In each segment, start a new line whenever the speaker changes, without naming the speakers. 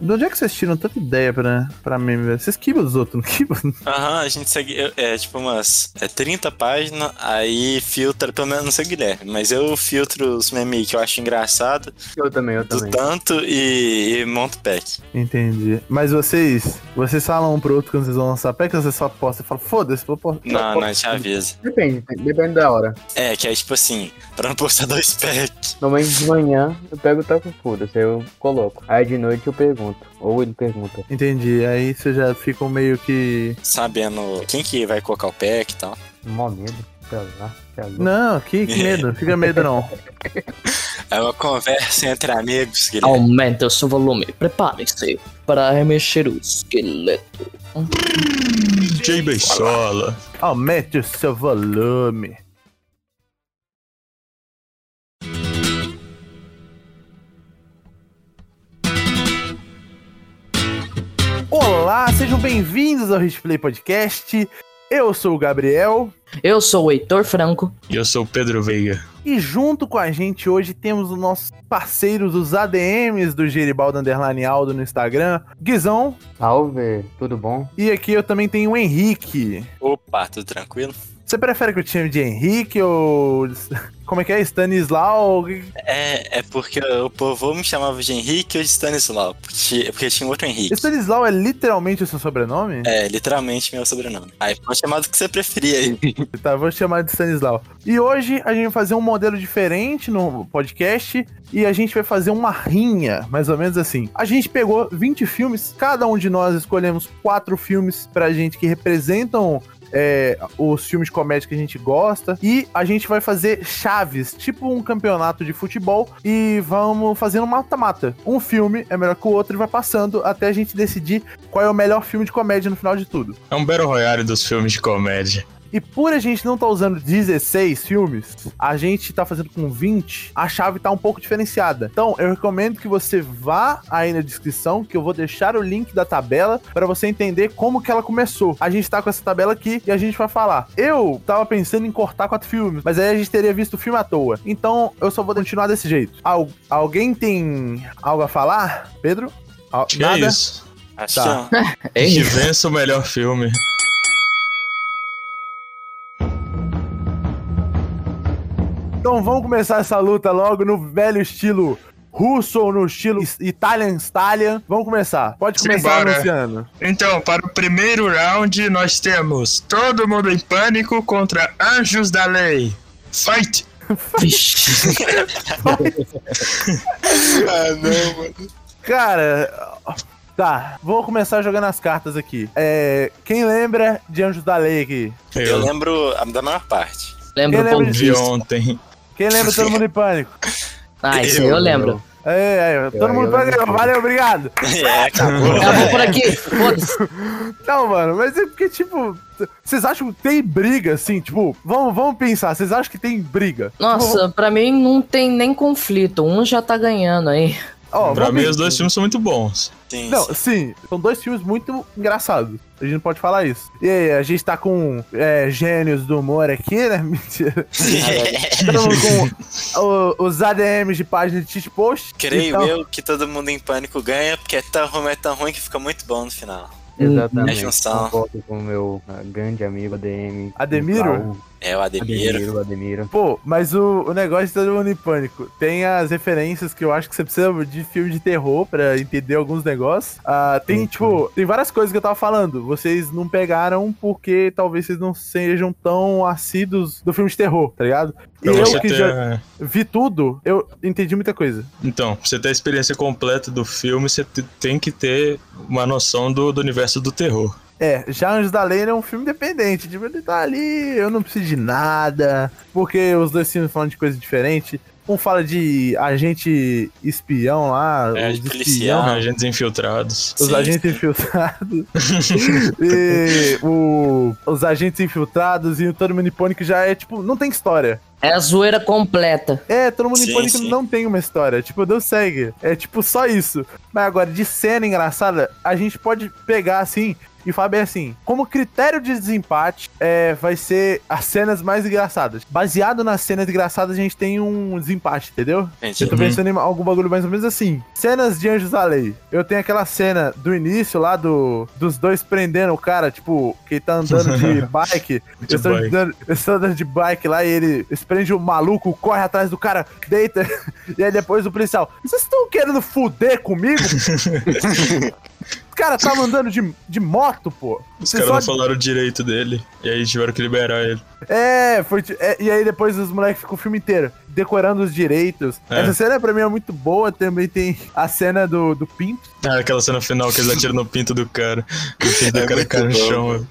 De onde é que vocês tiram tanta ideia pra, pra meme, velho? Vocês quibam dos outros, não quibam?
Aham, a gente segue. eu- É tipo umas é 30 páginas, aí filtra, pelo menos não sei o Guilherme, mas eu filtro os memes que eu acho engraçado
Eu também, eu
do
também.
tanto e, e monto pack.
Entendi. Mas vocês, vocês falam um pro outro quando vocês vão lançar pack, ou vocês só postam e falam, foda-se, vou postar.
Não, é. não, te avisa.
Depende, tem- depende da hora.
É, que é tipo assim, pra não postar dois pack.
Normalmente de manhã eu pego o taco foda, se eu coloco. Aí de noite eu pergunto. Ou ele pergunta.
Entendi. Aí vocês já ficam meio que.
sabendo quem que vai colocar o pack e tal.
Mó medo, sei lá, sei lá.
Não, que, que medo, fica medo não.
É uma conversa entre amigos, Guilherme.
Aumenta o seu volume. Preparem-se para remexer o esqueleto.
DJ Beisola.
Aumente o seu volume. Olá, sejam bem-vindos ao Hitplay Podcast. Eu sou o Gabriel
Eu sou o Heitor Franco.
E eu sou o Pedro Veiga.
e junto com a gente hoje temos os nossos parceiros, os ADMs do Geribaldo Underline Aldo no Instagram, Guizão,
Salve, tudo bom?
e aqui eu também tenho o Henrique.
Opa, tudo tranquilo?
Você prefere que eu te chame de Henrique ou. Como é que é? Stanislau?
É, é porque o povo me chamava de Henrique ou de Stanislau, porque, porque tinha outro Henrique.
Stanislau é literalmente o seu sobrenome?
É, literalmente meu sobrenome. Aí pode chamar do que você preferir aí.
Tá, vou chamar de Stanislau. E hoje a gente vai fazer um modelo diferente no podcast e a gente vai fazer uma rinha, mais ou menos assim. A gente pegou 20 filmes, cada um de nós escolhemos quatro filmes pra gente que representam. é, os filmes de comédia que a gente gosta. E a gente vai fazer chaves, tipo um campeonato de futebol. E vamos fazendo mata-mata. Um filme é melhor que o outro e vai passando até a gente decidir qual é o melhor filme de comédia no final de tudo.
É um Battle Royale dos filmes de comédia.
E por a gente não tá usando 16 filmes, a gente tá fazendo com 20, a chave tá um pouco diferenciada. Então, eu recomendo que você vá aí na descrição, que eu vou deixar o link da tabela pra você entender como que ela começou. A gente tá com essa tabela aqui e a gente vai falar. Eu tava pensando em cortar quatro filmes, mas aí a gente teria visto o filme à toa. Então, eu só vou continuar desse jeito. Al- alguém tem algo a falar? Pedro? Al-
Que
nada?
isso?
Acho
Tá.
que não.
Que
Ei,
vença o melhor filme.
Então vamos começar essa luta logo no velho estilo russo ou no estilo is- Italian Stallion. Vamos começar. Pode começar
Simbora.
anunciando.
Então, para o primeiro round, nós temos Todo Mundo em Pânico contra Anjos da Lei. Fight!
vixe.
Ah, não, mano.
Cara. Tá, vou começar jogando as cartas aqui. É, quem lembra de Anjos da Lei aqui?
Eu
Eu
lembro a- da maior parte.
Lembro
Quem
o
lembra
Paulo
de-
vi
Visto.
ontem.
Quem lembra Todo Mundo em Pânico?
Ah, isso aí eu lembro.
É, é, todo
Eu-
mundo
eu
em pânico.
lembro.
Valeu, obrigado.
É, acabou.
Acabou Tá por aqui. Foda-se.
Não, mano, mas é porque, tipo, t- vocês acham que tem briga, assim? Tipo, vamos, vamos pensar, vocês acham que tem briga?
Nossa, pra mim não tem nem conflito. Um já tá ganhando aí.
Ó,
Pra
vamos
mim,
pensar.
os dois filmes são muito bons.
Sim,
Não,
sim.
sim, são dois filmes muito engraçados. A gente não pode falar isso. E aí, a gente tá com é, gênios do humor aqui, né? Mentira. Estamos com o- os ADMs de página de cheat post.
Creio
Então,
eu que todo mundo em pânico ganha, porque é tão ruim, é tão ruim que fica muito bom no final.
Hum,
Exatamente.
É junção.
Concordo com o meu ah, grande amigo ADM.
Ademiro?
Paulo.
É o Ademiro.
Ademiro, Ademiro.
Pô, mas o, o negócio de todo mundo em pânico. Tem as referências que eu acho que você precisa de filme de terror pra entender alguns negócios. Ah, tem,
Uhum.
Sim,
tipo, tem várias coisas que eu tava falando. Vocês não pegaram porque talvez vocês não sejam tão assíduos do filme de terror, tá ligado? E
Pra
eu
você
que
ter-
já vi tudo, eu entendi muita coisa.
Então, pra você ter a experiência completa do filme, você te- tem que ter uma noção do, do universo do terror.
É, já Anjos da Lei é um filme independente. Tipo, ele tá ali, eu não preciso de nada. Porque os dois filmes falam de coisa diferente. Um fala de agente espião lá.
É,
os
de
espião,
Ah.
Agentes infiltrados.
Os
Sim.
agentes infiltrados. e o, os agentes infiltrados e o Todo Mundo em Pânico já é tipo, não tem história.
É a zoeira completa.
É, Todo Mundo em
Sim,
Pânico
sim.
não tem uma história. Tipo, Deus segue. É tipo só isso. Mas agora, de cena engraçada, a gente pode pegar assim. E o Fábio é assim: como critério de desempate, é, vai ser as cenas mais engraçadas. Baseado nas cenas engraçadas, a gente tem um desempate, entendeu?
Entendi.
Eu tô
Uhum.
pensando em algum bagulho mais ou menos assim. Cenas de Anjos da Lei. Eu tenho aquela cena do início lá do, dos dois prendendo o cara, tipo, que tá andando de bike.
De
Eu estou
bike.
andando, eu estou andando de bike lá e ele eles prende o maluco, corre atrás do cara, deita. E aí depois o policial, vocês estão querendo fuder comigo? Os cara tá andando de, de moto, pô.
Os
Você
caras
só-
não falaram direito dele. E aí tiveram que liberar ele.
É, foi. ti- é, e aí depois os moleques ficam o filme inteiro decorando os direitos.
É.
Essa cena pra mim é muito boa. Também tem a cena do, do Pinto.
Ah, aquela cena final que eles atiram no pinto do cara. O pinto do
É
cara
muito
cai no
bom,
chão.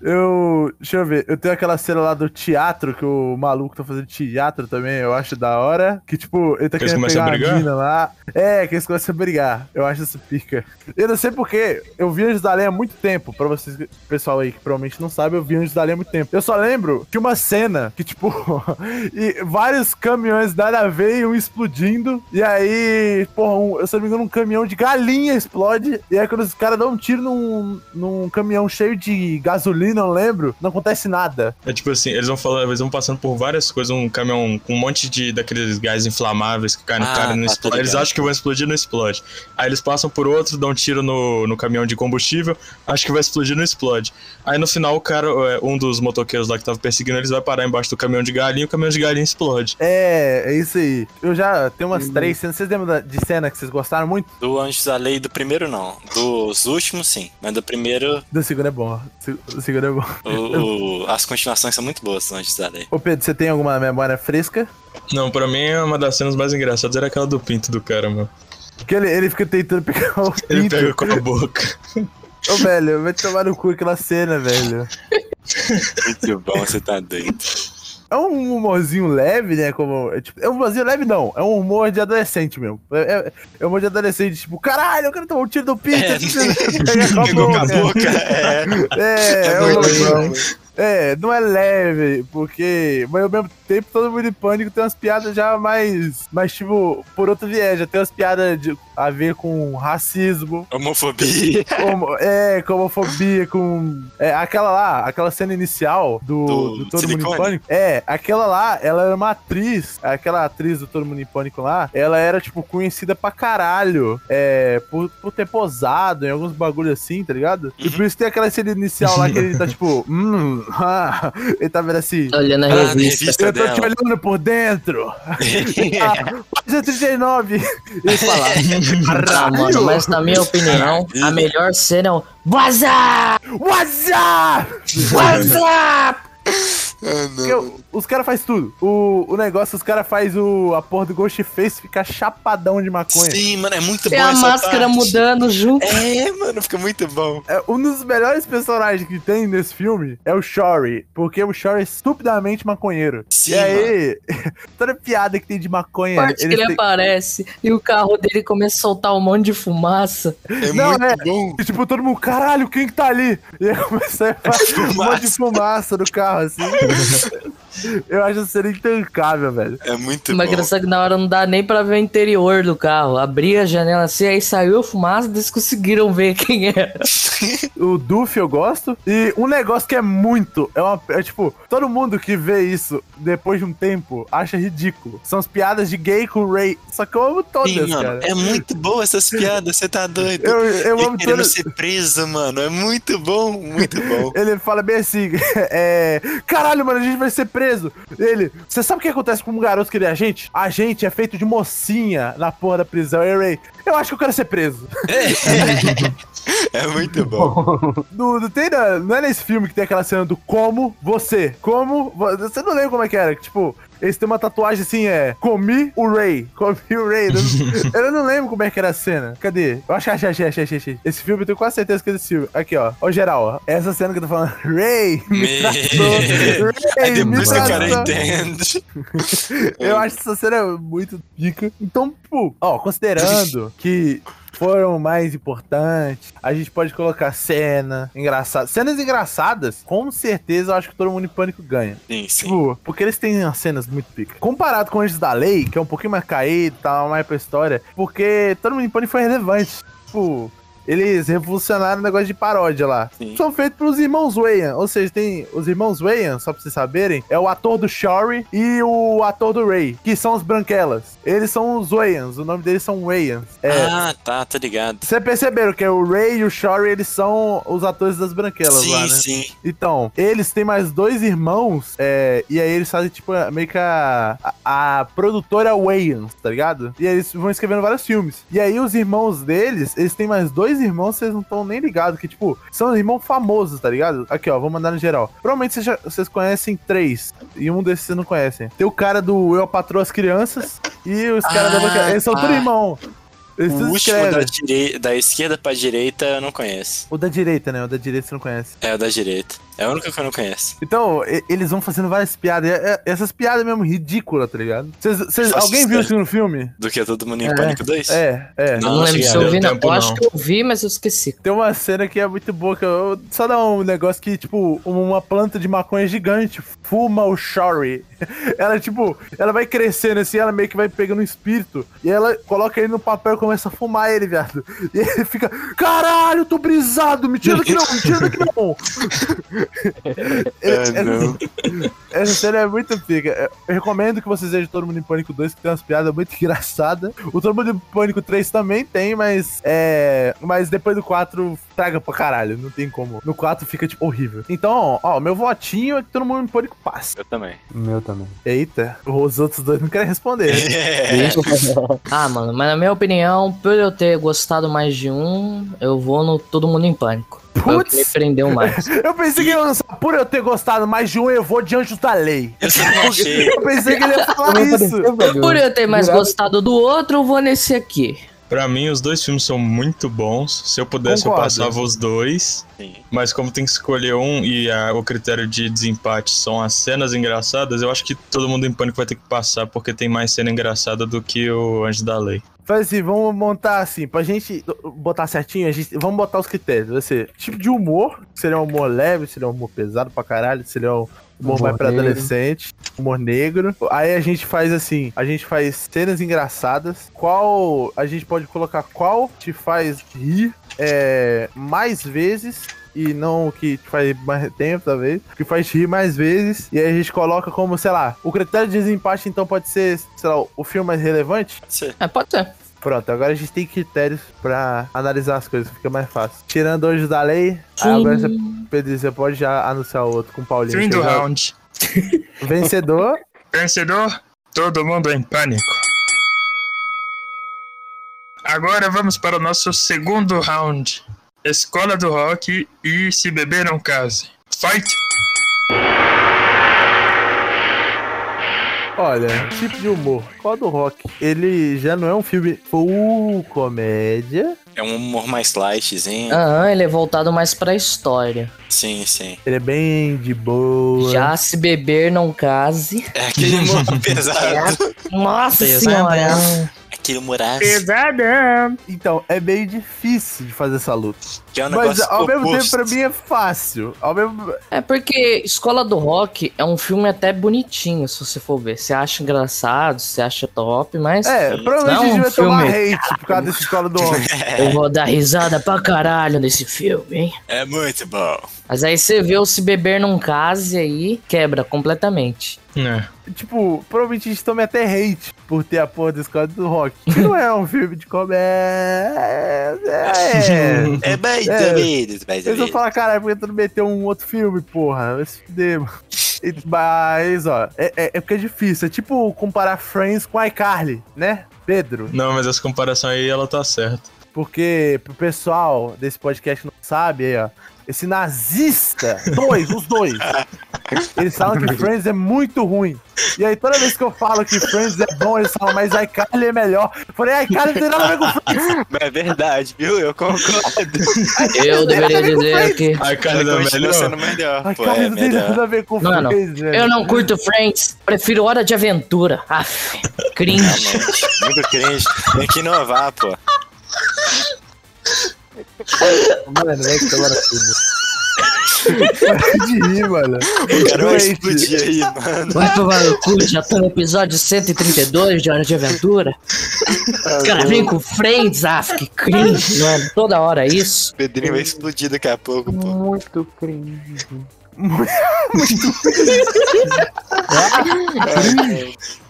Eu. Deixa eu ver. Eu tenho aquela cena lá do teatro, que o maluco tá fazendo teatro também, eu acho da hora. Que, tipo, ele tá
Que eles
querendo pegar
começam a
uma
brigar?
mina lá. É, que eles começam a brigar. Eu acho isso pica. Eu não sei porquê. Eu vi Anjos da Lei há muito tempo. Pra vocês, pessoal aí que provavelmente não sabe, eu vi Anjos da Lei há muito tempo. Eu só lembro de uma cena que, tipo, e vários caminhões nada a ver e um explodindo. E aí, porra, um, eu, se eu não me engano, um caminhão de galinha explode. E aí, quando os caras dão um tiro num, num caminhão cheio de gasolina, eu lembro, não acontece nada.
É tipo assim, eles vão falando, eles vão passando por várias coisas, um caminhão com um monte de daqueles gás inflamáveis que cai no
Ah,
cara e não
tá, tô
explode. Eles
ligado.
acham que vão explodir e não explode. Aí eles passam por outro, dão um tiro no, no caminhão de combustível, acham que vai explodir e não explode. Aí no final o cara, é, um dos motoqueiros lá que tava perseguindo eles vai parar embaixo do caminhão de galinha e o caminhão de galinha explode.
É, é isso aí. Eu já tenho umas três cenas. Vocês lembram da- de cena que vocês gostaram muito?
Do Anjos da Lei do primeiro não. Dos últimos sim. Mas do primeiro,
Do segundo é bom. Se- Do segundo é bom.
o- o- as continuações são muito boas dos Anjos da Lei.
Ô Pedro, você tem alguma memória fresca?
Não, pra mim é uma das cenas mais engraçadas era aquela do pinto do cara, mano.
Que ele, ele fica tentando pegar o
Ele
pinto.
pega com a boca.
Ô, velho, vai tomar no cu aquela cena, velho.
Muito bom, você tá doido.
É um humorzinho leve, né? Como, é, tipo, é um humorzinho leve, não. É um humor de adolescente mesmo. É, é- é um humor de adolescente, tipo, caralho, eu quero tomar um tiro do pinto.
É.
Pega com a
Pegou com a
boca.
boca, é.
É, é, um
muito
humorzinho- é, não é leve, porque. Mas ao mesmo tempo, todo mundo em pânico tem umas piadas já mais. Mas, tipo, por outro viés, já tem umas piadas de- a ver com racismo.
Homofobia.
Homo- é, com homofobia, com. É, aquela lá, aquela cena inicial do,
Do
do Todo Mundo
Silicone?
em Pânico. É, aquela lá, ela era uma atriz. Aquela atriz do Todo Mundo em Pânico lá, ela era, tipo, conhecida pra caralho. É, por, por ter posado em alguns bagulhos assim, tá ligado?
Uhum.
E por isso tem aquela cena inicial lá que ele tá, tipo, hum, ah", ele tá vendo assim.
Olhando
Ah,
a
na
revista.
revista
Eu tô te
dela.
olhando por dentro. Ah, página 39. Ele fala.
Ah, mano, mas na minha opinião, a melhor cena é o WhatsApp!
What's up?
Ah,
WhatsApp!
Porque o- os caras fazem tudo. O, o negócio, os caras fazem a porra do Ghostface ficar chapadão de maconha.
Sim, mano, é muito bom
Tem a
essa
máscara
parte.
mudando junto.
É, mano, fica muito bom.
É, um dos melhores personagens que tem nesse filme é o Shory. Porque o Shory é estupidamente maconheiro.
Sim,
e aí, toda piada que tem de maconha.
parte que
eles
ele é
têm-
aparece e o carro dele começa a soltar um monte de fumaça.
É
Não,
muito
é.
bom.
E, tipo, todo mundo, caralho, quem que tá ali? E aí começa a fazer um monte de fumaça no carro, assim. Eu acho a cena intancável, velho.
É muito
Mas
bom.
engraçado que na hora não dá nem pra ver o interior do carro. Abri a janela assim, aí saiu a fumaça, eles conseguiram ver quem é. era.
O Duffy eu gosto. E um negócio que é muito. É, uma, é tipo, todo mundo que vê isso depois de um tempo acha ridículo. São as piadas de gay com Ray. Só que eu amo todas,
Sim, mano,
cara.
é muito boa essas piadas, você tá doido.
Eu, eu
E
amo
querendo
todas.
ser presa, mano, é muito bom, muito bom.
Ele fala bem assim, é. Caralho, mano, a gente vai ser preso. Ele. Você sabe o que acontece com um garoto que ele é agente? A gente é feito de mocinha na porra da prisão. E o Ray, eu acho que eu quero ser preso.
É muito bom.
No, no- tem na- não é nesse filme que tem aquela cena do como você. Como. vo- Você não lembra como é que era? que, Tipo, eles têm uma tatuagem assim, é. Comi o Ray. Comi o Ray. Eu, eu não lembro como é que era a cena. Cadê? Eu achei, achei, achei, achei, achei, achei. Esse filme eu tenho quase certeza que é desse filme. Aqui, ó. Ó, geral, ó. Essa cena que eu tô falando. Ray!
Me- Aí
Ray, me
depois que o cara
tratou.
entende.
Eu acho essa cena muito pica. Então, tipo, ó, considerando que foram mais importantes, a gente pode colocar cena engraçada. Cenas engraçadas, com certeza eu acho que todo mundo em pânico ganha.
Sim, sim.
Tipo, porque eles têm umas cenas muito pica. Comparado com Anjos da Lei, que é um pouquinho mais caído, tá mais pra história, porque todo mundo em pânico foi relevante. Tipo, eles revolucionaram o negócio de paródia lá.
Sim.
São feitos pelos irmãos Wayans. Ou seja, tem os irmãos Wayans, só pra vocês saberem, é o ator do Shory e o ator do Ray, que são os branquelas. Eles são os Wayans, o nome deles são Wayans. É.
Ah, tá, tá ligado.
Vocês perceberam que é o Ray e o Shory, eles são os atores das branquelas
sim,
lá, né?
sim.
Então, eles têm mais dois irmãos, é, e aí eles fazem, tipo, meio que a, a, a produtora Wayans, tá ligado? E aí eles vão escrevendo vários filmes. E aí os irmãos deles, eles têm mais dois irmãos, vocês não estão nem ligados, que, tipo, são irmãos famosos, tá ligado? Aqui, ó, vou mandar no geral. Provavelmente vocês já- vocês conhecem três, e um desses vocês não conhecem. Tem o cara do Eu Patrô as Crianças, e os caras
Ah,
da Banca... Eles são
tá.
tudo irmão. Eles
O
tudo
último
escrevem.
da, direi- da esquerda pra direita eu não conheço.
O da direita, né? O da direita você não conhece.
É o da direita. É o único que eu não conheço.
Então, e- eles vão fazendo várias piadas. e- e- Essas piadas mesmo ridículas, tá ligado? Cês- cês-
Faço
alguém viu
ideia.
isso no filme?
Do que todo mundo em
É,
Pânico 2?
É, é.
Eu
Não,
não lembro
cheguei
se
a
eu
ver
vi,
o
não.
tempo,
Eu acho
não.
que eu vi, mas eu esqueci.
Tem uma cena que é muito boa, que eu, só dá um negócio que, tipo, uma planta de maconha gigante fuma o Shory. Ela, tipo, ela vai crescendo assim, ela meio que vai pegando um espírito, e ela coloca ele no papel e começa a fumar ele, viado. E ele fica, caralho, eu tô brisado, me tira daqui não, me tira daqui não.
Ah, não.
Essa série é muito pica. Eu recomendo que vocês vejam Todo Mundo em Pânico 2, que tem umas piadas muito engraçadas. O Todo Mundo em Pânico 3 também tem, mas é. Mas depois do 4 traga pra caralho. Não tem como. No 4 fica, tipo, horrível. Então, ó, meu votinho é que todo mundo em pânico passa.
Eu também.
O meu também.
Eita, os outros dois não querem responder. É.
Ah, mano, mas na minha opinião, por eu ter gostado mais de um, eu vou no Todo Mundo em Pânico. Foi o que me
Putz!
prendeu mais.
Eu pensei que ele ia lançar, por eu ter gostado mais de um, eu vou de Anjos da Lei.
Eu só não achei.
Eu pensei que ele ia falar
tá
isso.
né?
Por eu ter mais
Virado.
gostado do outro, eu vou nesse aqui.
Pra mim, os dois filmes são muito bons. Se eu pudesse,
Concordo.
eu passava os dois.
Sim.
Mas como tem que escolher um e a- o critério de desempate são as cenas engraçadas, eu acho que todo mundo em pânico vai ter que passar, porque tem mais cena engraçada do que o Anjo da Lei.
Faz assim, vamos montar assim, pra gente botar certinho, a gente, vamos botar os critérios. Vai ser tipo de humor, se ele é um humor leve, se ele é um humor pesado pra caralho, se ele é um humor,
Humor
mais pra
negro.
adolescente, humor negro. Aí a gente faz assim, a gente faz cenas engraçadas, qual, a gente pode colocar qual te faz rir é, mais vezes... E não o que te faz mais tempo, talvez. o Que faz rir mais vezes. E aí a gente coloca como, sei lá, o critério de desempate, então pode ser, sei lá, o filme mais relevante.
Pode ser.
É, pode ser.
Pronto, agora a gente tem critérios pra analisar as coisas, fica mais fácil. Tirando hoje da lei, aí agora você, Pedro, você pode já anunciar o outro com o Paulinho.
Fim do
que já-
round.
Vencedor.
Vencedor, todo mundo em pânico. Agora vamos para o nosso segundo round. Escola do Rock e Se Beber Não Case. Fight!
Olha, tipo de humor. Qual do rock? Ele já não é um filme full comédia.
É um humor mais
Ah.
lightzinho.
Aham, ele é voltado mais pra história.
Sim, sim.
Ele é bem de boa.
Já se beber, não case.
É aquele humor pesado.
Nossa
Pesado.
senhora.
aquele humor ácido.
Pesadão!
Então, é meio difícil de fazer essa luta.
Que é um
Mas
negócio
ao mesmo tempo,
oposto.
pra mim, é fácil. Ao mesmo...
É porque Escola do Rock é um filme até bonitinho, se você for ver. Você acha engraçado, você acha top, mas
É, provavelmente
Não,
a gente vai
um
tomar
filme.
hate por causa dessa escola do rock.
eu vou dar risada pra caralho nesse filme, hein?
É muito bom.
Mas aí você vê o Se Beber Não Case aí, quebra completamente.
É.
Tipo, provavelmente a gente tome até hate por ter a porra da escola do rock. Que não é um filme de comédia. É.
É mais
É.
ou menos, mais ou
Eles vão
menos.
falar, caralho, por que tu não meteu um outro filme, porra? Vai se fuder, mano. E- Mas, ó, é, é, é porque é difícil. É tipo comparar Friends com iCarly, né? Pedro,
Não, mas essa comparação aí ela tá certa.
porque pro pessoal desse podcast que não sabe aí, ó. Esse nazista, dois, os dois. Eles falam que Friends é muito ruim. E aí, toda vez que eu falo que Friends é bom, eles falam, mas iCarly é melhor. Eu falei, iCarly não tem nada a ver com Friends.
Mas é verdade, viu? Eu concordo.
Eu deveria dizer que.
A cara da
Mas continua
melhor.
sendo é melhor. Pô,
iCarly
é
não tem
melhor.
nada a ver com
Mano,
Friends, velho.
Eu não curto Friends, prefiro Hora de Aventura. Aff, cringe.
Realmente. Muito cringe. Tem que inovar, pô.
Mano, vai tomar no cu. Para de rir, mano.
O cara vai
Gente.
explodir aí, mano.
é Vai tomar no cu, já tô no episódio 132 de Hora de Aventura. Os caras vêm com Friends, ah, que cringe, mano. Toda hora isso.
O Pedrinho vai explodir daqui a pouco, pô.
Muito cringe.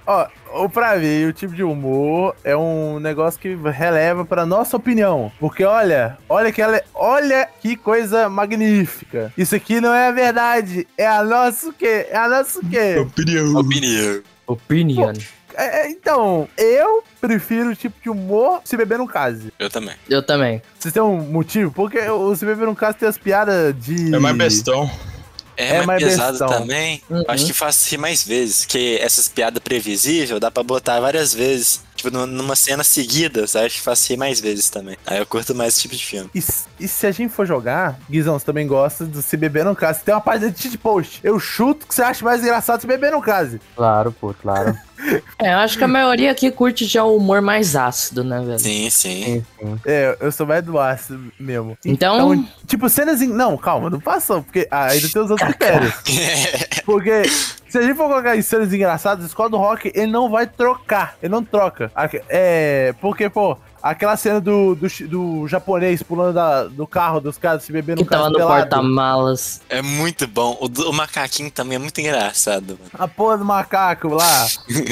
Ó, o- pra mim, o tipo de humor é um negócio que releva pra nossa opinião. Porque olha, olha que ela, olha que coisa magnífica. Isso aqui não é a verdade, é a nossa o quê? É a nossa o quê?
Opinião.
Opinião.
Opinion.
É, é, então, eu prefiro o tipo de humor se beber no case.
Eu também.
Eu também.
Vocês têm um motivo? Porque o se beber no case tem as piadas de.
É mais bestão.
É,
É
mais
mais
pesado
bestão.
também.
Uhum.
Acho que faz rir mais vezes. Que essas piadas previsíveis dá pra botar várias vezes. Tipo, nu- numa cena seguida, sabe? Acho que faz rir mais vezes também. Aí eu curto mais esse tipo de filme.
E, s- e se a gente for jogar, Guizão, você também gosta do se beber no case. Tem uma página de cheat post. Eu chuto que você acha mais engraçado se beber no case.
Claro, pô, claro.
É, eu acho que a maioria aqui curte já o humor mais ácido, né, velho?
Sim, sim.
Enfim.
É, eu sou mais do ácido mesmo.
Então-
tipo, cenas. Em... Não, calma, não passou, porque ah, ainda tem os outros critérios. Porque se a gente for colocar em cenas engraçadas, o Scott do Rock, ele não vai trocar. Ele não troca. Aque- É. Porque, pô. Aquela cena do, do, chi- do japonês pulando da- do carro dos caras se bebendo um
que tava no porta-malas.
é muito bom. O, do- o macaquinho também é muito engraçado, mano.
A porra do macaco lá.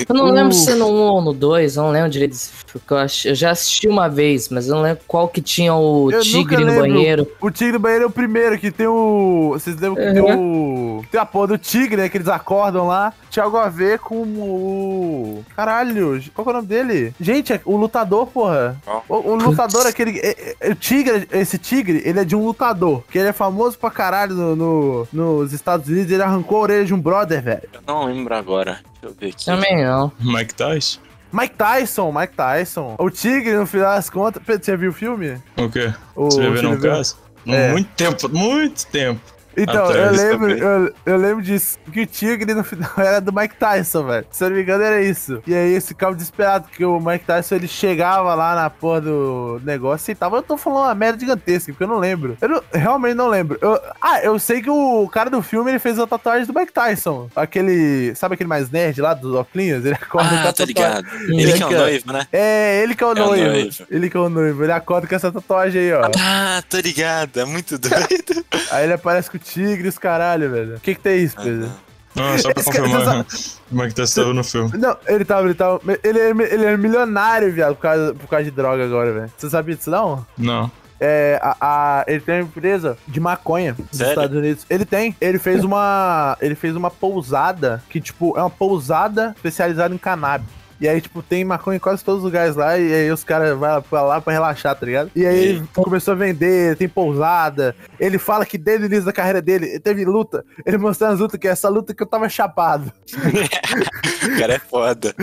Eu não
Uh.
lembro se é no 1 ou no 2, eu não lembro direito. porque Eu, ach- eu já assisti uma vez, mas eu não lembro qual que tinha o
Eu
tigre
nunca
no
lembro.
banheiro.
O tigre do banheiro é o primeiro, que tem o. Vocês lembram que tem o. Tem a porra do tigre, né? Que eles acordam lá. Tinha algo a ver com o. Caralho, qual que é o nome dele? Gente, é o lutador, porra.
Qual?
O, o lutador, aquele. é- é- é- o tigre, esse tigre, ele é de um lutador. Que ele é famoso pra caralho no, no- nos Estados Unidos. Ele arrancou a orelha de um brother, velho.
Eu não lembro agora. Deixa eu ver aqui.
Também não.
Mike Tyson?
Mike Tyson, Mike Tyson. O tigre, no final das contas. Pedro, você viu o filme?
O quê?
O,
Você vai
o
ver num
Tigre do-
caso?
É.
Muito tempo, muito tempo.
Então, eu
Atrás
lembro,
também.
eu, eu lembro disso. Que o Tigre no final era do Mike Tyson, velho. Se eu não me engano, era isso. E aí eu ficava desesperado, porque o Mike Tyson ele chegava lá na porra do negócio e tava. Eu tô falando uma merda gigantesca, porque eu não lembro. Eu não- realmente não lembro. Eu- ah, eu sei que o cara do filme ele fez a tatuagem do Mike Tyson. Aquele. Sabe aquele mais nerd lá dos Oclinhos? Ele acorda com
Ah,
a
tô
tatuagem.
ligado. Ele que é o
Cara.
noivo, né?
É, ele que é o
É o
noivo.
noivo.
Ele que é o noivo. Ele acorda com essa tatuagem aí, ó.
Ah, tô ligado. É muito doido.
Aí ele aparece com o tigre e os caralho, velho. O que que tem isso, Pedro?
Ah, só pra
Esse cara-
confirmar. Mike Tyson tava no filme.
Não, ele tava, ele tava. Ele é, ele é milionário, viado, por causa, por causa de droga agora, velho. Você sabia disso não?
Não.
É, a, a- ele tem uma empresa de maconha dos
Sério?
Estados Unidos. Ele tem. Ele fez uma. Ele fez uma pousada que, tipo, é uma pousada especializada em cannabis. E aí, tipo, tem maconha em quase todos os lugares lá, e aí os caras vão pra lá pra relaxar, tá ligado? E aí ele começou a vender, tem pousada. Ele fala que desde o início da carreira dele, teve luta. Ele mostrando as lutas, que é essa luta que eu tava chapado.
O cara é foda.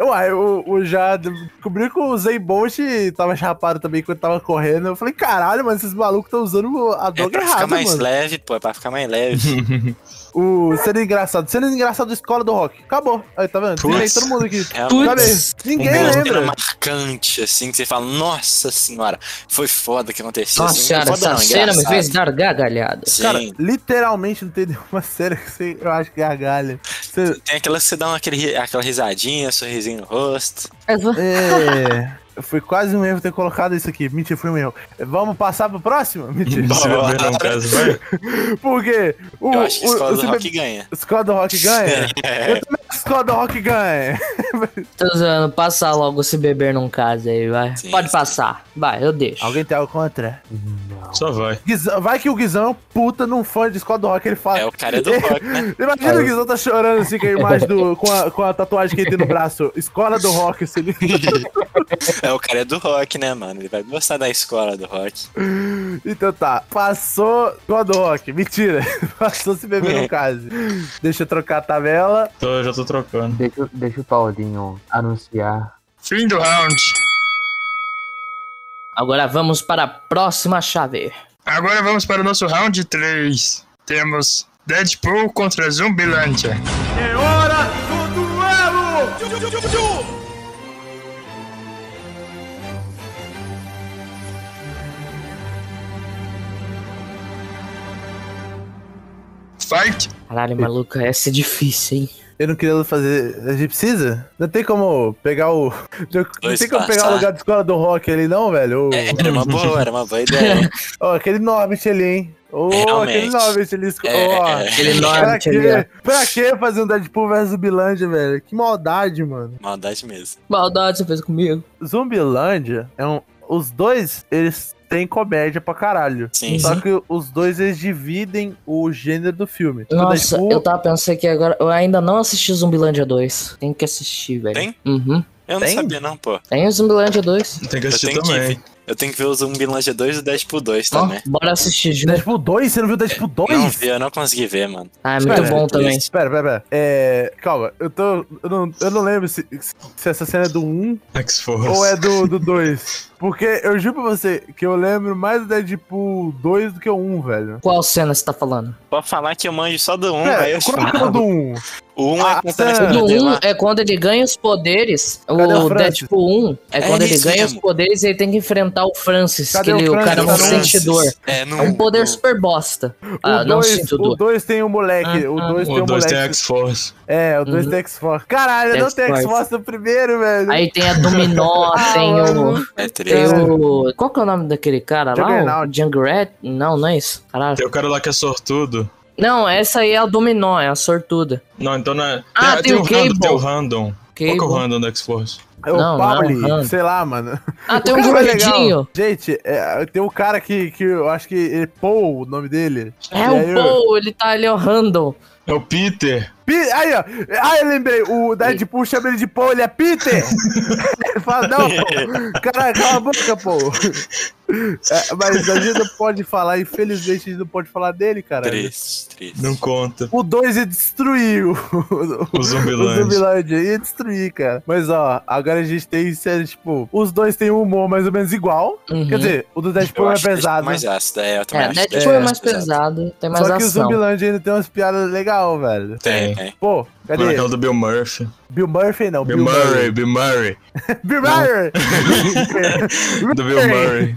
Uai, eu, eu já descobri que o Zen Bolt tava chapado também quando tava correndo. Eu falei, caralho, mas esses malucos estão usando a
É
droga
pra
errada,
ficar mais
mano.
leve, pô. É pra ficar mais leve.
O cena engraçado. Cena engraçado Escola do Rock. Acabou. Aí, tá vendo?
Putz.
Tem todo mundo aqui.
É
Putz.
Tá bem. Ninguém
uma cena
lembra.
marcante, assim, que você fala, nossa senhora, foi foda que aconteceu.
Nossa
assim,
senhora,
foda
essa
não,
cena me
engraçado.
fez dar gargalhada.
Sim,
Cara, literalmente não tem nenhuma cena que você, eu acho que gargalha. Você,
tem aquelas que você dá uma- aquele ri- aquela risadinha, sorrisinho no rosto.
é, foi quase um erro ter colocado isso aqui. Mentira, foi um erro. Vamos passar pro próximo? Mentira.
Você vai ver num caso, vai.
Porque o,
Hum. Eu acho que
o-
escola
o
do
Cine-
rock ganha.
Escola do Rock ganha?
É.
Eu também acho que Escola do Rock ganha.
Tô usando, passa logo se beber num caso aí, vai.
Sim,
Pode
sim.
passar. Vai, eu deixo.
Alguém tem algo contra?
Só vai.
Guizão- vai que o Guizão é um puta num fã de Escola do Rock, ele fala.
É o cara do rock, né?
Imagina o Guizão tá chorando assim com a imagem do. com a, com a tatuagem que ele tem no braço. Escola do Rock, assim. se ele.
É o cara do rock, né, mano? Ele vai gostar da escola do rock.
Então tá. Passou Escola do Rock. Mentira. Passou se beber no caso. Deixa eu trocar a tabela.
Então eu já tô trocando.
Deixa, deixa o Paulinho anunciar.
Fim do round.
Agora vamos para a próxima chave.
Agora vamos para o nosso round 3. Temos Deadpool contra Zumbilândia.
É hora do duelo!
Fight!
Caralho, maluco, essa é difícil, hein?
Eu não queria fazer. A gente precisa? Não tem como pegar o. Não
Dois
tem como
passos,
pegar o
ah.
lugar da escola do rock ali, não, velho? Ô,
É, Era uma boa, era uma boa ideia.
ó, aquele Norbit ali, hein? Ô,
Realmente.
aquele Norbit ali. esco-
É,
ó,
é,
Aquele
Pra
Norbit ali, ó.
quê? Pra quê fazer um Deadpool versus Zumbilândia, velho? Que maldade, mano.
Maldade mesmo.
Maldade você fez comigo.
Zumbilândia é um. Os dois, eles têm comédia pra caralho.
Sim,
Só
sim.
que os dois, eles dividem o gênero do filme. O
Nossa,
Deadpool-
eu tava pensando que agora. Eu ainda não assisti Zumbilândia 2. Tem que assistir, velho.
Tem?
Uhum.
Eu não
Tem?
sabia, não, pô.
Tem o Zumbilândia 2.
Tem que
Eu
assistir
tenho
também.
que, eu tenho que ver o Zumbilândia 2 e o Deadpool 2
Ó,
também.
bora assistir junto.
Deadpool 2? Você não viu Deadpool 2?
Não vi, eu não consegui ver, mano.
Ah, é muito
Espera,
bom também.
isso.
Pera, pera, pera. É. Calma, eu tô. Eu não, eu não lembro se, se essa cena é do 1
X-Force.
ou é do do 2. Porque eu juro pra você que eu lembro mais do Deadpool 2 do que o 1, velho.
Qual cena você tá falando?
Pode falar que eu manjo só do 1, um, aí
É,
eu
qual que é o
falo.
do 1?
O 1 um
Ah,
é contando a
sério?
O do
história dele
1
lá.
é quando ele ganha os poderes.
Cadê o
o
Francis?
Deadpool 1 é
É
quando ele
isso
ganha os
mesmo.
poderes e ele tem que enfrentar o Francis,
Cadê
que ele,
o
o, cara é um
Francis?
sentidor.
É,
É um poder super bosta. Ah,
o
não
2, o
sentidor.
2 tem o moleque.
Ah,
o 2 tem
O
o
2
moleque.
tem X-Force.
É, o 2
Uhum.
tem X-Force. Caralho, não tem
X-Force.
X-Force no primeiro, velho.
Aí tem a Dominó,
Ah,
tem o.
mano.
É
Tem
três.
o. Qual que é o nome daquele cara lá? O
Juggernaut.
Jungrat? Não, não é isso. Caralho.
Tem o cara lá que é sortudo.
Não, essa aí é a Dominó, é a sortuda.
Não, então não é.
Ah, tem o
random,
Cable.
tem o Random. Qual que é o
Cable.
Random do X-Force?
É o
Não, não,
Pauli,
mano.
sei lá, mano.
Ah, tem um
cara é
gordinho.
legal. Gente, é, tem um cara que, que eu acho que é Paul, o nome dele.
É
E aí
o
eu-
Paul, ele tá ali, o Randall.
É o Peter.
Pi- Aí, ó. Ah, eu lembrei. O Deadpool chama ele de Paul, ele é Peter. ele fala, não, pô. Cara, cala a boca, pô. É, mas a gente não pode falar, infelizmente a gente não pode falar dele, cara.
Três, três.
Não conta.
O 2 ia destruir o,
O
o
Zumbiland.
Zumbilândia. Ia destruir, cara. Mas, ó, agora a gente tem sério, tipo, os dois têm um humor mais ou menos igual.
Uhum.
Quer dizer, o do
Eu
Deadpool é
acho que
pesado.
mais ácido, é, eu também
É,
acho.
Deadpool é,
que
mais pesado, tem mais
Só que o
ação.
Zumbilândia ainda tem umas piadas legais, velho.
Tem, tem.
Pô, cadê?
Agora aquela do Bill Murphy.
Bill Murphy não,
Bill Murray, Bill Murray.
Bill Murray!
Do Bill Murray.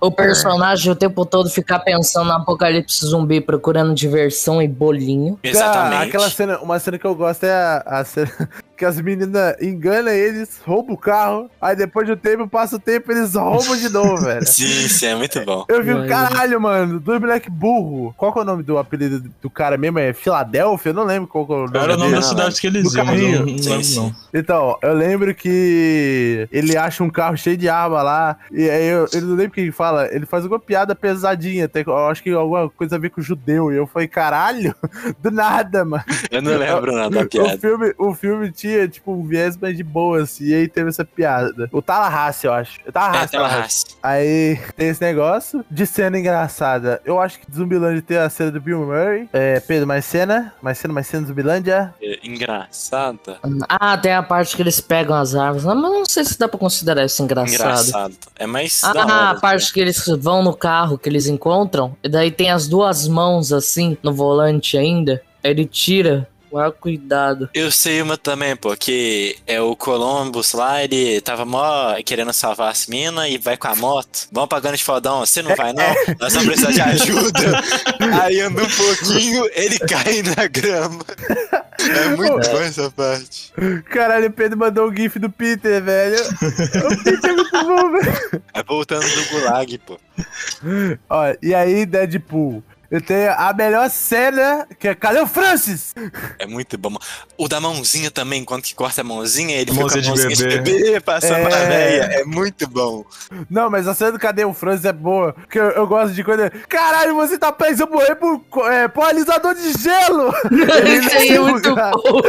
O personagem o tempo todo ficar pensando no apocalipse zumbi, procurando diversão e bolinho.
Cara,
Exatamente.
aquela cena, uma cena que eu gosto é a, a cena que as meninas enganam eles, roubam o carro, aí depois de um tempo, passa o tempo, eles roubam de novo, velho.
Sim, sim, é muito bom.
Eu vi,
Mano.
caralho, mano, dois moleque burro. Qual que é o nome do apelido do cara mesmo? É Filadélfia? Eu não lembro qual que é o nome
Era o nome
dele.
da cidade que
Do
eles iam, mas eu não-
carrinho.
não
Sim,
lembro
sim.
não.
Então, eu lembro que ele acha um carro cheio de arma lá, e aí eu, eu não lembro o que ele fala, ele faz alguma piada pesadinha, até que eu acho que alguma coisa a ver com judeu, e eu falei, caralho, do nada, mano.
Eu não lembro nada da
O
Tá piada.
filme, o filme tinha, tipo, um viés mais de boa, assim, e aí teve essa piada. O Tallahassee, eu acho. O
É,
Tallahassee.
aquela
Tallahassee.
raça.
Aí tem esse negócio de cena engraçada. Eu acho que Zumbilândia tem a cena do Bill Murray. É, Pedro, mais cena? Mais cena, mais cena do Zumbilândia?
É, Engraçada.
Ah, tem a parte que eles pegam as árvores. Ah, Mas não sei se dá pra considerar isso engraçado.
Engraçado. É mais. da
Ah,
hora,
a parte que eles vão no carro que eles encontram, e daí tem as duas mãos assim no volante ainda. Aí Ele tira. Ué, cuidado.
Eu sei uma também, pô, que é o Columbus lá, ele tava mó querendo salvar as minas e vai com a moto. Vamos pagando de fodão, você não vai não? Nós vamos precisar de ajuda. Aí anda um pouquinho, ele cai na grama. É muito bom essa parte.
Caralho, o Pedro mandou o GIF do Peter, velho. O Peter é muito bom, velho.
É voltando do gulag, pô.
Ó, e aí, Deadpool? Eu tenho a melhor cena, que é cadê o Francis?
É muito bom. O da mãozinha também, quando que corta a mãozinha, ele
Mãozinha
fica com a
de
mãozinha de
bebê.
bebê, passando
É.
a veia. É muito bom.
Não, mas a cena do cadê o Francis é boa, porque eu, eu gosto de coisa. Caralho, você tá preso, eu morrer por co- é, polarizador de gelo!
Isso aí é muito
lugar.
bom.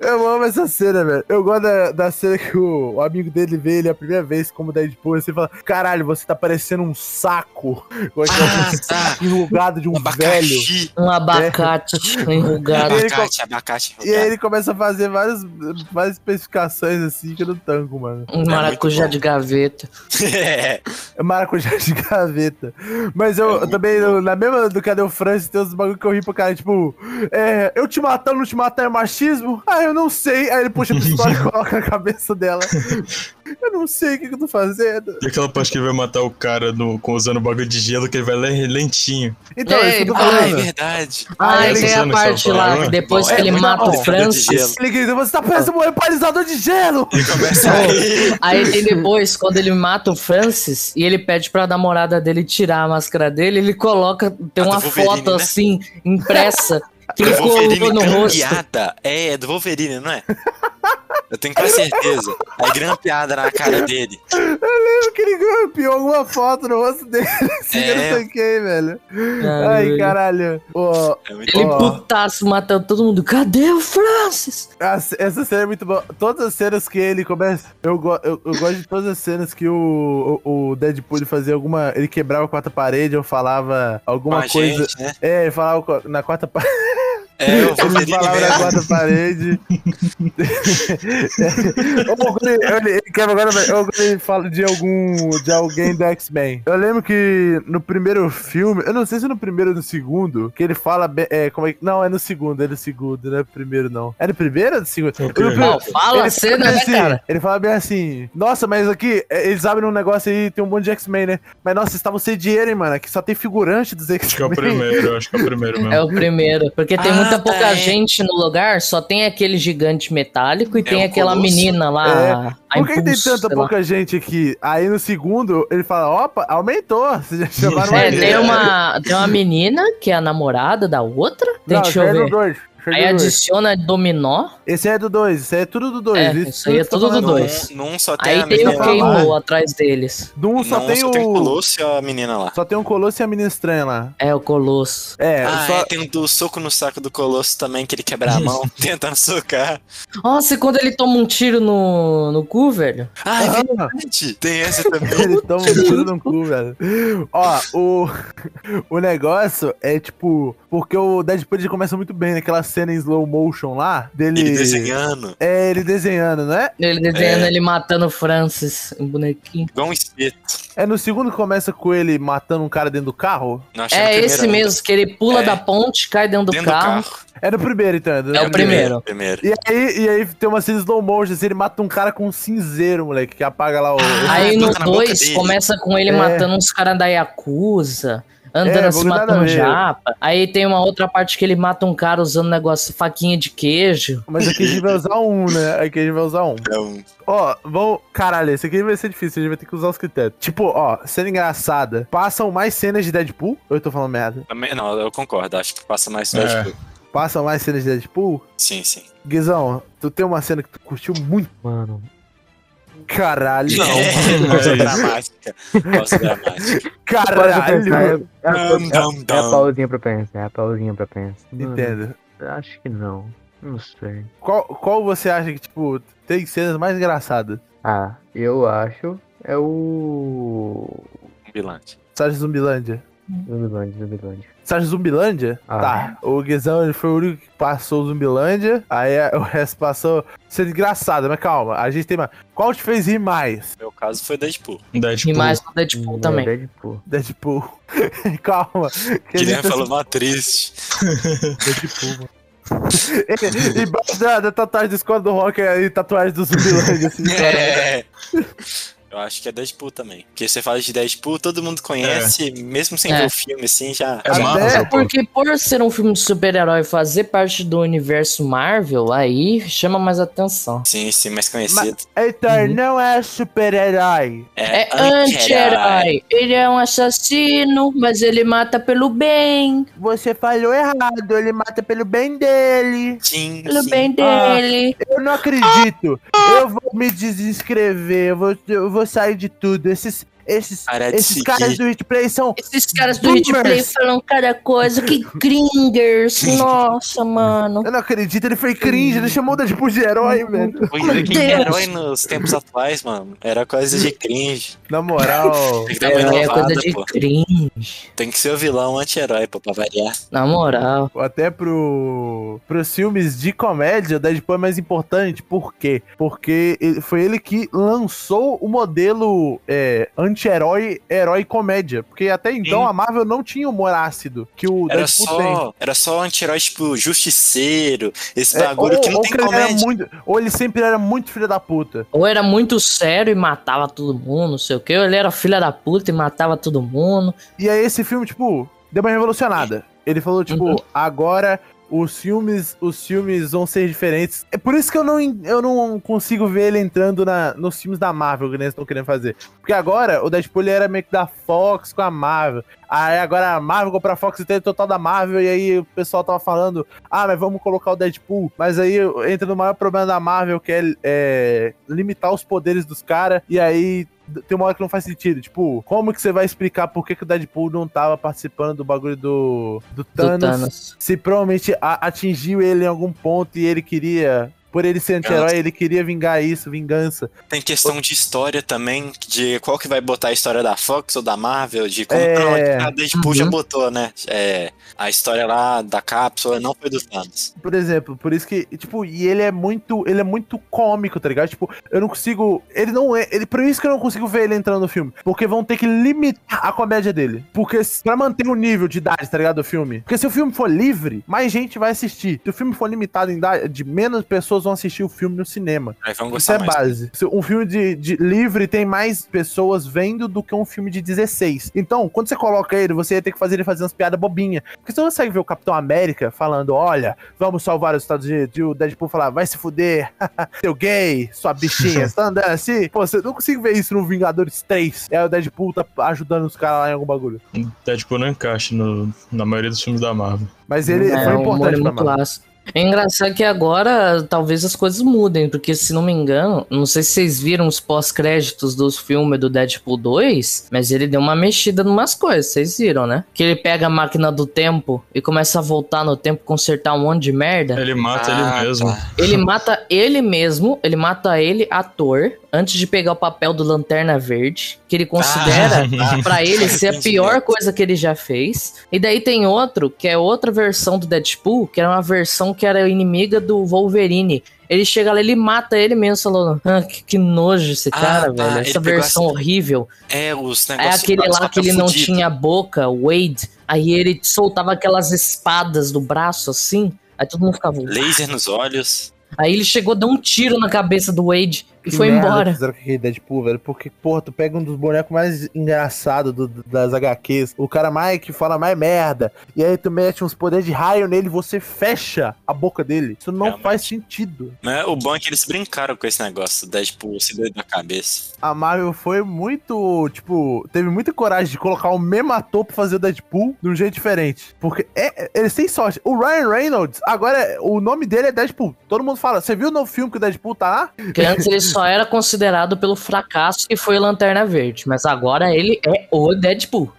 Eu amo essa cena, velho. Eu gosto da, da cena que o, o amigo dele vê ele a primeira vez como Deadpool, assim, e fala: Caralho, você tá parecendo um saco. Eu acho que é um
Ah, tá.
enrugado de um velho.
Abacaxi.
Um abacate enrugado.
Ele
Abacate, abacate.
E aí ele começa a fazer várias, várias especificações assim que eu não tanco, mano.
Um maracujá de gaveta.
É.
É maracujá de gaveta. Mas eu,
É
eu
muito
também, no- na mesma do Cadê o Francis, tem uns bagulho que eu ri pra cara, tipo, é, eu te matar ou não te matar é machismo? Ah, eu não sei. Aí ele puxa a pistola e coloca na cabeça dela. Eu não não sei o que, que eu tô fazendo.
E aquela parte que vai matar o cara no, com- usando o bagulho de gelo, que ele vai le- lentinho.
Então, é isso que eu tô
Ah, é
falando.
verdade.
Ah,
Ah,
e tem
eles
a
usam
parte
isso,
lá,
né?
que depois
Bom, é
que ele
muito
mata
bom.
o Francis.
Gelo.
Ele grita, você tá parecendo um repalizador de gelo!
Ele começa a rir.
Aí tem depois, quando ele mata o Francis e ele pede pra namorada dele tirar a máscara dele, ele coloca, tem
Ah, do
uma
Wolverine,
foto
né?
assim, impressa, que ele
Do
colocou no rosto.
grampeada. É, é do Wolverine, não é? Eu tenho quase certeza. Aí grampeada na cara dele.
Lembra que ele grampeou alguma foto no rosto dele? Assim,
É.
eu não tanquei, velho. Ai,
Ai,
caralho. Ô,
É muito
Ele
Ó.
putaço matando todo mundo. Cadê o Francis?
as- essa cena é muito boa. Todas as cenas que ele começa. Eu, go- eu, eu gosto de todas as cenas que o, o, o Deadpool ele fazia alguma. Ele quebrava a quarta parede ou falava
bom
alguma
a
coisa.
gente, né?
É, ele falava co- na quarta parede.
É, o
Ele
Wolverine
falava na
mesmo.
quarta parede. Ou quando ele- ele- ele quebra agora, mas- ou quando ele fala de algum. de alguém do X-Men. Eu lembro que no primeiro filme, eu não sei se é no primeiro ou no segundo, que ele fala. be- É, como é que- não, é no segundo, é no segundo, não é no primeiro, não. É no primeiro ou no segundo?
Ok.
No primeiro-
Não, fala a cena,
bem
né,
assim,
cara?
Ele fala bem assim, nossa, mas aqui, é, eles abrem um negócio aí, tem um monte de X-Men, né? Mas nossa, vocês estavam sem dinheiro, hein, mano? Aqui só tem figurante dos
Acho que é o
X-Men.
primeiro, acho que é o primeiro mesmo.
É o primeiro. Porque tem
Ah, tá,
muita pouca
é.
gente no lugar, só tem aquele gigante metálico e tem
um
aquela
colosso.
menina lá.
É.
a
Por que que tem
Impulse,
tanta
sei lá.
pouca gente aqui? Aí no segundo, ele fala, opa, aumentou. Vocês já chamaram
É,
mais
tem
gente.
uma, tem uma menina que é a namorada da outra. Tem,
Não,
deixa
esse
eu
é do
ver.
dois, esse é
Aí
do dois.
adiciona dominó.
Esse é do 2, esse é tudo do 2.
É, isso aí é tudo do
Num-
dois.
Num só tem
Aí
a
tem
menina
o
menina
Keimo
lá.
atrás deles.
Do 1 um
Num
só tem
o
o...
Colosso e a menina lá.
Só tem o Colosso e a menina estranha lá.
É o Colosso.
É,
ah,
só...
é, tem o do soco no saco do Colosso também, que ele quebra a mão tentando socar.
Nossa, e quando ele toma um tiro no, no cu, velho?
Ah, é
Aham.
verdade. Tem essa também.
Ele toma um tiro no cu, velho. Ó, o, o negócio é tipo. Porque o Deadpool ele começa muito bem naquela cena em slow motion lá. Dele.
Ele desenhando,
É, ele desenhando, não é?
Ele desenhando, ele matando o Francis, um bonequinho.
igual um espeto.
É no segundo que começa com ele matando um cara dentro do carro?
Não, acho que
É
no primeiro
esse
ainda.
mesmo, que ele pula
É.
da ponte, cai dentro do
Dentro
carro.
do carro.
É no primeiro, então. É, no
É o primeiro.
Primeiro.
E aí, e aí tem uma cena slow motion, assim, ele mata um cara com um cinzeiro, moleque, que apaga lá o.
Ah,
Aí
Ah,
no
bota na boca
2
dele.
começa com ele
É.
matando uns caras da Yakuza, andando
É,
assim,
bagulho nada a
matando
ver.
japa. Aí tem uma outra parte que ele mata um cara usando negócio, faquinha de queijo.
Mas aqui a gente vai usar um, né? Aqui a gente vai usar um.
É um-
Ó, vão. Caralho, esse aqui vai ser difícil, a gente vai ter que usar os critérios. Tipo, ó, cena engraçada. Passam mais cenas de Deadpool? Ou eu tô falando merda?
também- Não, eu concordo. Acho que passa mais
É.
Deadpool.
Passam mais cenas de Deadpool?
Sim, sim.
Guizão, tu tem uma cena que tu curtiu muito?
Mano,
Caralho.
Não. Pausa dramática. Pausa dramática.
para pra pensar, é,
Caralho.
é, a-
Dum, dum,
é a
dum.
pausinha pra pensar, é a pausinha pra pensar.
Então.
Mano,
Entendo.
acho que não, não sei.
Qual, qual você acha que, tipo, tem cenas mais engraçadas?
Ah, eu acho, é o...
Ambulante.
Sérgio Zumbilândia.
Zumbilândia, Zumbilândia.
Você acha Zumbilândia?
Ah.
Tá. O Guizão ele foi o único que passou Zumbilândia. Aí a- o resto passou. Sendo engraçado, mas calma. A gente tem mais. Qual te fez rir mais?
Meu caso foi Deadpool.
Deadpool.
E
Tipo
mais do Deadpool
um
Hum,
também.
É Deadpool.
Deadpool. calma. Que a gente
Guilherme
tá
falou mó triste.
Deadpool, mano. E- Embaixo da, da tatuagem do escola do rock e tatuagem do Zumbilândia, assim, cara.
É. Eu acho que é Deadpool também. Porque você fala de Deadpool, todo mundo conhece, mesmo sem
É.
ver o filme, assim, já.
É
Até
massa, pô.
Porque por ser um filme de super-herói fazer parte do universo Marvel, aí chama mais atenção.
Sim, sim, mais conhecido.
Heitor não é super-herói.
É anti-herói. Ele é um assassino, mas ele mata pelo bem.
Você falhou errado, ele mata pelo bem dele.
Sim,
Pelo
sim.
bem dele.
Eu não acredito. Eu vou me desinscrever, eu vou, eu vou sair de tudo. Esses, esses,
Para de
esses
seguir.
caras do Hitplay são...
Esses caras do
Boomers.
Hitplay falam cada coisa, que gringers. Nossa, mano.
Eu não acredito, ele foi cringe, ele chamou o Deadpool de tipo herói, velho.
Pois é, quem
Deus.
é herói nos tempos atuais, mano? Era coisa de cringe.
Na moral...
Tem que dar uma
É, é
inovada,
coisa de
tá pô.
cringe.
Tem que ser o vilão anti-herói, pô, pra variar.
Na moral.
Até pro, pros filmes de comédia, o Deadpool é mais importante. Por quê? Porque ele- foi ele que lançou o modelo é, anti-herói, herói comédia. Porque até então
Sim.
a Marvel não tinha humor ácido que o
Era
Deadpool tem.
só, era só anti-herói, tipo, justiceiro, esse
É,
bagulho que não
ou
tem
que ele era
comédia.
muito- ou ele sempre era muito filho da puta.
Ou era muito sério e matava todo mundo, não sei o quê. Ou ele era filha da puta e matava todo mundo.
E aí esse filme, tipo, deu uma revolucionada. Ele falou, tipo,
Uhum.
agora os filmes, os filmes vão ser diferentes. É por isso que eu não, en- eu não consigo ver ele entrando na, nos filmes da Marvel que eles estão querendo fazer. Porque agora o Deadpool ele era meio que da Fox com a Marvel. Aí agora a Marvel comprou a Fox inteira total da Marvel e aí o pessoal tava falando, ah, mas vamos colocar o Deadpool. Mas aí entra no maior problema da Marvel que é, é, limitar os poderes dos caras e aí tem uma hora que não faz sentido. Tipo, como que você vai explicar por que, que o Deadpool não tava participando do bagulho do, do,
Do
Thanos,
Thanos.
Se provavelmente a- atingiu ele em algum ponto e ele queria. Por ele ser anti-herói, ele queria vingar isso, vingança.
Tem questão de história também, de qual que vai botar a história da Fox ou da Marvel, de como
É.
não, a Deadpool já
Uhum.
botou, né? É, a história lá da cápsula não foi do Thanos.
Por exemplo, por isso que, tipo, e ele é muito, ele é muito cômico, tá ligado? Tipo, eu não consigo, ele não é, ele, por isso que eu não consigo ver ele entrando no filme, porque vão ter que limitar a comédia dele, porque se- pra manter o nível de idade, tá ligado, do filme. Porque se o filme for livre, mais gente vai assistir. Se o filme for limitado em idade, de menos pessoas vão assistir o filme no cinema.
Aí vamos
Isso
gostar
é
mais.
base. Se Um filme de, de livre tem mais pessoas vendo do que um filme de 16. Então, quando você coloca ele, você ia ter que fazer ele fazer umas piadas bobinhas. Porque você não consegue ver o Capitão América falando: olha, vamos salvar os Estados Unidos. E o Deadpool falar: vai se fuder, seu gay, sua bichinha, você tá andando assim? Pô, você não consigo ver isso no Vingadores 3. É o Deadpool tá ajudando os caras lá em algum bagulho.
Deadpool não encaixa no, na maioria dos filmes da Marvel.
Mas ele
É,
foi
um humor
importante pra
muito
mim.
ácido. É engraçado que agora talvez as coisas mudem, porque se não me engano, não sei se vocês viram os pós-créditos dos filmes do Deadpool 2, mas ele deu uma mexida em umas coisas, vocês viram, né? Que ele pega a máquina do tempo e começa a voltar no tempo, consertar um monte de
É.
merda.
Ele mata
Ah,
ele mesmo.
tá.
Ele mata ele mesmo, ele mata ele, ator, antes de pegar o papel do Lanterna Verde, que ele considera
Ah,
Pra ele ser a
Entendi.
pior coisa que ele já fez. E daí tem outro, que é outra versão do Deadpool, que era uma versão que era inimiga do Wolverine. Ele chega lá, ele mata ele mesmo, falando: ah, que, que nojo esse
Ah,
cara,
tá.
velho.
Ele
Essa
pegou
versão
essa-
horrível.
É, os
É
negócios.
aquele
os
lá
papel
que ele não
tá fudido.
tinha boca, Wade. Aí ele soltava aquelas espadas do braço assim. Aí todo mundo ficava.
Laser nos olhos.
Aí ele chegou, deu um tiro na cabeça do Wade e
Que
foi
merda que
embora.
Fizeram com aquele Deadpool, velho. Porque, porra, tu pega um dos bonecos mais engraçados do- do- das HQs, o cara mais que fala mais merda, e aí tu mete uns poderes de raio nele e você fecha a boca dele. Isso não
Realmente.
faz sentido.
Né? O bom é que eles brincaram com esse negócio, do Deadpool se doido na cabeça.
A Marvel foi muito, tipo, teve muita coragem de colocar o mesmo ator pra fazer o Deadpool de um jeito diferente. Porque é- é- eles têm sorte. O Ryan Reynolds, agora, é- o nome dele é Deadpool. Todo mundo fala, você viu no filme que o Deadpool tá lá?
Porque antes ele só era considerado pelo fracasso que foi o Lanterna Verde. Mas agora ele é o Deadpool.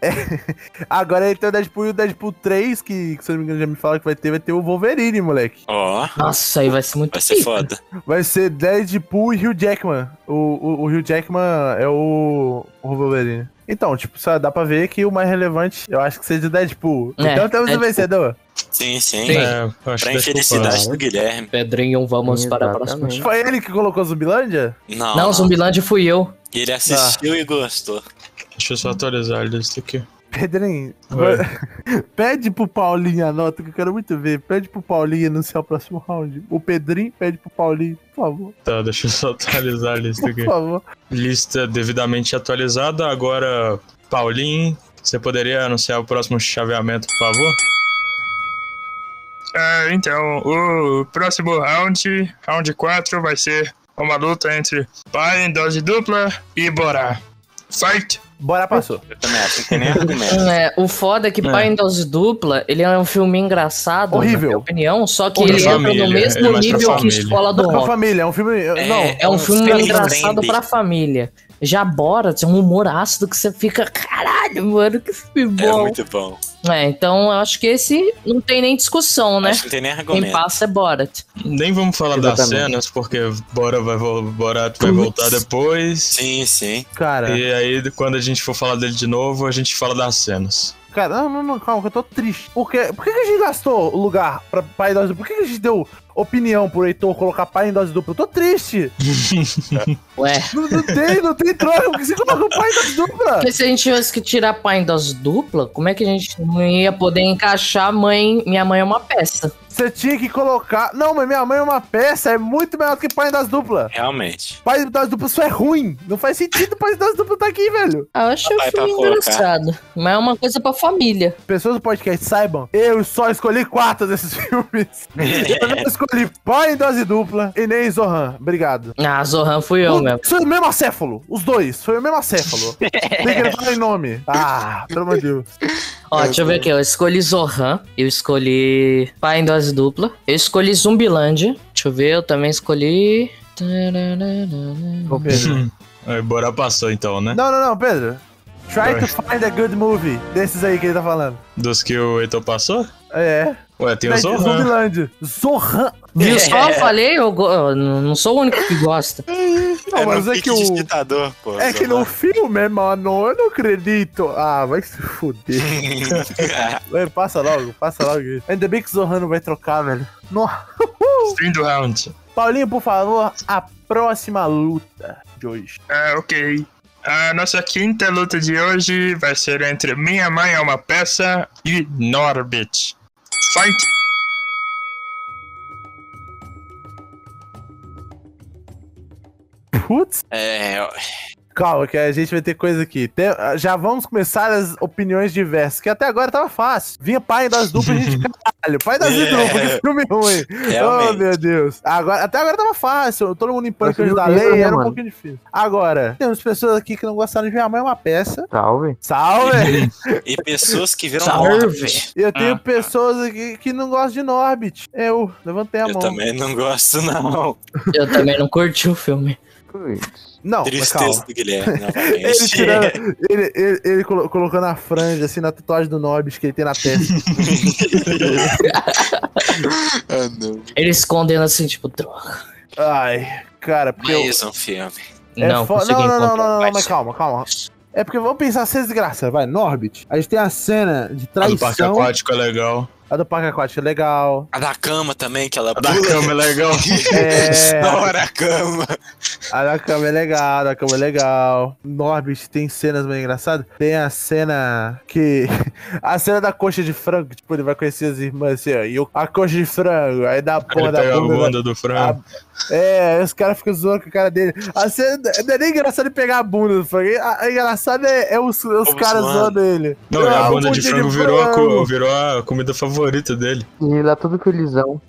Agora ele tem o Deadpool e o Deadpool 3, que, se eu não me engano já me falaram que vai ter, vai ter o Wolverine, moleque.
Ó,
Nossa, aí vai ser muito
vai ser
pica.
foda.
Vai ser Deadpool e Hugh Jackman. O, o, o Hugh Jackman é o, o Wolverine. Então, tipo, só dá pra ver que o mais relevante eu acho que seja o Deadpool.
É,
então temos o
Deadpool.
vencedor.
Sim, sim.
Sim.
É, eu acho
Pra
que Deadpool
infelicidade
passa.
do Guilherme.
Pedrinho, vamos para a
Exatamente.
próxima.
Foi ele que colocou Zumbilândia?
Não,
Não, Zumbilândia fui eu.
Ele assistiu e gostou.
Deixa eu só atualizar a lista aqui.
Pedrinho,
Oi.
pede pro Paulinho a nota que eu quero muito ver. Pede pro Paulinho anunciar o próximo round. O Pedrinho pede pro Paulinho, por favor,
Tá, deixa eu só atualizar a lista
por
aqui.
favor.
Lista devidamente atualizada. Agora, Paulinho, você poderia anunciar o próximo chaveamento, por favor? então, o próximo round, round 4, vai ser uma luta entre pai em dose dupla e Borá. Fight!
Bora, passou.
Eu também acho, não tem nem argumento.
É, o foda é que Pai em Dose Dupla, ele é um filme engraçado, na
Horrível.
minha opinião, só que
Pra
ele entra
família,
no mesmo
ele é mais pra
nível que
família.
Escola do
Não, com a
Rock.
família, é um filme. Não,
É um filme
Família
engraçado
Friendly.
pra família. Já bora, tem um humor ácido que você fica, caralho, mano, que filme
É
bom.
muito bom.
É, então eu acho que esse não tem nem discussão, né?
Acho que não tem nem
Quem
argumento.
passa é Borat.
Nem vamos falar das
Exatamente.
cenas, porque Bora vai, vo- Borat vai
Putz.
voltar depois.
Sim, sim.
cara.
E aí, quando a gente for falar dele de novo, a gente fala das cenas.
Cara, não, não, não, calma, que eu tô triste. Porque, por que que a gente gastou o lugar pra, pra idosa? Por que que a gente deu opinião pro Heitor colocar pai em dose dupla. Eu tô triste.
Ué.
Não, não tem, não tem troca. Por que você coloca o pai em dose dupla?
Porque se a gente tivesse que tirar pai em dose dupla, como é que a gente não ia poder encaixar mãe? Minha mãe é uma peça.
Você tinha que colocar. Não, mas minha mãe é uma peça, é muito melhor do que pai em dose dupla.
Realmente.
Pai em dose dupla, isso é ruim. Não faz sentido pai em dose dupla tá aqui, velho.
Ah, eu achei
Papai
o filme
pra colocar.
engraçado. Mas é uma coisa pra família.
Pessoas do podcast saibam, eu só escolhi quatro desses filmes. Eu não escolhi pai em dose dupla e nem Zohan. Obrigado.
Ah, Zohan fui eu
Putz,
mesmo.
Foi o mesmo acéfalo, os dois. Foi o mesmo acéfalo. Tem que ele falar em nome. Ah, pelo amor de Deus.
Ó, deixa eu ver aqui. Eu escolhi Zohan, eu escolhi Pai em Dose Dupla, eu escolhi Zumbilândia. Deixa eu ver, eu também escolhi.
Ô, Pedro.
É, Bora passou então, né?
Não, não, não, Pedro. Try to find a good movie. Desses aí que ele tá falando.
Dos que o Heitor passou?
É.
Ué, tem o
Night
Zohan.
Zumbiland. Zohan.
Viu só? Eu falei, eu, go- eu não sou o único que gosta.
Não, mas
no
é
pique
que
de
o.
ditador, pô.
É que no filme, mano, eu não acredito. Ah, vai se fuder. Ué, passa logo, passa logo. Ainda bem que o Zohan não vai trocar, velho. Nossa.
Fim do round.
Paulinho, por favor, a próxima luta de hoje.
Ah, ok. A nossa quinta luta de hoje vai ser entre Minha Mãe é uma Peça e Norbit. Fight!
Putz.
É,
Calma, que a gente vai ter coisa aqui. Tem- ah, já vamos começar as opiniões diversas, que até agora tava fácil. Vinha pai das duplas, a gente, caralho, pai das
É.
duplas, que filme ruim. Oh,
realmente.
meu Deus. Agora, até agora tava fácil, todo mundo em pânico
Nossa,
da
viu mesmo,
lei,
né,
era um
mano?
pouquinho difícil. Agora, temos pessoas aqui que não gostaram de ver a mãe é uma peça.
Salve.
Salve!
e pessoas que viram
Salve.
Norbit.
Eu tenho
Ah, tá.
pessoas aqui que não gostam de Norbit. Eu, levantei a
Eu
mão.
também não gosto, não.
Eu também não curti o filme.
Putz.
Não, mas calma.
Tristeza do Guilherme,
Ele,
novamente. É
tirando, ele, ele, ele colo- colocando a franja assim na tatuagem do Nobis que ele tem na testa.
Ah, não.
Ele escondendo assim, tipo, droga.
Ai, cara, porque. eu-
Mais um filme.
é
não,
fo-
consegui
não, não, não,
encontrar.
não, não,
mas-
mas calma, calma. É porque vamos pensar sem desgraça, vai, Norbit. A gente tem a cena de
A do Parque
traição.
Aquático é legal.
A do Parque Aquático é legal.
A da cama também, que ela
A da
pula,
cama é legal.
É,
estoura a cama.
a da cama é legal, a da cama é legal. Norbit tem cenas meio engraçadas. Tem a cena que. A cena da coxa de frango, tipo, ele vai conhecer as irmãs assim, ó. E o- a coxa de frango, aí dá a porra
Ele
da
pega a
bunda da-
bunda do frango.
É, aí os caras ficam zoando com a cara dele. A cena, não é nem engraçado ele pegar a bunda do frango. A, a engraçado é, é os, os
Vamos
caras
zoando.
zoando ele.
Não, e
Ah, um
a bunda de
monte de
frango virou a, co-
frango.
virou a comida favorita dele.
E lá tudo felizão.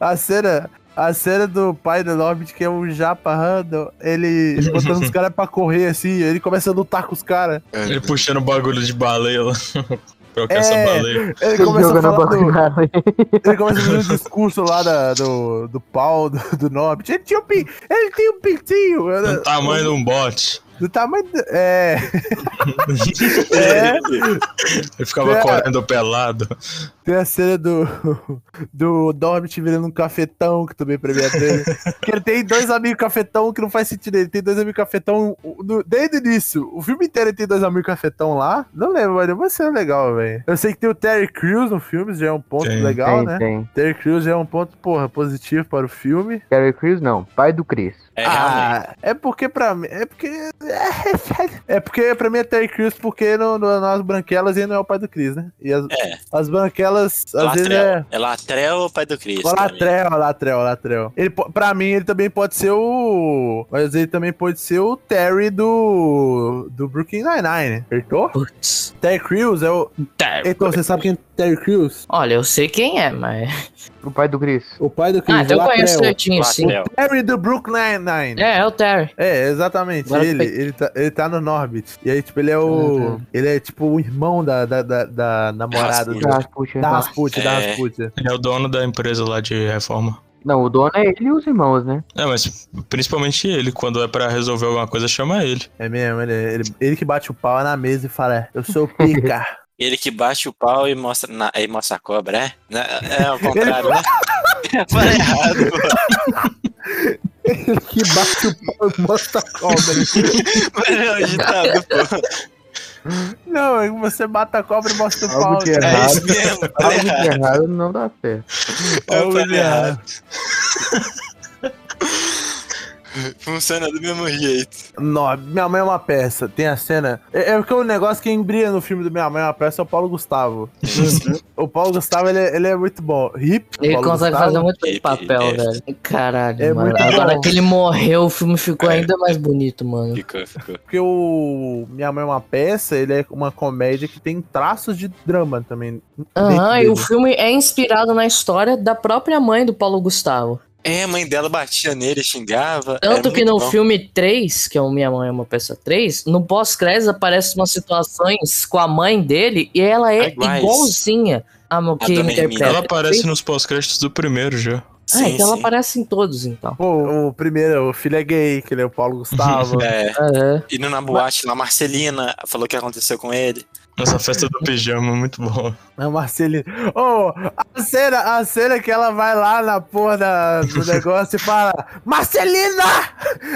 A cena. A cena do pai do Norbit, que é um japa random, ele botando os caras pra correr assim, ele começa a lutar com os caras.
Ele puxando o bagulho de baleia lá. Pior que
É.
essa baleia.
Ele
Ele
começa a
jogando a
falar
bola
do,
na lei.
ele começa a fazer um discurso lá da- do, do pau do, do Norbit. Ele tinha um pin, ele tem um pintinho.
Do tamanho de um bote.
Do tamanho. do- É. é.
Ele ficava
É.
correndo pelado.
Tem a cena do, do Norbit virando um cafetão, que também pra mim é dele. Porque ele tem dois amigos cafetão que não faz sentido. Ele tem dois amigos cafetão o- do- desde o início. O filme inteiro ele tem dois amigos cafetão lá. Não lembro, mas é uma cena legal, velho. Eu sei que tem o Terry Crews no filme, já é um ponto
Tem,
legal,
tem,
né?
tem.
Terry Crews já é um ponto, porra, positivo para o filme.
Terry Crews não. Pai do Chris.
É, realmente.
ah, é porque pra mim. É porque. É, porque pra mim é Terry Crews, porque no, no- nas branquelas ele não é o pai do Chris, né? E as,
É.
as branquelas, às vezes
Latrel.
é.
É... Latrel ou pai do Cristo?
O
pra mim?
Latrel, Latrel, Latrel. Ele, po- pra mim, ele também pode ser o. Mas ele também pode ser o Terry do. Do Brooklyn Nine-Nine. Acertou?
Putz.
Terry Crews é o.
Tá.
Então, você sabe quem é Terry Crews?
Olha, eu sei quem é, mas.
O pai do Chris.
O pai do
Ah,
Crews,
então
o
eu conheço
Latrel.
certinho, sim.
Latrel.
Terry do Brooklyn Nine-Nine. É.
É, é o Terry.
exatamente.
Agora
Ele, ele, tá, ele tá no Norbit. E aí, tipo, ele é o. Ele é tipo o irmão da, da, da, da namorada
Rasputin.
do-
Ah, puxa.
da Rasputin, da
É.
Rasputin.
Ele é o dono da empresa lá de reforma.
Não, o dono é ele e os irmãos, né?
É, mas principalmente ele. Quando é pra resolver alguma coisa, chama ele.
É mesmo, ele, ele, ele que bate o pau na mesa e fala: "É, Eu sou o pica.
Ele que bate o pau e mostra, na- e mostra a cobra, é? Na- É ao contrário, né? Eu falei errado, pô.
Ele que bate o pau e mostra a cobra.
Mas é o ditado, pô.
Não, é que você mata a cobra e mostra o
Algo
pau.
que
né?
É
Errado.
isso mesmo. tá
Algo
errado.
de errado não dá certo.
Eu
Algo
falei
de errado.
Funciona do mesmo jeito.
Nó, Minha Mãe é uma Peça, tem a cena. É, é porque o negócio que embria no filme do Minha Mãe é uma Peça é o Paulo Gustavo.
Uhum.
o Paulo Gustavo, ele, é- ele é muito bom. Hip,
Ele
Paulo
consegue
Gustavo.
fazer um- muito
Ele-
papel,
é.
velho. Caralho,
tá É
mano.
muito
Agora
bom.
que ele morreu, o filme ficou
É.
ainda mais bonito, mano.
Ficou, ficou.
Porque o Minha Mãe é uma Peça, ele é uma comédia que tem traços de drama também.
Aham, e o
dele.
filme é inspirado na história da própria mãe do Paulo Gustavo.
É, a mãe dela batia nele, xingava.
Tanto
É
era
que
muito
no
bom.
filme 3, que é o Minha Mãe é uma Peça 3, no pós-crédito aparecem umas situações com a mãe dele e ela é
Iguais.
igualzinha a mo- que
dona Hermínia.
É.
interpreta.
Ela aparece nos pós-créditos do primeiro já.
Ah,
Sim,
então ela
sim.
aparece em todos, então.
Pô, o primeiro, o filho é gay, que ele é o Paulo Gustavo.
É,
É.
indo na boate, na Marcelina, falou o que aconteceu com ele.
Nossa festa do pijama, muito bom.
A Marcelina. Ô, a cena, a cena que ela vai lá na porra da- do negócio e fala: Marcelina!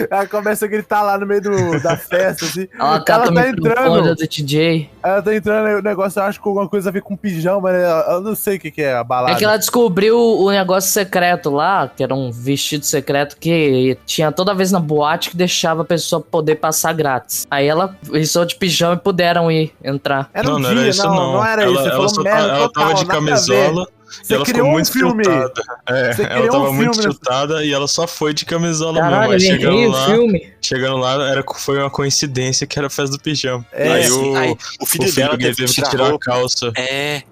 Ela começa a gritar lá no meio do- da festa, assim.
Ela cata o
tá
microfone
entrando.
do É DJ.
Ela tá entrando, aí o negócio eu acho que alguma coisa a ver com pijama, né? Eu não sei o que, que é a balada.
É que ela descobriu o negócio secreto lá, que era um vestido secreto que tinha toda vez na boate que deixava a pessoa poder passar grátis. Aí ela risou de pijama e puderam ir entrar.
Era um
não, não
dia,
era isso, não.
era
ela,
isso. Você
ela
falou
só tá-
merda
ela
total,
tava de
nada a ver.
camisola e
Você criou
ela ficou muito
um filme.
tiltada. É,
Você
ela
criou
tava
um
muito
filme.
tiltada e ela só foi de camisola
Caralho,
mesmo. Aí
eu errei
chegando
o
lá,
filme.
chegando lá era, foi uma coincidência que era a festa do pijama.
É,
aí
sim.
o,
Aí,
o
O filho
filho
dela
dele
teve que tirar, a
a
roupa.
calça.
É,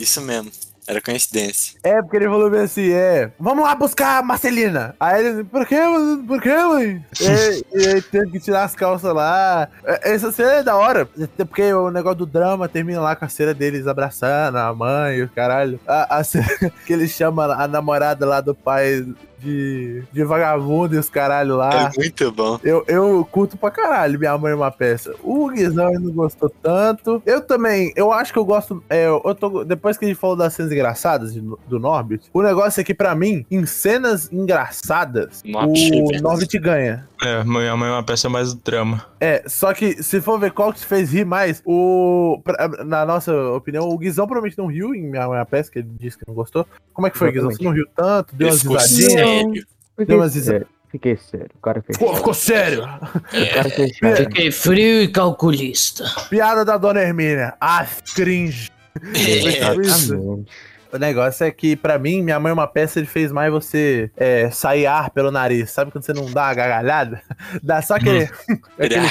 isso mesmo. Era coincidência.
É, porque ele falou bem assim, é, vamos lá buscar a Marcelina. Aí ele, assim, por que, mano? por que, mãe? E, e aí teve que tirar as calças lá. É, Essa cena é da hora, até porque o negócio do drama termina lá com a cena deles abraçando a mãe e o caralho. A, a cena que ele chama a namorada lá do pai de, de vagabundo e os caralho lá.
É muito bom.
Eu, eu curto pra caralho Minha Mãe é uma Peça. O Guizão ele não gostou tanto. Eu também, eu acho que eu gosto. é, eu tô, depois que a gente falou das cenas engraçadas de- do Norbit, o negócio é que, pra mim, em cenas engraçadas,
Norbit
o
ganha.
Norbit ganha.
É, minha mãe é uma peça mais drama.
É, só que se for ver qual que fez rir mais, o. pra- na nossa opinião, o Guizão provavelmente não riu em Minha Mãe é uma Peça, que ele disse que não gostou. Como é que foi, Guizão? Você não riu tanto? Deu
Ele
umas
ficou
risadinhas?
sério.
Fiquei
Não, mas isso-
sério. Fiquei sério. O cara fez.
Ficou, ficou sério! É,
O cara fez. sério.
Fiquei frio e calculista.
Piada da Dona Hermínia. Ah, cringe.
É,
Exatamente.
O negócio é que, pra mim, Minha Mãe é uma Peça, ele fez mais você é, sair ar pelo nariz. Sabe quando você não dá a gargalhada? Dá só aquele.
É
aquele-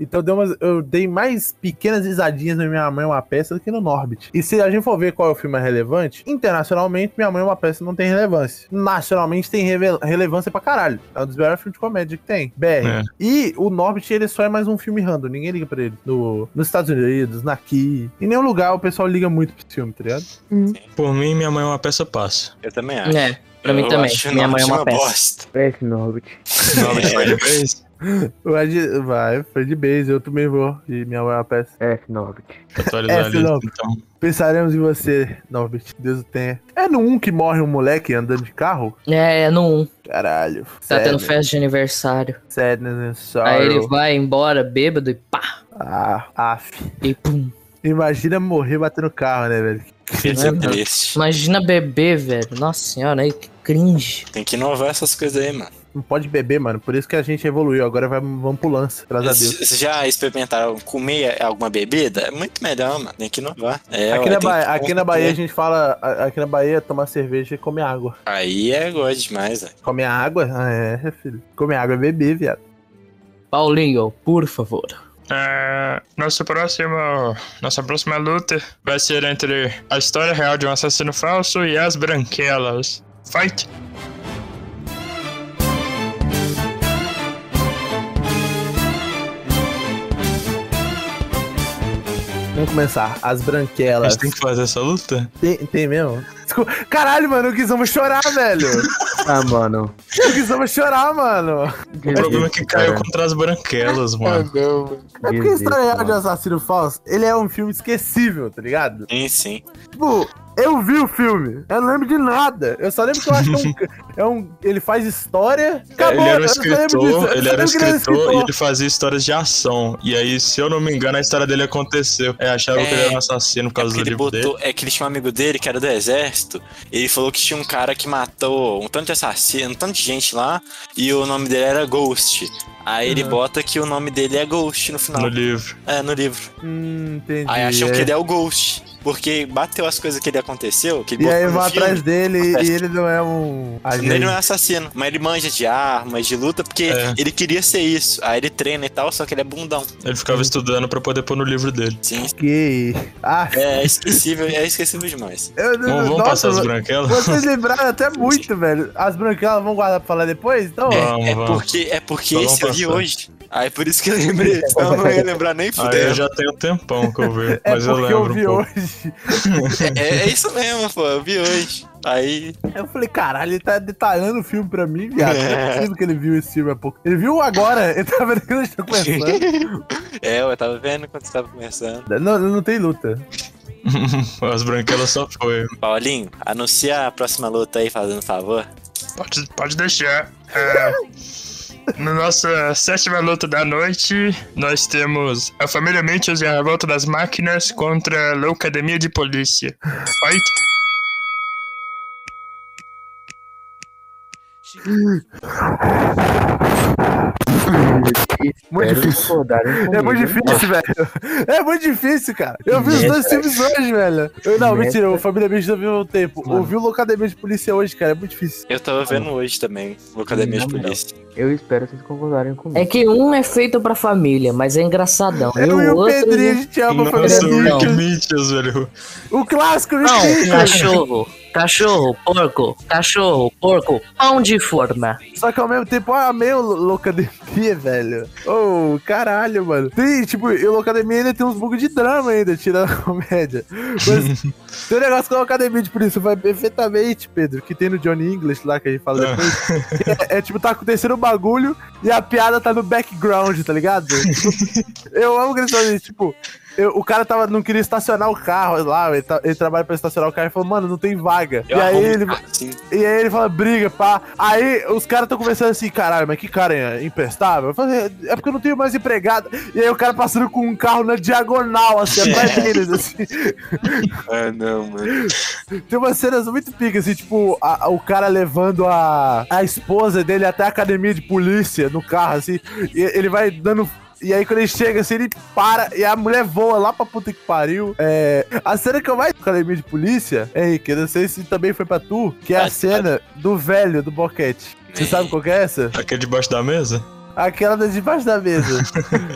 Então deu umas- eu dei mais pequenas risadinhas no Minha Mãe é uma Peça do que no Norbit. E se a gente for ver qual é o filme mais relevante, internacionalmente, Minha Mãe é uma Peça não tem relevância. Nacionalmente tem reve- relevância pra caralho. É um dos melhores filmes de comédia que tem. BR.
É.
E o Norbit, ele só é mais um filme random. Ninguém liga pra ele. No, nos Estados Unidos, na Ki. Em nenhum lugar o pessoal liga muito pro filme, tá ligado?
Por mim, minha mãe é uma peça passa.
eu também acho.
É, pra mim
Eu
também.
acho
Minha mãe é uma
uma
peça.
bosta.
Parece Norbit.
Nova de Fire Base.
Vai de- Vai, foi de base, eu também vou. E Minha Mãe é uma Peça.
F Norbit.
Atualizar
É,
a lista,
filão.
então.
Pensaremos em você, Norbit. Deus o tenha. É no 1 que morre um moleque andando de carro?
É, é no 1.
Caralho.
Tá tendo
sadness,
festa de aniversário.
Sadness and
Aí
sorrow.
ele vai embora bêbado e pá.
Ah, af.
E pum.
Imagina morrer batendo carro, né, velho?
Filho
Uhum.
É triste.
Imagina beber, velho. Nossa senhora, aí que cringe.
Tem que inovar essas coisas aí, mano.
Não pode beber, mano. Por isso que a gente evoluiu. Agora vai, vamos pro lance, graças a Deus.
Vocês já experimentaram comer alguma bebida? É muito melhor, mano. Tem que inovar. É, né?
Aqui
ué,
na,
tem
Bahia,
que-
aqui na Bahia a gente fala. a- Aqui na Bahia, tomar cerveja e comer água.
Aí é gosto demais, velho.
Comer água? Ah, é, filho. Comer água é beber, viado.
Paulinho, por favor.
É, nossa, próxima, nossa próxima luta vai ser entre a história real de um assassino falso e as branquelas. Fight!
Vamos começar. As
A
branquelas.
gente tem que fazer essa luta?
Tem, tem mesmo? Desculpa. Caralho, mano, o Guizão vai chorar, velho.
Ah, mano.
o Guizão vai chorar, mano.
O problema é que caiu contra as branquelas, mano.
É porque a história real de Assassino Falso, ele é um filme esquecível, tá ligado?
Sim, sim.
Tipo, Eu vi o filme. Eu não lembro de nada. Eu só lembro que eu acho que é um. é um- ele faz história. Acabou,
ele era um
eu só lembro disso. Eu
escritor,
só
ele era um
lembro que
escritor, e ele fazia histórias de ação. E aí, se eu não me engano, a história dele aconteceu. É, acharam que ele era um assassino por
É
causa
porque
do
ele
livro dele.
botou. É que ele tinha um amigo dele que era do exército. E ele falou que tinha um cara que matou um tanto de assassino, um tanto de gente lá. E o nome dele era Ghost. Aí
Uhum.
ele bota que o nome dele é Ghost no final.
No livro.
É, no livro.
Hum, entendi.
Aí acham
é.
que ele é o Ghost. Porque bateu as coisas que ele aconteceu.
é
Que ele
E
botou
aí
no
vão
filme.
atrás dele e
Acontece.
ele não é um. agente.
Ele não é assassino, mas ele manja de armas, de luta, porque
É.
ele queria ser isso. Aí ele treina e tal, só que ele é bundão.
Ele ficava estudando pra poder pôr no livro dele.
Sim.
Ok. Ah,
É esquecível, é esquecível demais.
eu, eu-
Vamos, vamos
nossa,
passar as
vo-
branquelas?
Vocês lembraram até muito, velho. As branquelas vão guardar pra falar depois? Então,
É.
ó,
Vamos,
é
vamos.
porque, é porque
Só vamos
esse eu vi
passar.
hoje. Aí por isso que eu lembrei, senão eu não ia lembrar nem
Aí eu
fudeu.
já tenho um tempão que eu vi,
é
mas eu
porque eu,
lembro um
vi
pouco.
hoje.
É, é isso mesmo, pô, eu vi hoje. Aí.
Eu falei, caralho, ele tá detalhando o filme pra mim, viado. Não é possível que ele viu esse filme há pouco. Ele viu agora, ele tava vendo que a gente tá conversando.
é, eu tava vendo quando você tava conversando.
Não, não tem luta.
As branquelas só foi.
Paulinho, anuncia a próxima luta aí, fazendo favor.
Pode, pode deixar. É, na nossa sétima luta da noite, nós temos a família Mitchell e a revolta das máquinas contra a Loucademia de Polícia. Fight!
Muito difícil.
É muito difícil, velho. É muito difícil, cara. Eu vi os dois filmes hoje, velho. Eu, não,
Nessa-
mentira, o Família Bicho eu vi o tempo.
Mano.
Eu vi o Locademia de Polícia hoje, cara. É muito difícil.
Eu tava vendo hoje também, no Academia de
Não, não.
Polícia.
Eu espero vocês concordarem comigo.
É que um é feito pra família, mas é engraçadão. E
Eu e
o
o
outro.
Pedrinho, a gente ama a Família
Nossa, o
Bicho.
Rick Mitchell, velho.
O clássico, o
Não,
Bicho.
cachorro, cachorro, porco, cachorro, porco, pão de forma.
Só que ao mesmo tempo ah, eu amei o Locademia, velho. Ô, caralho, mano. Tem, tipo, e o Locademia ainda tem uns bugs de drama ainda, tirando a comédia. Mas tem um negócio com a Locademia de Polícia, vai perfeitamente, Pedro, que tem no Johnny English lá que a gente fala
Ah.
depois. Que É, é, tipo, tá acontecendo um bagulho e a piada tá no background, tá ligado? Tipo, eu amo que eles falam isso, tipo... eu- o cara tava, não queria estacionar o carro lá, ele, tá- ele trabalha pra estacionar o carro e falou, mano, não tem vaga.
Eu
e aí
arrumo
ele,
assim,
e aí ele fala, briga, pá. Aí os caras estão conversando assim, caralho, mas que cara é imprestável. Eu falei, é porque eu não tenho mais empregado. E aí o cara passando com um carro na diagonal, assim, atrás deles, assim.
Ah, não, mano.
Tem umas cenas muito picas, assim, tipo, a- a- o cara levando a, a esposa dele até a academia de polícia no carro, assim. E ele vai dando. E aí quando ele chega, assim, ele para e a mulher voa lá pra puta que pariu. É, a cena que eu mais academia de polícia, Henrique, eu não sei se também foi pra tu, que é
Ah,
a
tá.
cena do velho do boquete. Você sabe qual que é essa?
Aquele debaixo da mesa?
Aquela da debaixo da mesa.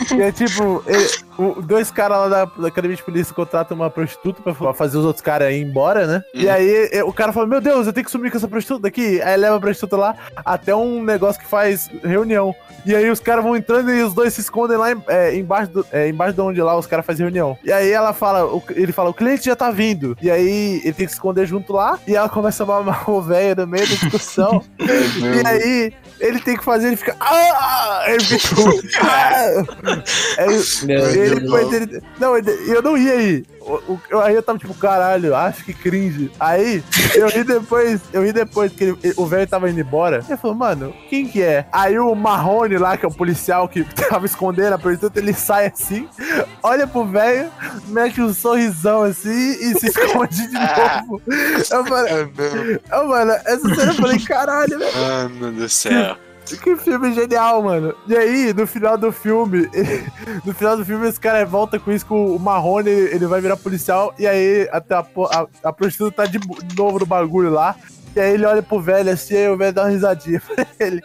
que é tipo, ele- o- dois caras lá da, da academia de polícia contratam uma prostituta pra, fa- fazer os outros caras ir embora, né? E
Uhum.
aí é, o cara fala: Meu Deus, eu tenho que sumir com essa prostituta aqui. Aí leva a prostituta lá até um negócio que faz reunião. E aí os caras vão entrando e os dois se escondem lá em- é, embaixo, do, é, embaixo de onde lá os caras fazem reunião. E aí ela fala, o- ele fala, o cliente já tá vindo. E aí ele tem que se esconder junto lá. E ela começa a mamar o velho no meio da discussão. E aí, ele tem que fazer, ele fica. Ah! Ele fica. Ah! Aí, ele foi. Ele, não, ele- eu não ia aí. O- o- eu- aí eu tava tipo, caralho, acho que cringe. Aí, eu ri depois, eu ri depois que ele- ele- o velho tava indo embora. Ele falou, mano, quem que é? Aí o Marrone lá, que é o policial que tava escondendo a pergunta, ele sai assim, olha pro velho, mete um sorrisão assim e se esconde de novo. Eu falei, eu, mano, essa cena eu falei, caralho, velho.
Ah, meu Deus do céu.
Que filme genial, mano. E aí, no final do filme, no final do filme, esse cara volta com isso com o Marrone, ele, ele vai virar policial, e aí até a, po- a, a prostituta tá de, bo- de novo no bagulho lá. E aí ele olha pro velho assim, aí o velho dá uma risadinha pra ele.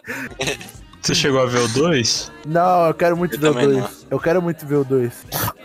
Você chegou a ver o 2?
Não, eu quero muito
Eu
ver o
também
2. Eu quero muito ver o 2.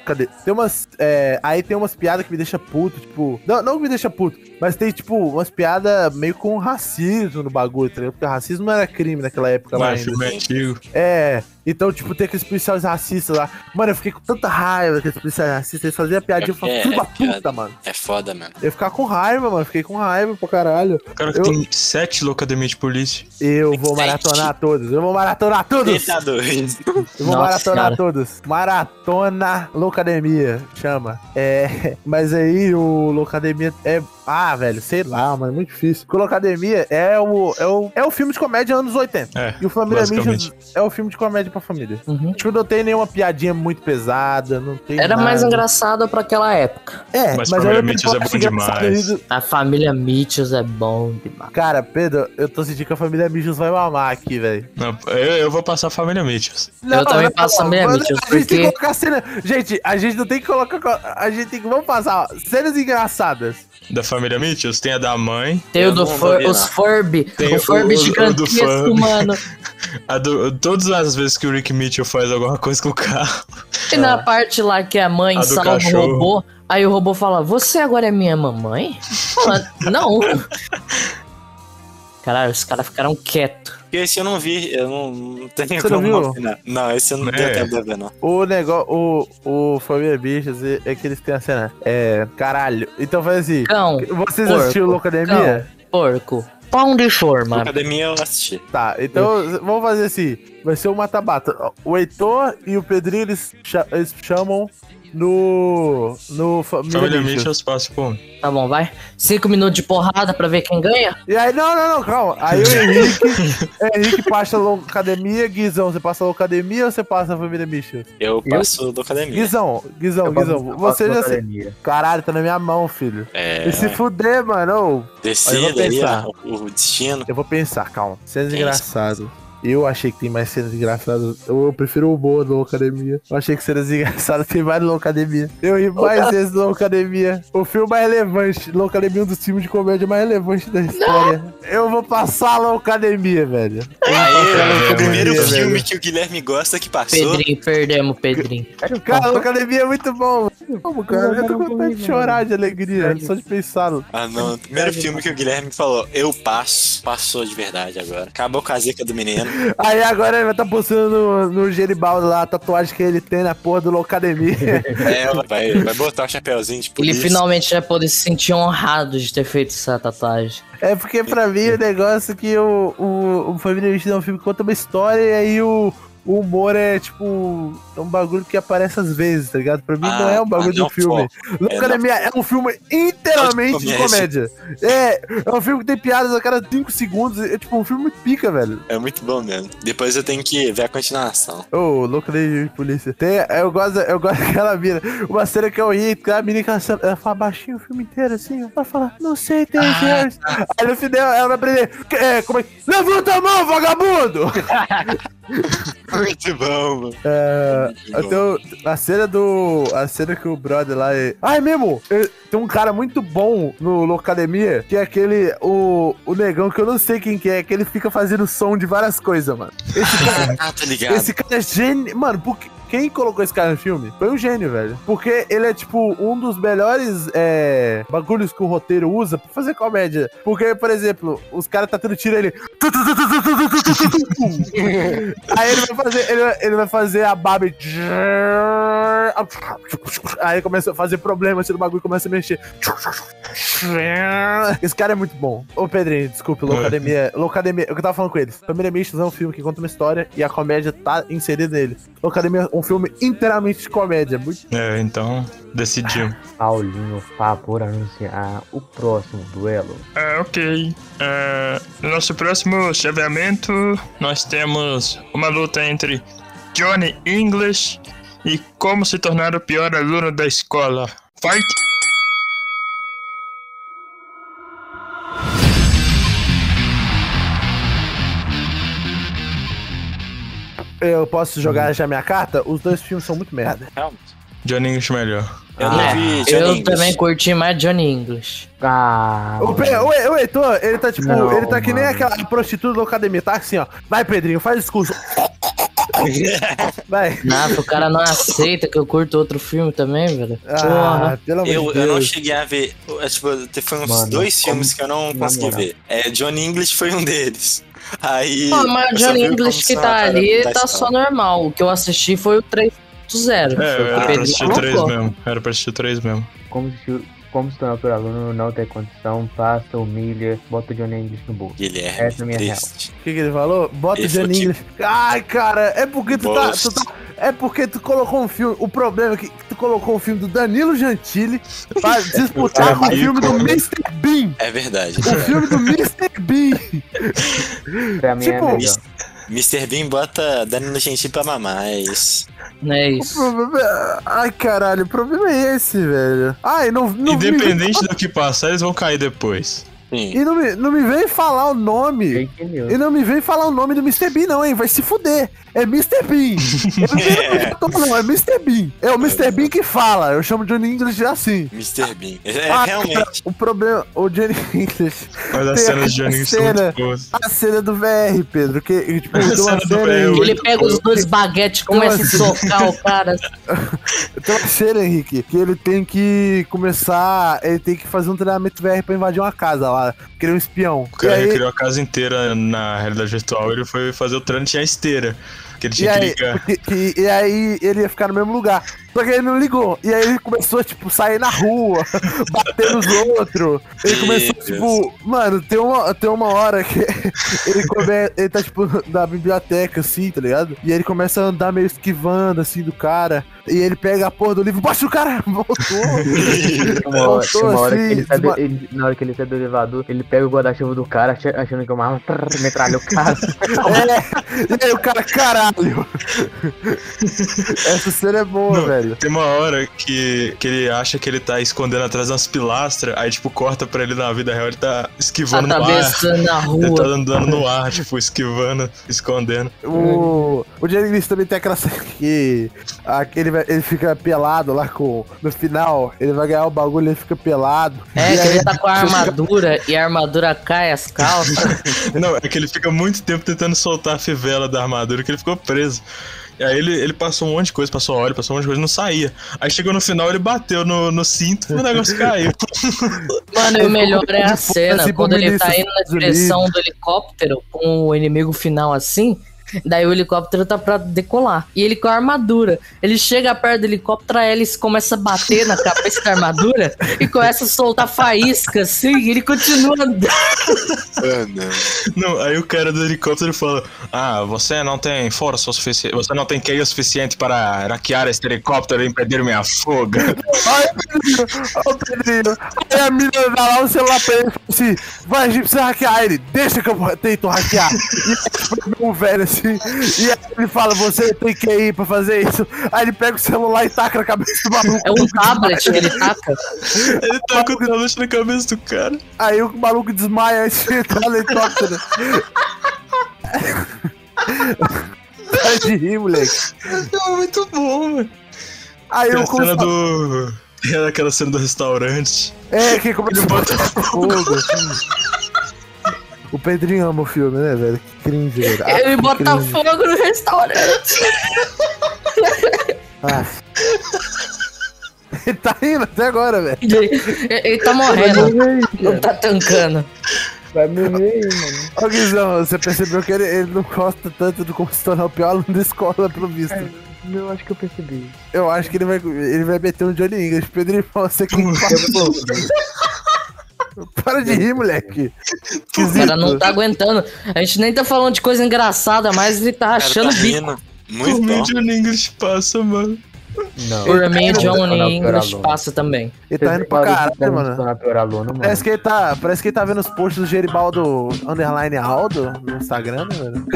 Cadê? Tem umas. é, aí tem umas piadas que me deixa puto, tipo. Não, não que me deixa puto, mas tem, tipo, umas piadas meio com racismo no bagulho, tá ligado? Porque racismo não era crime naquela época Tá lá
Não,
ainda.
Ah, filme antigo.
É, então, tipo, tem aqueles policiais racistas lá. Mano, eu fiquei com tanta raiva daqueles policiais racistas. Eles faziam a piadinha e eu falava,
É,
filho da
é piada.
puta, mano.
É foda, mano.
Eu ficava com raiva, mano. Fiquei com raiva pra caralho.
O cara que
Eu-
tem sete Loucademia de Polícia.
Eu vou maratonar todos. Eu vou maratonar todos.
Eita, tá doido.
Eu vou
Nossa
maratonar
Senhora.
todos. Maratona Loucademia, chama. É, mas aí o Loucademia é Ah, velho, sei lá, mas é muito difícil. Colocademia é o, é o, é o filme de comédia anos 80.
É,
e o Família Ninja
basicamente.
é o filme de comédia pra família.
Uhum.
Tipo, não tem nenhuma piadinha muito pesada, não tem
Era
nada.
mais engraçado pra aquela época.
É,
Mas
era
Família Mitchell é
pipoca
bom
engraçada
demais.
do-
A família Mitchells é bom demais.
Cara, Pedro, eu tô sentindo que a família Mijos vai mamar aqui, velho.
Não, eu, eu vou passar a família Mitchells.
Não,
também
não,
passo a minha
mano,
Mitchell,
A gente tem que
porque-
colocar cena. Gente, a gente não tem que colocar. co- A gente tem que. Vamos passar, ó, cenas engraçadas.
Da família Mitchells tem a da mãe,
Tem
Eu
o do
não
Fur-
vi,
os
não.
Furby.
É Tem
o Furby
o- o- o do
gigantesco,
Furby.
mano.
a do, todas as vezes que o Rick Mitchell faz alguma coisa com o carro.
E na parte lá que a mãe
A do
salva o
cachorro.
robô, aí o robô fala, você agora é minha mamãe? Fala, não. Caralho, os caras ficaram quietos.
Porque esse eu não vi, eu não, não tenho
Você não
como
viu?
opinar. Não, esse eu não
É.
tenho tempo de ver, não.
O negócio. O, o Família Bichos é é que eles têm a cena. É. Caralho. Então faz assim.
Cão,
Vocês
porco,
assistiram Loucademia?
porco, pão de forma.
Academia eu assisti.
Tá, então vamos fazer assim. Vai ser o mata-mata. O Heitor e o Pedrinho, eles, cha- eles chamam no. No Família,
Família
Mitchell.
Mitchells passa por um.
Tá bom, vai. Cinco minutos de porrada pra ver quem ganha?
E aí, não, não, não, calma. Aí o Henrique, Henrique passa a academia, Guizão, você passa a academia ou você passa a família Michel?
Eu passo do academia.
Guizão, Guizão,
Eu passo-
Guizão,
eu
você já
passo na
sei.
academia.
Caralho, tá na minha mão, filho.
É,
E se fuder, mano. ô. Olha, eu vou
descida aí,
pensar. É,
ó, o, o destino.
Eu vou pensar, calma. Cenas
É
engraçadas. Eu achei que tem mais cenas engraçadas. Eu, eu prefiro o humor do Academia. Eu achei que cenas engraçadas tem mais no Academia. Eu ri mais vezes no Academia. O filme mais relevante. No Academia é um dos filmes de comédia mais relevantes da história. Eu vou passar a Academia, velho.
Aí,
é,
o primeiro
velho.
filme que o Guilherme gosta que passou.
Pedrinho, perdemos, Pedrinho.
Cara, a academia é muito bom. Como, cara?
Não,
Eu tô com
não,
vontade de
não.
chorar de alegria, só de pensar.
Ah, não. O
é
primeiro filme que o Guilherme falou, eu passo. Passou de verdade agora. Acabou com a zica do menino.
Aí agora ele vai estar postando no, no Geribaldo lá a tatuagem que ele tem na porra do Locademia.
É, vai, vai botar o chapéuzinho de
Ele
polícia.
finalmente vai poder se sentir honrado de ter feito essa tatuagem.
É porque pra mim o negócio é que o, o, o Família Vestida é um filme que conta uma história e aí o, o humor é tipo um bagulho que aparece às vezes, tá ligado? Pra mim
Ah,
não é um
ah,
bagulho de
não,
um filme. Locademia é um filme inteiramente de comédia. É, é um filme que tem piadas a cada 5 segundos. É tipo um filme muito pica, velho.
É muito bom mesmo. Depois eu tenho que ver a continuação.
Ô, louco de polícia. Tem, eu gosto, eu gosto daquela mina. Uma cena que eu ri, que a mina que ela, ela fala baixinho o filme inteiro, assim. ó. Ela fala, não sei, tem Harris. Aí no final ela vai aprender. que- É, como é que. Levanta a mão, vagabundo!
Muito bom, mano.
É,
Muito bom.
então, a cena do. A cena que o brother lá. É... Ah, é mesmo? É, Tem um cara muito bom no Locademia, que é aquele. O, o negão, que eu não sei quem que é, que ele fica fazendo som de várias coisas, mano. Esse cara
Ah, tá ligado.
Esse cara é gênio. Mano, por que- Quem colocou esse cara no filme foi um gênio, velho. Porque ele é, tipo, um dos melhores é, bagulhos que o roteiro usa pra fazer comédia. Porque, por exemplo, os caras tá tendo tiro ele. tu, tu, tu, tu, tu, tu, tu, tu, tu, tu, tu. Aí ele vai fazer, ele, vai- ele vai fazer a Barbie. Aí ele começa a fazer problema, assim, do bagulho e começa a mexer. Esse cara é muito bom. Ô, Pedrinho, desculpe, Loucademia. Loucademia, eu que tava falando com eles. Primeira Missions é um filme que conta uma história e a comédia tá inserida nele. Loucademia é um filme inteiramente de comédia. Muito
É, então decidimos.
Paulinho, favor anunciar o próximo duelo.
É, ok. É, no nosso próximo chaveamento, nós temos uma luta entre Johnny English e como se tornar o pior aluno da escola. Fight!
Eu posso jogar já minha carta? Os dois filmes são muito merda.
Realmente.
Johnny English melhor.
Eu não
É,
vi Johnny
eu
English.
também curti mais Johnny English.
Ah,
O, Pe- o, o Heitor, ele tá tipo.
Não,
ele tá que nem
mano.
aquela prostituta da academia, tá assim, ó. Vai, Pedrinho, faz discurso. Vai.
Nada, o cara não aceita que eu curto outro filme também, velho.
Ah, pelo amor
Eu,
de
eu
Deus.
não cheguei a ver. é, Tipo, te- foi uns
Mano,
dois
como-
filmes que eu não
na
consegui
moral.
ver. É, Johnny English foi um deles. Aí.
Pô, Ah, mas
eu
o
só
Johnny
vi o
English que
Compulsão,
tá
cara,
ali
da
tá
escola.
só normal. O que eu assisti foi o 3.0.
É,
foi o que
era
o
pra
Pedro
assistir três
colocou.
mesmo. Era pra assistir três mesmo.
Como se, como se tornar por aluno não ter condição, passa, humilha, bota o Johnny English no bolso.
Guilherme.
Essa é a minha
triste.
O que, que ele falou? Bota o
Ele falou
Johnny
que-
English. Ai, cara, é porque tu tá, tu
Bosta.
tá- É porque tu colocou um filme. O problema é que tu colocou o filme do Danilo Gentili pra disputar
cara
com o
rico,
filme do
né?
Mr. Bean.
É verdade.
O filme do Mr. Bean.
Pra mim
Tipo,
é melhor.
Mis- Mr. Bean bota Danilo Gentili pra mamar, é isso.
É
O
isso.
problema é- Ai, caralho, o problema é esse, velho. Ai, não, não Me...
Independente do que passar, eles vão cair depois.
Sim.
E não me, não me vem falar o nome.
Fake news.
E não me vem falar o nome do Mr. Bean, não, hein? Vai se fuder. É Mr. Bean. Eu não sei
É.
o que eu tô falando, é Mr. Bean. É o Mr. Bean que fala. Eu chamo Johnny English assim.
Mr. Bean. É,
Ah, cara,
realmente.
o problema. O Johnny English.
Mas as
Tem
cenas de
a
Johnny são
cena.
muito boas.
A cena do VR, Pedro. Que, tipo, tem
cena
uma
do
cena,
VR,
Henrique,
Ele pega os dois baguetes e começa a socar o cara.
tem uma cena, Henrique, que ele tem que começar. Ele tem que fazer um treinamento VR pra invadir uma casa lá. Querer um espião.
O cara
E aí-
recriou a casa inteira na realidade virtual. Ele foi fazer o treino tinha a esteira. Que ele
E
tinha que
aí,
ligar.
porque- que- e aí ele ia ficar no mesmo lugar. Só que ele não ligou. E aí ele começou a, tipo, sair na rua, bater nos outros. Ele começou,
Deus.
tipo, mano, tem uma, tem uma hora que ele começa. Ele tá, tipo, na biblioteca, assim, tá ligado? E aí ele começa a andar meio esquivando, assim, do cara. E ele pega a porra do livro, bate o cara, voltou.
Uma hora,
Voltou
uma hora
assim,
que ele sai do-
desma-
ele- na hora que ele sai do elevador, ele pega o guarda-chuva do cara, acha- achando que é uma arma, trrr, metralha o cara.
é, e aí o cara, caralho. Essa cena é boa,
Não,
velho.
Tem uma hora que, que ele acha que ele tá escondendo atrás das pilastras, aí tipo, corta pra ele na vida real, ele tá esquivando no ar.
Atravessando a
Ele tá
rua.
andando no ar, tipo, esquivando, escondendo.
O, o Jerry Lewis também tem aquela cena que a- ele, vai- ele fica pelado lá com. No final, ele vai ganhar o bagulho ele fica pelado.
É,
E
que
aí-
ele tá com a armadura e a armadura cai as calças.
Não, é que ele fica muito tempo tentando soltar a fivela da armadura, que ele ficou preso. E aí ele, ele passou um monte de coisa, passou óleo, passou um monte de coisa, não saía. Aí chegou no final, ele bateu no, no cinto e o negócio caiu.
Mano, e o melhor é a
Ele
cena,
assim pro
quando ele
ministro
tá
dos
indo na
Estados
direção do helicóptero com o inimigo final assim. Daí o helicóptero tá pra decolar. E ele com a armadura. Ele chega perto do helicóptero, a hélice começa a bater na cabeça da armadura e começa a soltar faísca, assim. E ele continua andando.
Não, aí o cara do helicóptero fala: Ah, você não tem força o suficiente, você não tem QI o suficiente para hackear este helicóptero e impedir minha fuga.
Olha o Pedrinho, olha o Pedrinho. Aí a mina dá lá o celular pra ele e fala assim: vai, a gente precisa hackear ele, deixa que eu tento hackear. E aí, tipo, um velho assim. E aí ele fala: você tem que ir pra fazer isso. Aí ele pega o celular e taca na cabeça do maluco.
É um tablet que ele tá, taca.
Ele tá com o tablet na cabeça do cara.
Aí o maluco desmaia antes de entrar no helicóptero. Para de rir, moleque.
É muito bom, velho.
Aí
Tem
eu
a
começo.
cena do. Tem aquela cena do restaurante.
É, que começa a
Ele bota
botar fogo. assim." O Pedrinho ama o filme, né, velho? Que cringe, velho. Ah,
Ele
que
bota
cringe.
fogo no restaurante.
Ah. Ele tá rindo até agora, velho.
Ele, ele tá morrendo. Não tá tancando.
Vai morrer aí, mano.
Ô, Guizão, você percebeu que ele, ele não gosta tanto do como se tornar o pior aluno da escola, pelo visto.
É.
Eu acho que eu percebi.
Eu acho que ele vai, ele vai meter um Johnny English. Pedrinho, você que Para de rir, moleque.
O cara não tá aguentando. A gente nem tá falando de coisa engraçada, mas ele tá
O cara
rachando
tá
o bico.
rindo. Muito
Por mim,
bom.
Johnny English passa, mano.
Não.
Por mim, Johnny
Não, não,
English
não.
passa também.
Ele tá indo pra caralho,
Se
mano.
tornar pior aluno, mano.
Parece que, ele tá, parece que ele tá vendo os posts do Geribaldo Underline Aldo no Instagram, né, velho?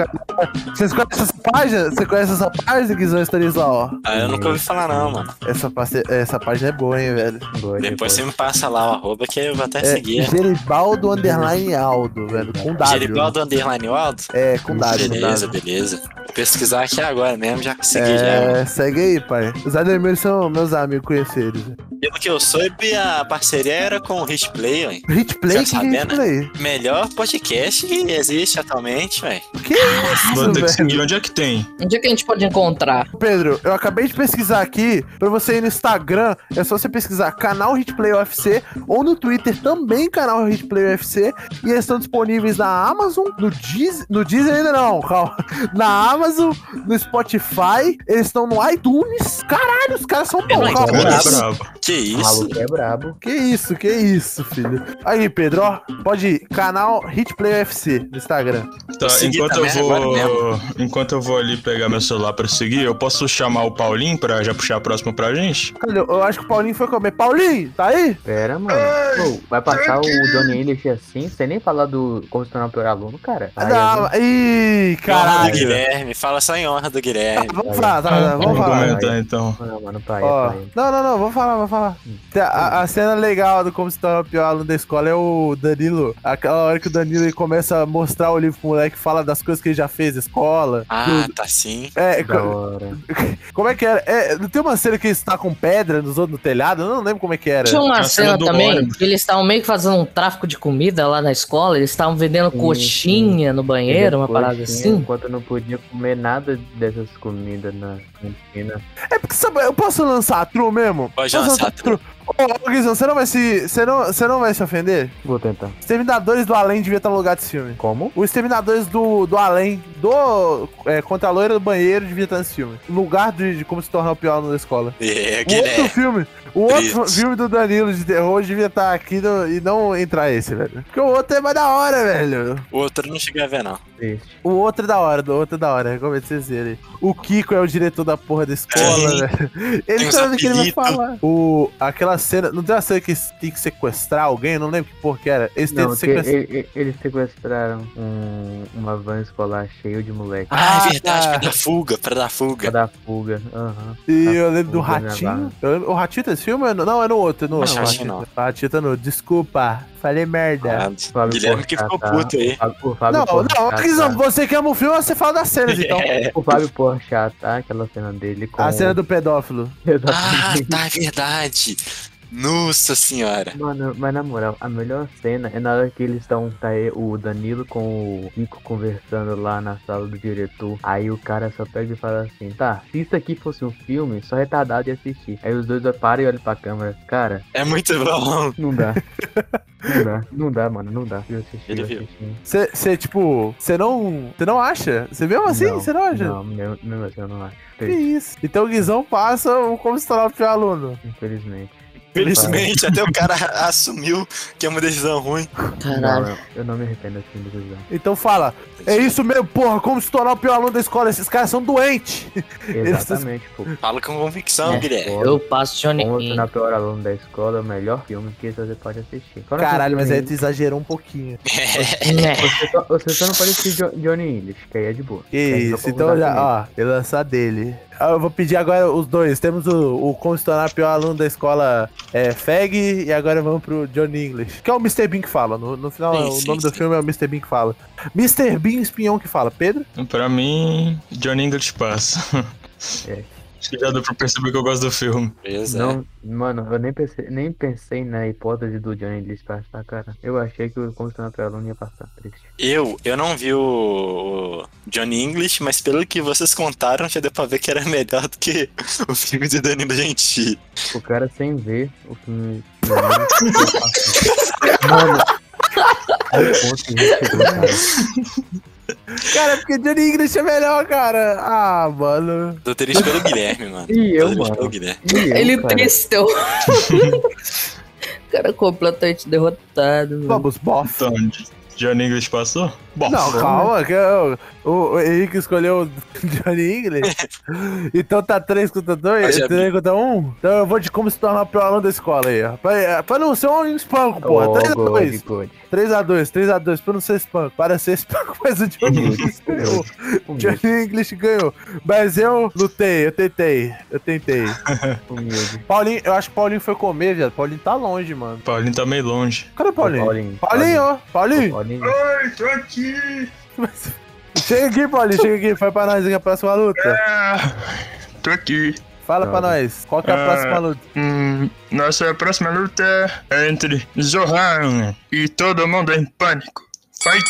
Vocês conhecem essa página? Você conhece essa página, Guizão Estarizal?
Ah, eu nunca ouvi falar, não, mano.
Essa, passe- essa página é boa, hein, velho?
Boa,
Depois você me passa lá o arroba que eu vou até
É
seguir.
Geribaldo Underline Aldo, velho. Com W.
Geribaldo Underline Waldo?
É, com W. com
Beleza,
W.
beleza. Vou pesquisar aqui agora mesmo, já consegui já.
É, segue aí, pai. Os Ademir são meus amigos, conheci eles.
Pelo que eu soube, a parceria era com o Hit Play, ué.
Hitplay?
Já
O que
sabia,
é Hitplay?
Melhor podcast que existe atualmente, ué.
O que é
Mano, tem que
isso, velho?
seguir onde é que tem.
Onde é que a gente pode encontrar?
Pedro, eu acabei de pesquisar aqui. Pra você ir no Instagram, é só você pesquisar canal Hitplay UFC ou no Twitter também canal Hitplay UFC. E eles estão disponíveis na Amazon, no Deezer, no Deezer ainda não, calma. Na Amazon, no Spotify, eles estão no iTunes. Caralho, os caras são
É no
bons, calma.
iTunes? né?
Brabo.
Que
O
isso?
maluco é brabo.
Que isso, que isso, filho. Aí, Pedro, ó, pode ir, canal Hitplay UFC no Instagram.
Tá,
Consegui
enquanto eu
também agora
vou. Enquanto eu vou ali pegar meu celular pra seguir, eu posso chamar o Paulinho pra já puxar a próxima pra gente?
Cara, eu- eu acho que o Paulinho foi comer. Paulinho, tá aí?
Pera, mano. Pô, vai passar o Johnny English assim, sem nem falar do como se tornar o pior aluno, cara. Aí,
Ah, Não, ih,
Em honra do
caralho.
Guilherme. Fala só em honra do Guilherme.
Vamos falar, tá, tá, vamos
Vamos
falar.
comentar então.
Não, mano, pai,
Ó,
pai.
não, não, não, vou falar, vou falar. Tem a- A, a cena legal do Como Se Tornar o Pior Aluno da Escola é o Danilo. Aquela hora que o Danilo ele começa a mostrar o livro pro moleque, fala das coisas que ele já fez na escola.
Ah, tá sim.
É,
Da
co-
hora.
como é que era? É, não tem uma cena que ele está com pedra nos outros no telhado? Eu não lembro como é que era.
um-
Tinha uma
a cena
cena
do
também
ônibus.
que eles estavam meio que fazendo um tráfico de comida lá na escola, eles estavam vendendo
Sim,
coxinha no banheiro, uma
Depois tinha,
parada assim.
Enquanto eu não podia comer nada dessas comidas na cantina.
É porque sabe, eu posso lançar a tru mesmo?
Pode
Posso
lançar a
tru. Ô, ô, Guizão, você não vai se. Você não, você não vai se ofender?
Vou tentar.
Exterminadores do Além devia estar no lugar desse filme.
Como?
Os Exterminadores do, do Além, do é, Contra a Loira do Banheiro, devia estar nesse filme. No Lugar de, de como se tornar o pior aluno da escola.
É,
O outro
Guilherme.
filme, o outro
Brito.
filme do Danilo de terror devia estar aqui no- e não entrar esse, velho. Porque o outro é mais da hora, velho.
O outro eu não cheguei a ver, não.
Triste.
O outro é da hora, do outro é da hora. Recomendo vocês verem. O Kiko é o diretor da porra da escola,
Sim.
velho. Ele
É. Tem
sabe
uns
o que ele vai
apelidos.
falar. O, aquela cena. Não tem uma cena que eles têm que sequestrar alguém? Eu não lembro que porra que era. Eles têm
Não,
que
que
sequestrar.
e- e- eles sequestraram um, uma van escolar cheia de moleque.
Ah,
Ah,
é verdade,
tá.
pra dar fuga, pra dar
Pra
fuga.
dar fuga. Aham.
E
Tá
eu lembro do
tudo na
Ratinho.
barra.
Eu lembro- o Ratinho tá nesse filme? ou é no- Não, é no outro. é No
Acho
outro.
que Ratinho não.
O
Ah,
Ratinho tá no. Desculpa, falei merda.
Errado.
Fábio
Guilherme que ficou
Porchat,
puto aí.
O Fábio, o Fábio
não, não,
Porchat, tá?
Guizão, você quer um filme, você fala das cenas, então.
É.
O Fábio Porchat, tá? Aquela cena dele com...
A cena do pedófilo.
Ah,
Exatamente.
tá, é verdade. Nossa senhora.
Mano, mas na moral, a melhor cena é na hora que eles estão, tá aí, o Danilo com o Kiko conversando lá na sala do diretor. Aí o cara só pega e fala assim: tá, se isso aqui fosse um filme, só retardado ia assistir. Aí os dois param e olham pra câmera. Cara,
É muito bom.
não dá. não dá, não dá, mano, não dá. Eu assisti,
Ele
eu
viu.
assisti.
Você, tipo, você não. Você não acha? Você mesmo assim? Você não, acha?
Não, mesmo mesmo assim eu não acho.
Que isso? Então o Guizão passa o como se tornar o pior aluno.
Infelizmente.
Felizmente, até o cara assumiu que é uma decisão ruim.
Caralho.
Não, eu não me arrependo assim do decisão.
Então fala, é isso mesmo, porra, como se tornar o pior aluno da escola? Esses caras são doentes.
Exatamente, pô.
Fala com convicção,
É.
Guilherme.
Eu passo Johnny
Como
English.
se na pior aluno da escola, o melhor filme que você pode assistir. Fora
Caralho,
que
mas aí
filme-
tu exagerou um pouquinho.
É.
Você só, você só não pode assistir Jo- Johnny English, que aí é de boa.
Que
Aí não
isso,
pode
então
usar
já,
também.
ó, eu lançar dele. Ah, Eu vou pedir agora os dois. Temos o, o como se tornar o pior aluno da escola é, FEG e agora vamos pro Johnny English. Que é o Mr. Bean que fala. No, no final,
Sim,
o
sim,
nome do
sim.
filme é o Mr. Bean que fala. Mr. Bean Espinhão que fala. Pedro?
Pra mim, Johnny English passa.
É.
Acho que já deu pra perceber que eu gosto do filme.
é.
Beleza.
Não, mano, eu nem pensei, nem pensei na hipótese do Johnny English passar, cara. Eu achei que o Constantino pra aluno ia passar. Triste.
Eu, eu não vi o, o Johnny English, mas pelo que vocês contaram, já deu pra ver que era melhor do que o filme de Danilo Gentili.
O cara sem ver o filme. mano. Olha o ponto que a gente chegou, cara.
Cara, porque Johnny English é melhor, cara. Ah, mano.
Tô triste pelo Guilherme, mano.
E
Tô
eu,
triste pelo
mano.
Guilherme.
E eu,
Ele
cara.
tristeu. O cara completamente derrotado. mano.
Vamos, bof.
Então, Johnny English passou? Bom,
Não, calma, que eu- o, o Henrique escolheu o Johnny English. Então tá 3 contra 2,
Ah, já
3 contra 1. Então eu vou de como se tornar o pior aluno da escola aí. ó. Pra, pra não ser um espanco, porra.
Oh,
3x2.
good, good.
3x2, 3x2, pra não ser espanco. Para ser espanco, mas o Johnny English ganhou.
Humilde,
Johnny English ganhou. Mas eu lutei, eu tentei, eu tentei.
humilde.
Paulinho, eu acho que o Paulinho foi comer, viado. Paulinho tá longe, mano.
Paulinho tá meio longe.
Cadê o Paulinho? Paulinho, Paulinho,
Paulinho.
Ai, tô aqui!
chega aqui, Paulinho, chega aqui, faz pra nós aqui a próxima luta.
Ah, tô aqui.
Fala pra
Tá.
nós, qual que é a
É.
próxima luta?
Hum, nossa próxima luta é entre Zohan e todo mundo em pânico. Fight!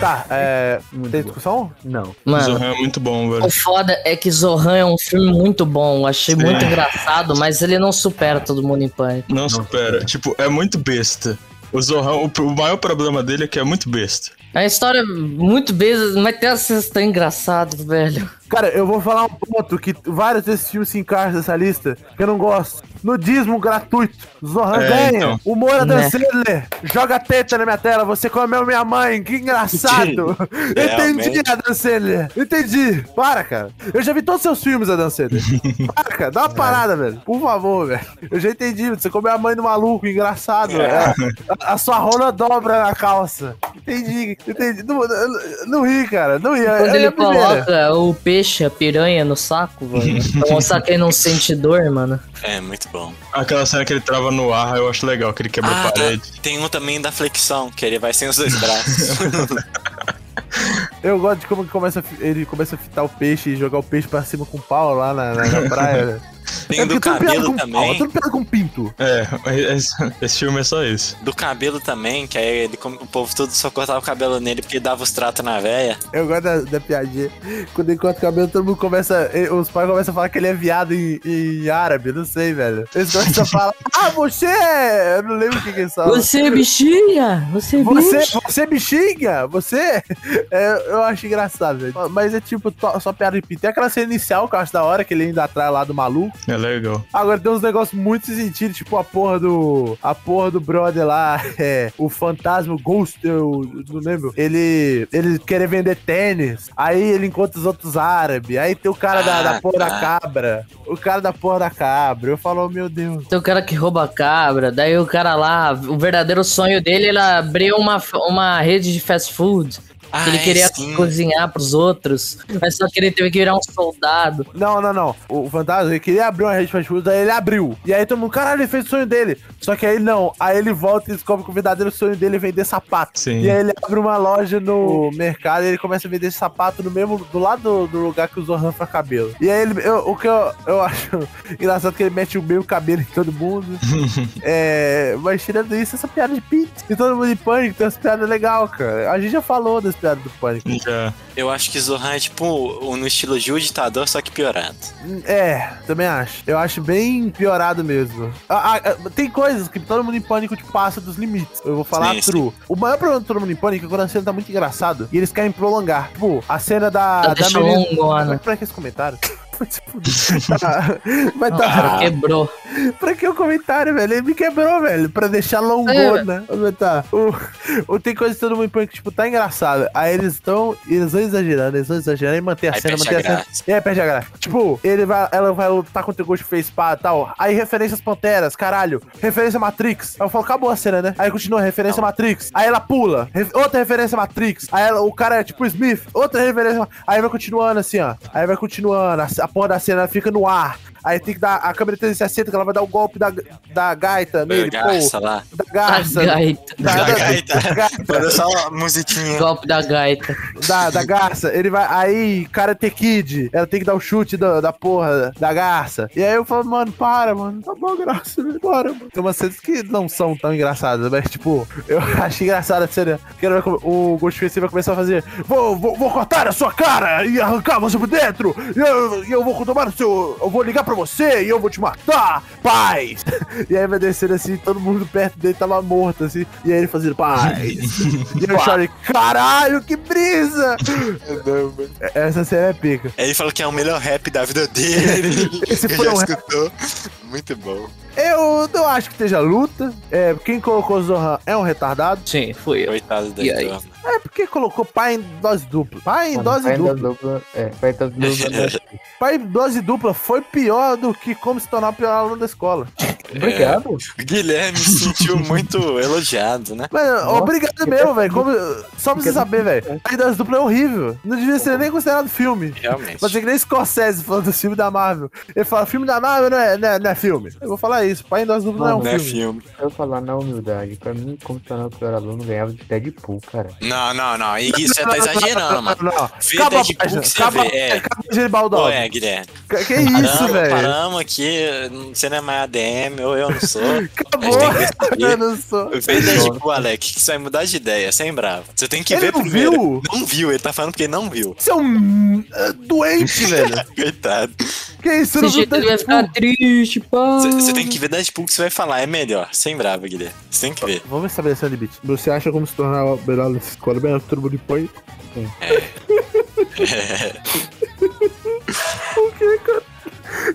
Tá, é.
Muito
Tem
bom.
discussão?
Não.
Mano,
Zohan é muito bom, velho.
o foda é que Zohan é um filme muito bom. Eu achei
Sim.
muito engraçado, mas ele não supera todo mundo em pânico.
Não supera. Tipo, é muito besta. O Zohan, o, o maior problema dele é que é muito besta.
É uma história muito besta, mas tem acesso tão engraçado, velho.
Cara, eu vou falar um ponto que vários desses filmes se encaixam nessa lista, que eu não gosto. Nudismo gratuito. Zohan
É,
ganha.
então.
O Moura
Né.
Dan Sandler. Joga teta na minha tela. Você comeu minha mãe. Que engraçado. Entendi,
Realmente.
Adam Sandler. Entendi. Para, cara. Eu já vi todos os seus filmes, Adam Sandler. Para, cara. Dá uma parada, velho. Por favor, velho. Eu já entendi. Você comeu a mãe do maluco. Engraçado.
É.
A, a sua rola dobra na calça. Entendi. Entendi. Não, não- não ri, cara. Não ri.
Quando
É
ele
a primeira.
coloca o peixe, a piranha no saco, velho. Pra mostrar que ele não sente dor, mano.
É, muito bom.
Aquela cena que ele trava no ar, eu acho legal, que ele quebra a
Ah, tá.
parede.
Tem um também da flexão, que ele vai sem os dois braços.
Eu gosto de como que começa, a fi- ele começa a fitar o peixe e jogar o peixe pra cima com o pau lá na, na- na praia. É
Tem o do
porque tá tudo piada
cabelo
com pau,
também.
tudo piada com pinto.
É, esse, esse filme é só isso.
Do cabelo também, que aí ele, come- o povo todo só cortava o cabelo nele porque dava os tratos na véia.
Eu gosto da, da piadinha. Quando ele corta o cabelo, todo mundo começa. eh, Os pais começam a falar que ele é viado em, em árabe, não sei, velho. Eles começam a falar, ah, você! é-" Eu não lembro o que que eles falam.
Você é bichinha! Você é
Você,
bicho!
você me xinga? Você? É, eu acho engraçado, velho. Mas é tipo, to- só piada de pinto. Tem aquela cena inicial que eu acho da hora, que ele ainda atrás lá do maluco.
É legal.
Agora tem uns negócios muito sem sentido, tipo a porra do. A porra do brother lá, é, o fantasma, o Ghost, eu não lembro. Ele. Ele querer vender tênis. Aí ele encontra os outros árabes. Aí tem o cara da, da
Ah,
porra da
tá.
cabra. O cara da porra da cabra. Eu falo, oh, meu Deus.
Tem o cara que rouba a cabra, daí o cara lá, o verdadeiro sonho dele era abrir uma, uma rede de fast food.
Ah,
que ele
é,
queria
sim.
cozinhar pros outros, mas só que ele teve que virar um soldado.
Não, não, não. O fantasma, ele queria abrir uma rede de fast food, aí ele abriu. E aí todo mundo, caralho, ele fez o sonho dele. Só que aí não. Aí ele volta e descobre que o verdadeiro sonho dele é vender sapato.
Sim.
E aí ele abre uma loja no mercado e ele começa a vender sapato no mesmo, do lado do, do lugar que o Zohan faz cabelo. E aí ele, eu- o que eu, eu acho engraçado é que ele mete o mesmo cabelo em todo mundo. é, mas tirando isso, essa piada de pinto. E todo mundo em pânico, tem umas piadas legais, cara. A gente já falou das piadas do pânico.
Já.
Eu acho que Zohan é tipo o- no estilo Gil Ditador, só que piorado.
É, também acho. Eu acho bem piorado mesmo. Ah, ah, ah, tem coisas que todo mundo em pânico te passa dos limites. Eu vou falar
Sim,
true. O maior problema de todo mundo em pânico é quando a cena tá muito engraçada e eles querem prolongar. Tipo, a cena da.
Tá
da
deixando
menina-
longona.
Pra que esse comentário? Vai se fuder. Ah, Mas
O cara
tá.
quebrou.
Pra que o comentário, velho? Ele me quebrou, velho. Pra deixar longona.
É.
Mas tá. O, o- tem coisa que todo mundo em pânico, tipo, tá engraçado. Aí eles estão. Eles vão exagerando, eles vão exagerando e manter a
Aí
cena,
perde
manter
a
a cena.
graça.
E aí perde a graça. Tipo, ele vai, ela vai lutar contra o Ghost Face pá e tal. Aí referências Panteras, caralho. Referência Matrix. Aí eu falo, acabou a cena, né? Aí continua, referência Matrix. Aí ela pula. Re- outra referência Matrix. Aí ela- o cara é tipo Smith. Outra referência. Aí vai continuando assim, ó. Aí vai continuando. A, a porra da cena fica no ar. Aí tem que dar a câmera 360, que ela vai dar o golpe da, da gaita nele,
Garça
pô.
lá.
Da
A
garça.
gaita.
Da, da,
Da gaita.
gaita.
Olha só a musiquinha.
Golpe da gaita.
da, da garça, ele vai. Aí, Karate Kid, ela tem que dar o chute da, da porra da garça. E aí eu falo, mano, para, mano, tá bom, graça, vai embora, mano. Tem umas cenas que não são tão engraçadas, mas tipo, eu acho engraçada a cena. Que ela vai come- o Ghostface vai começar a fazer: vou, vou, vou cortar a sua cara e arrancar você por dentro, e eu, e eu vou tomar o seu. Eu vou ligar pra você e eu vou te matar, paz! E aí vai descendo assim, todo mundo perto dele tava morto, assim, e aí ele fazendo paz. E eu chorei, caralho, que brisa! Essa cena é pica.
Ele falou que é o melhor rap da vida dele.
Esse
Ele
foi
já
um rap.
escutou. Muito bom.
Eu não acho que esteja luta. É, quem colocou o Zohan é um retardado.
Sim, fui eu.
Coitado da
E aí?
turma.
É porque colocou pai em dose dupla. Pai em dose
Pai da
dupla.
dupla. É, pai da dupla. né?
Pai em dose dupla foi pior do que como se tornar o pior aluno da escola.
Obrigado.
O Guilherme se sentiu muito elogiado, né?
Mas, obrigado
que
mesmo,
bom.
velho. Como- Só pra você saber, velho. Pai em dose dupla é horrível. Não devia ser nem considerado filme.
Realmente.
Mas é que nem Scorsese falando do filme da Marvel. Ele fala, filme da Marvel não é, não é, não é filme. Eu vou falar isso. Pai em dose dupla não é um
Não é
filme.
filme.
Pra eu falar na humildade, pra mim, como se tornar o pior aluno, ganhava de Deadpool, cara.
Não, não, não. E Isso tá exagerando, mano.
Não, não.
Vê
Acaba a
Deadpool
página.
que você
Acaba
vê, é.
acaba de Baldo.
Pô, é, Guilherme.
Que que isso,
Paramos,
velho?
paramos aqui. Você não é mais ADM, mesmo, eu, eu não sou.
Acabou,
A gente tem que
eu
decidir.
não sou.
Vem de boa, Alec, tipo, que isso vai mudar de ideia, sem bravo. Você tem que
Ele
ver
não
primeiro.
viu?
Não viu, ele tá falando porque não viu.
Você é um é, doente, velho.
Coitado.
Que isso,
Esse
não viu
jeito ele vai
Deadpool?
ficar triste, pá.
Você você tem que ver Deadpool que você vai falar, é melhor. Sem bravo, Guilherme. Você tem que ver.
Vamos estabelecer o limite. Você acha como se tornar o melhor da escola, o melhor turbo de põe?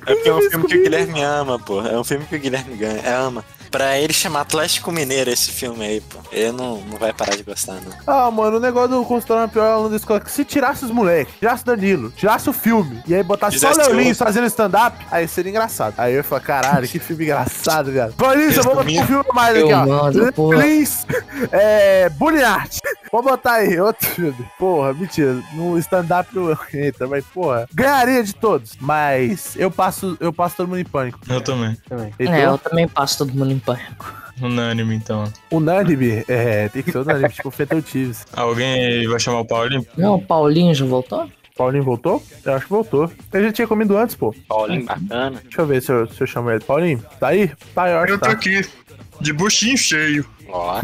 É porque é um filme que o Guilherme ama, pô. É um filme que o Guilherme ganha, é, ama. Pra ele chamar Atlético Mineiro esse filme aí, pô. Ele não, não vai parar de gostar, não.
Ah, mano, o negócio do consultor pior aluno da escola é que se tirasse os moleques, tirasse o Danilo, tirasse o filme, e aí botasse só o
Fizesse
Leolinho
outro.
fazendo stand-up, aí seria engraçado. Aí eu ia falar, caralho, que filme engraçado, viado. Por isso, eu vou botar um
Resumindo.
filme a mais
Eu
aqui,
mando,
ó.
porra.
Please, é. Buniarte. Vou botar aí outro filme. Porra, mentira. No stand-up não entra, mas, porra. Ganharia de todos. Mas eu passo, eu passo todo mundo em pânico.
Eu também.
também.
Heitor,
É, eu também passo todo mundo em pânico.
Unânime, então.
Unânime, é, tem que ser unânime, tipo o Fetal Chiefs.
Alguém aí vai chamar o Paulinho?
Não, o Paulinho já voltou?
Paulinho voltou? Eu acho que voltou. Eu já tinha comido antes, pô.
Paulinho bacana.
Deixa eu ver se eu, se eu chamo ele. Paulinho, tá aí? Tá, eu acho que tá.
aqui. De buchinho cheio.
Ó.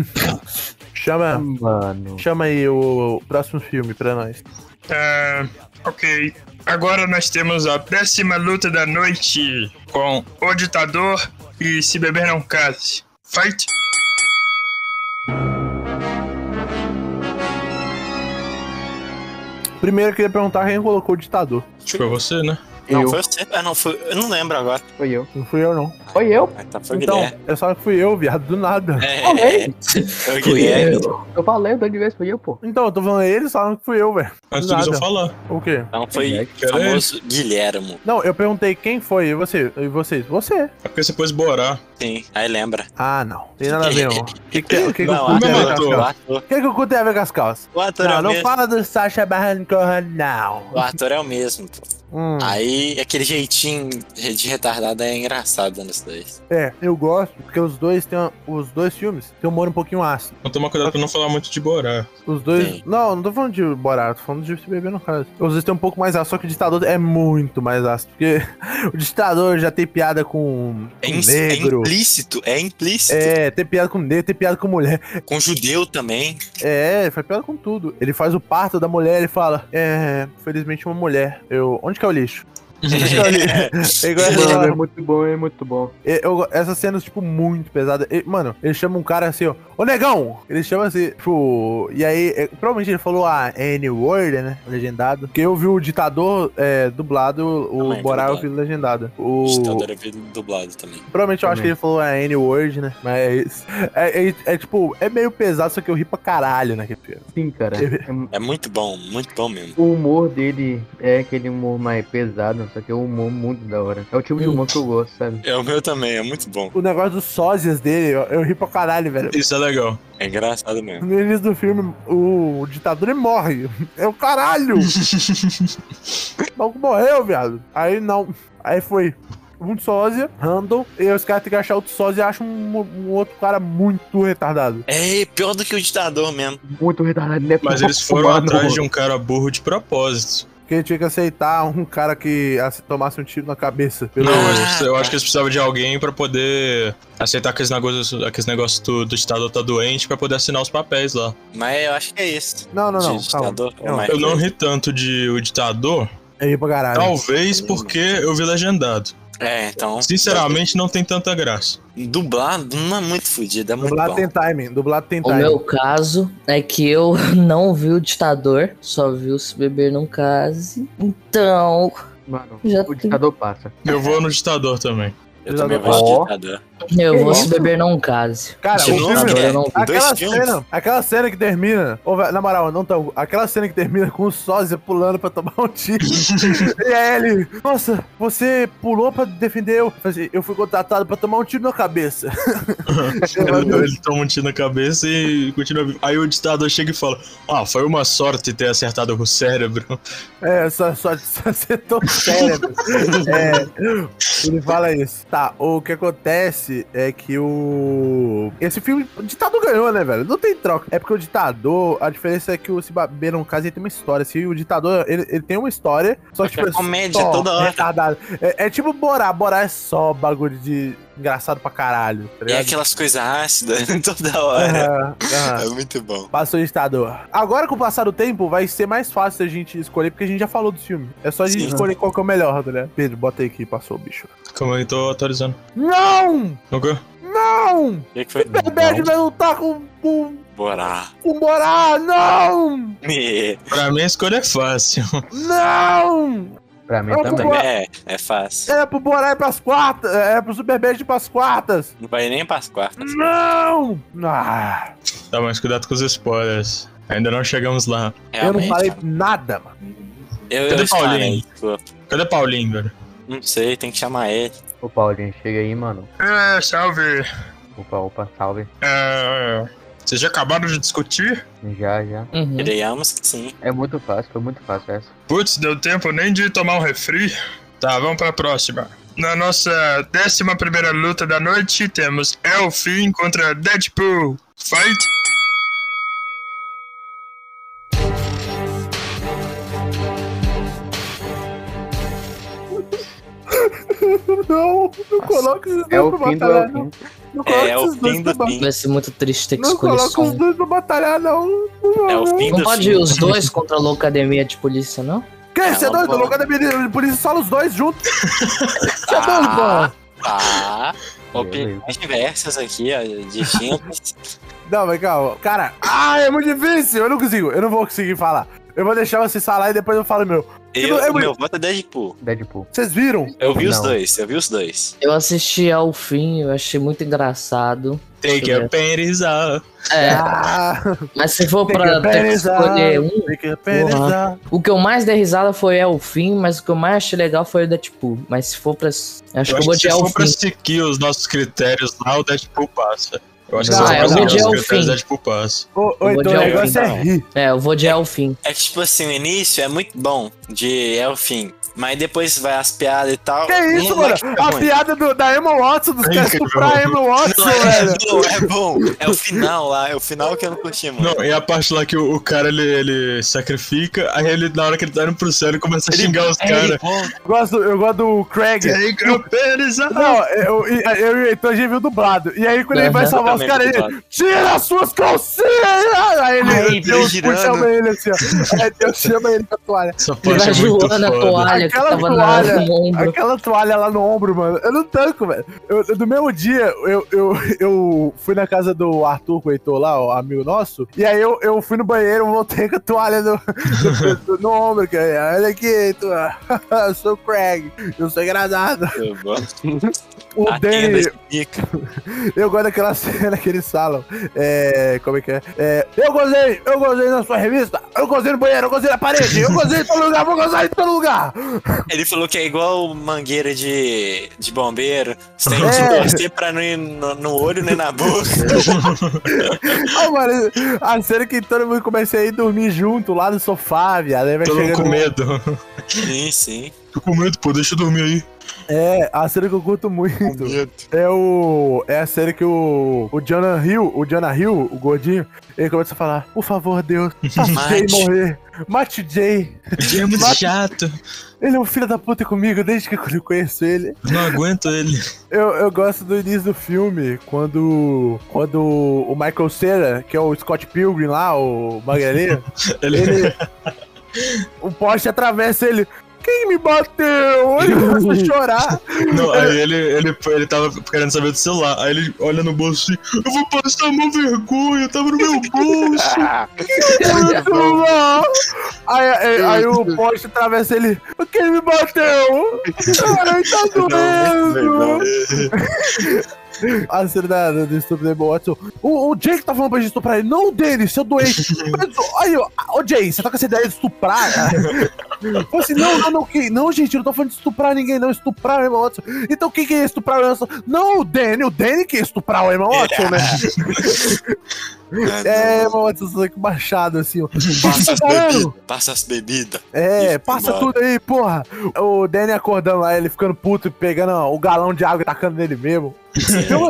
Chama,
Mano.
chama aí o, o próximo filme pra nós.
É, ok. Agora nós temos a próxima luta da noite com o ditador e se beber não case. Fight!
Primeiro eu queria perguntar quem colocou o ditador.
Foi você, né?
Não,
eu.
foi você. Ah, não, foi. Eu não lembro agora.
Foi eu.
Não fui eu, não.
Foi eu.
Ah, Então foi o
Então,
Guilherme.
é só que fui eu, viado, do nada.
É, é,
Falei.
foi o Guilherme.
Eu falei o Daniel foi eu, pô.
Então, eu tô falando eles, falaram que fui eu, velho.
Antes
Nada.
de eu falar.
O quê?
Então foi
É,
o famoso Guilhermo.
Não, eu perguntei quem foi, e você? E vocês? Você.
É porque você pôs borar.
Sim, aí lembra.
Ah, não. Tem nada a ver, não. O que, que, é, o que, que o
Não, é
cu tem a ver
ator,
com as
o
calças?
ator.
O que, que o cu tem a ver com as calças?
O ator é
Não,
o
não
mesmo.
fala do Sacha Baron Cohen, não.
O ator é o mesmo. pô.
Hum,
Aí, aquele jeitinho de retardado é engraçado nos dois.
é, eu gosto, porque os dois têm. Os dois filmes têm um humor um pouquinho ácido.
Então tomar cuidado pra não falar muito de borar.
Os dois.
Sim.
Não, não tô falando de Borato, tô falando de se beber no caso. Os dois tem um pouco mais ácido, só que o ditador é muito mais ácido. Porque o ditador já tem piada com,
É,
com
ins- é
negro.
implícito, é implícito.
É, tem piada com negro, tem piada com mulher.
Com judeu também.
É, ele faz piada com tudo. Ele faz o parto da mulher, ele fala: É, felizmente uma mulher. Eu. Onde que é o lixo? Onde que é o lixo? Ele gosta de falar,
Mano, é muito bom, é muito bom.
E- eu- essas cenas, tipo, muito pesadas. E, mano, ele chama um cara assim, ó. Ô, negão! Ele chama assim, tipo... E aí, é, provavelmente ele falou a N-word, né? Legendado. Porque eu vi o ditador é, dublado, o
Não é
Borá eu vi
dublado.
legendado. O...
O ditador é dublado também.
Provavelmente eu acho que
Também.
ele falou a N-word, né? Mas... É, é- é, tipo, é meio pesado, só que eu ri pra caralho naquele filme.
Sim, cara. É-
É muito bom, muito bom mesmo.
O humor dele é aquele humor mais pesado, só que é um humor muito da hora. É o tipo de humor que eu gosto, sabe?
É o meu também, é muito bom.
O negócio dos sósias dele, eu, eu ri pra caralho, velho.
Isso é legal.
É engraçado mesmo.
No início do filme, o ditador ele morre. É o caralho! O maluco morreu, viado. Aí não. Aí foi um sósia, random, e os caras têm que achar outro sósia e acham um, um outro cara muito retardado.
É pior do que o ditador mesmo.
Muito retardado, né?
Mas eles foram atrás de um cara burro de propósito.
Que ele tinha que aceitar um cara que ace- tomasse um tiro na cabeça. Pelo...
Não,
Ah.
mas eu acho que eles precisavam de alguém pra poder aceitar aqueles negócios, aqueles negócios do, do ditador tá doente pra poder assinar os papéis lá.
Mas eu acho que é isso.
Não, não, não.
De
Calma.
ditador.
Não,
Mas-
Eu não ri tanto de o ditador,
Eu ri pra caralho.
talvez porque eu vi legendado.
É, então.
Sinceramente, não tem tanta graça.
Dublado não é muito fodido, é muito
Dublado
bom.
tem timing, dublado tem
O
timing.
meu caso é que eu não vi o ditador, só vi o se beber não case. Então,
um
Mano,
Já
o
tem.
ditador passa.
Eu vou no ditador também.
Eu também
Ditador.
gosto de
Ó.
ditador.
eu
Que
vou
isso?
se beber não case.
Cara, o
De novo,
filme. é
Ditador eu não vi.
é Dois
Aquela
filmes.
cena, aquela cena que termina. Ô, velho, na moral, não tão. Aquela cena que termina com o sósia pulando pra tomar um tiro. e aí ele. Nossa, você pulou pra defender eu. Eu falei assim, Eu fui contratado pra tomar um tiro na cabeça.
Ele, ele toma um tiro na cabeça e continua vivo. Aí o ditador chega e fala: Ah, foi uma sorte ter acertado com o cérebro.
é, só, só, só acertou o cérebro. é, ele fala isso. Tá, o que acontece é que o. Esse filme, o ditador ganhou, né, velho? Não tem troca. É porque o ditador, a diferença é que o Se Baber no caso, ele tem uma história. Se o ditador, ele, ele tem uma história, só que
É
tipo,
comédia
só
toda hora.
retardado. É, é tipo Borá, Borá é só bagulho de. engraçado pra caralho. Tá
E é
ligado?
aquelas coisas ácidas toda hora.
Aham,
É
aham.
muito bom.
Passou o ditador. Agora, com o passar do tempo, vai ser mais fácil a gente escolher, porque a gente já falou do filme. É só a gente
Sim.
escolher qual que é o melhor, né? Pedro, bota aí que passou o bicho.
Como eu tô atualizando.
Não!
Ok?
Não!
O que que foi?
Bebede vai lutar tá com com-
Bora.
com o Borá! Não!
Pra mim a escolha é fácil.
Não!
Pra mim
Ah,
Eu
também.
vou-
É, é fácil.
Era pro Borá ir pras quartas! Era pro Superbad ir pras quartas!
Não vai nem pras quartas.
Não! Ah,
Tá, mas cuidado com os spoilers. Ainda não chegamos lá.
eu não
Realmente.
falei nada, mano.
Eu, eu
Cadê o
estarei,
Paulinho?
desculpa.
Cadê Paulinho, velho?
Não sei, tem que chamar ele.
Ô Paulinho, chega aí, mano.
É, salve.
Opa, opa, salve.
É, vocês já acabaram de discutir?
Já, já.
Hum?
Uhum.
Creamos que sim.
É muito fácil, foi muito fácil essa.
Putz, deu tempo nem de tomar um refri. Tá, vamos pra próxima. Na nossa décima primeira luta da noite, temos Elfin contra Deadpool. Fight!
Não, não coloca esses
É
dois
o
pra
tá
fim do
né?
batalhar, não.
Elfim.
Não
É,
coloca
é o
esses
fim
dois
do
pra ba-
fim.
Vai ser muito triste ter que
Não
escolher
coloca
só
os
um.
dois pra batalhar, não.
É o fim
Não
do
pode
fim.
ir os dois contra a louca academia de polícia, não?
Que você é
Ela
doido?
pode.
Louca da menina, por isso só os dois juntos. Você é doido,
Ah,
mano.
tá.
Beleza.
Opiniões diversas aqui, ó, distintas.
Não, mas calma. Cara, ah, é muito difícil. Eu não consigo, eu não vou conseguir falar. Eu vou deixar vocês falar e depois eu falo o meu.
Eu,
É,
o meu voto é Deadpool.
Deadpool.
Vocês viram?
Eu vi os
Não.
dois, eu vi os dois.
Eu assisti ao fim, eu achei muito engraçado.
Take your panties off.
É,
Ah,
mas se for
Tem
pra
que
ter que
pensar.
escolher um,
tem que pensar.
o que eu mais dei risada foi ao fim, mas o que eu mais achei legal foi o Deadpool. Mas se for pra. Acho que eu
acho
vou
que
de
se
ao
for pra
fim.
seguir os nossos critérios lá, o Deadpool passa. Eu acho
Não,
que se
é,
for
eu vou
pra
de
seguir os
Elfin.
critérios, o Deadpool passa.
Ô, ô,
Eu vou
então
de
o
Elfin,
negócio é
não.
rir.
É, eu vou de ao fim.
É que, tipo assim, o início é muito bom de é o fim. Mas depois vai as piadas e tal.
Que isso,
não é
mano?
que fica
A
ruim.
piada do, da Emma Watson, dos
É
caras
incrível.
estuprar a Emma Watson,
Não, é,
velho.
não, é bom. É o final lá, é o final que eu não curti, mano.
Não, e a parte lá que o, o cara ele, ele sacrifica, aí ele, na hora que ele tá indo pro céu, ele começa a xingar os
É,
caras.
bom.
Eu gosto, eu gosto do Craig.
Take your panties off.
Não, eu, eu, eu, eu então a gente viu dublado. E aí, quando ele vai
Aham.
salvar os
Também
caras, ele
dublado.
tira as suas calcinhas! é Aí ele
Aí,
Deus
girando.
chama ele assim, ó. Aí Deus chama ele pra toalha.
Essa
Ele vai
parte é muito
joando a
foda.
toalha
Aquela
que tava
toalha,
na, no ombro.
Aquela toalha lá no ombro, mano. Eu não tanco, velho. Eu, eu- do mesmo dia, eu, eu, eu fui na casa do Arthur com o Heitor lá, o amigo nosso. E aí eu, eu fui no banheiro, voltei com a toalha no, no, no ombro. Que, olha aqui, Heitor. Eu sou o Craig. Eu sou engraçado.
Eu gosto.
O
A
Danny,
tenda explica.
eu gosto daquela cena que eles falam. É, como é que é? É, Eu gozei, eu gozei na sua revista. Eu gozei no banheiro, eu gozei na parede. Eu gozei em todo lugar, vou gozar em todo lugar.
Ele falou que é igual mangueira de, de bombeiro. Você tem
É.
que torcer pra não ir no, no olho nem na boca.
Ah, mano, a cena que todo mundo começa a ir dormir junto lá no sofá, viado. Aí vai
Todo mundo
chegando.
com medo.
Sim, sim.
Tô com medo, pô, deixa eu dormir aí.
É, a cena que eu curto muito. É o. É a cena que o. O Jonah Hill, o Jonah Hill, o gordinho, ele começa a falar: Por favor, Deus, faça Jay
Mate.
morrer. Mate o Jay.
Ele é muito chato.
Ele é um filho da puta comigo desde que eu conheço ele.
Não aguento ele.
Eu, eu gosto do início do filme, quando. Quando o Michael Cera, que é o Scott Pilgrim lá, o Magrelinho,
Ele,
ele. o poste atravessa ele. Quem me bateu? Ele começa a chorar.
não, aí ele, ele, ele tava querendo saber do celular. Aí ele olha no bolso assim, eu vou passar uma vergonha, tava no meu bolso.
Muito mal. Aí, aí- aí o poste atravessa ele. Quem me bateu? Ai, tá
é
doendo. A cena da- do estupro da Emma Watson. O, o Jake tá falando pra gente estuprar ele. Não, Denis, seu doente. Mas, Aí, ó, ô Jay, você tá com essa ideia de estuprar? Cara? Falou assim, não, não, não, que, não, gente, eu não tô falando de estuprar ninguém, não. Estuprar o Emma Watson. Então quem que ia estuprar o Emma Watson? Não, o Danny, o Danny que ia estuprar o Emma Watson, né? É, Emma Watson, você tá com machado, assim, ó.
Passa as
Caralho.
bebidas. Passa as bebidas.
É,
Isso,
passa
bora.
tudo aí, porra. O Danny acordando lá, ele ficando puto e pegando ó, o galão de água e tacando nele mesmo. Tem uma, Então,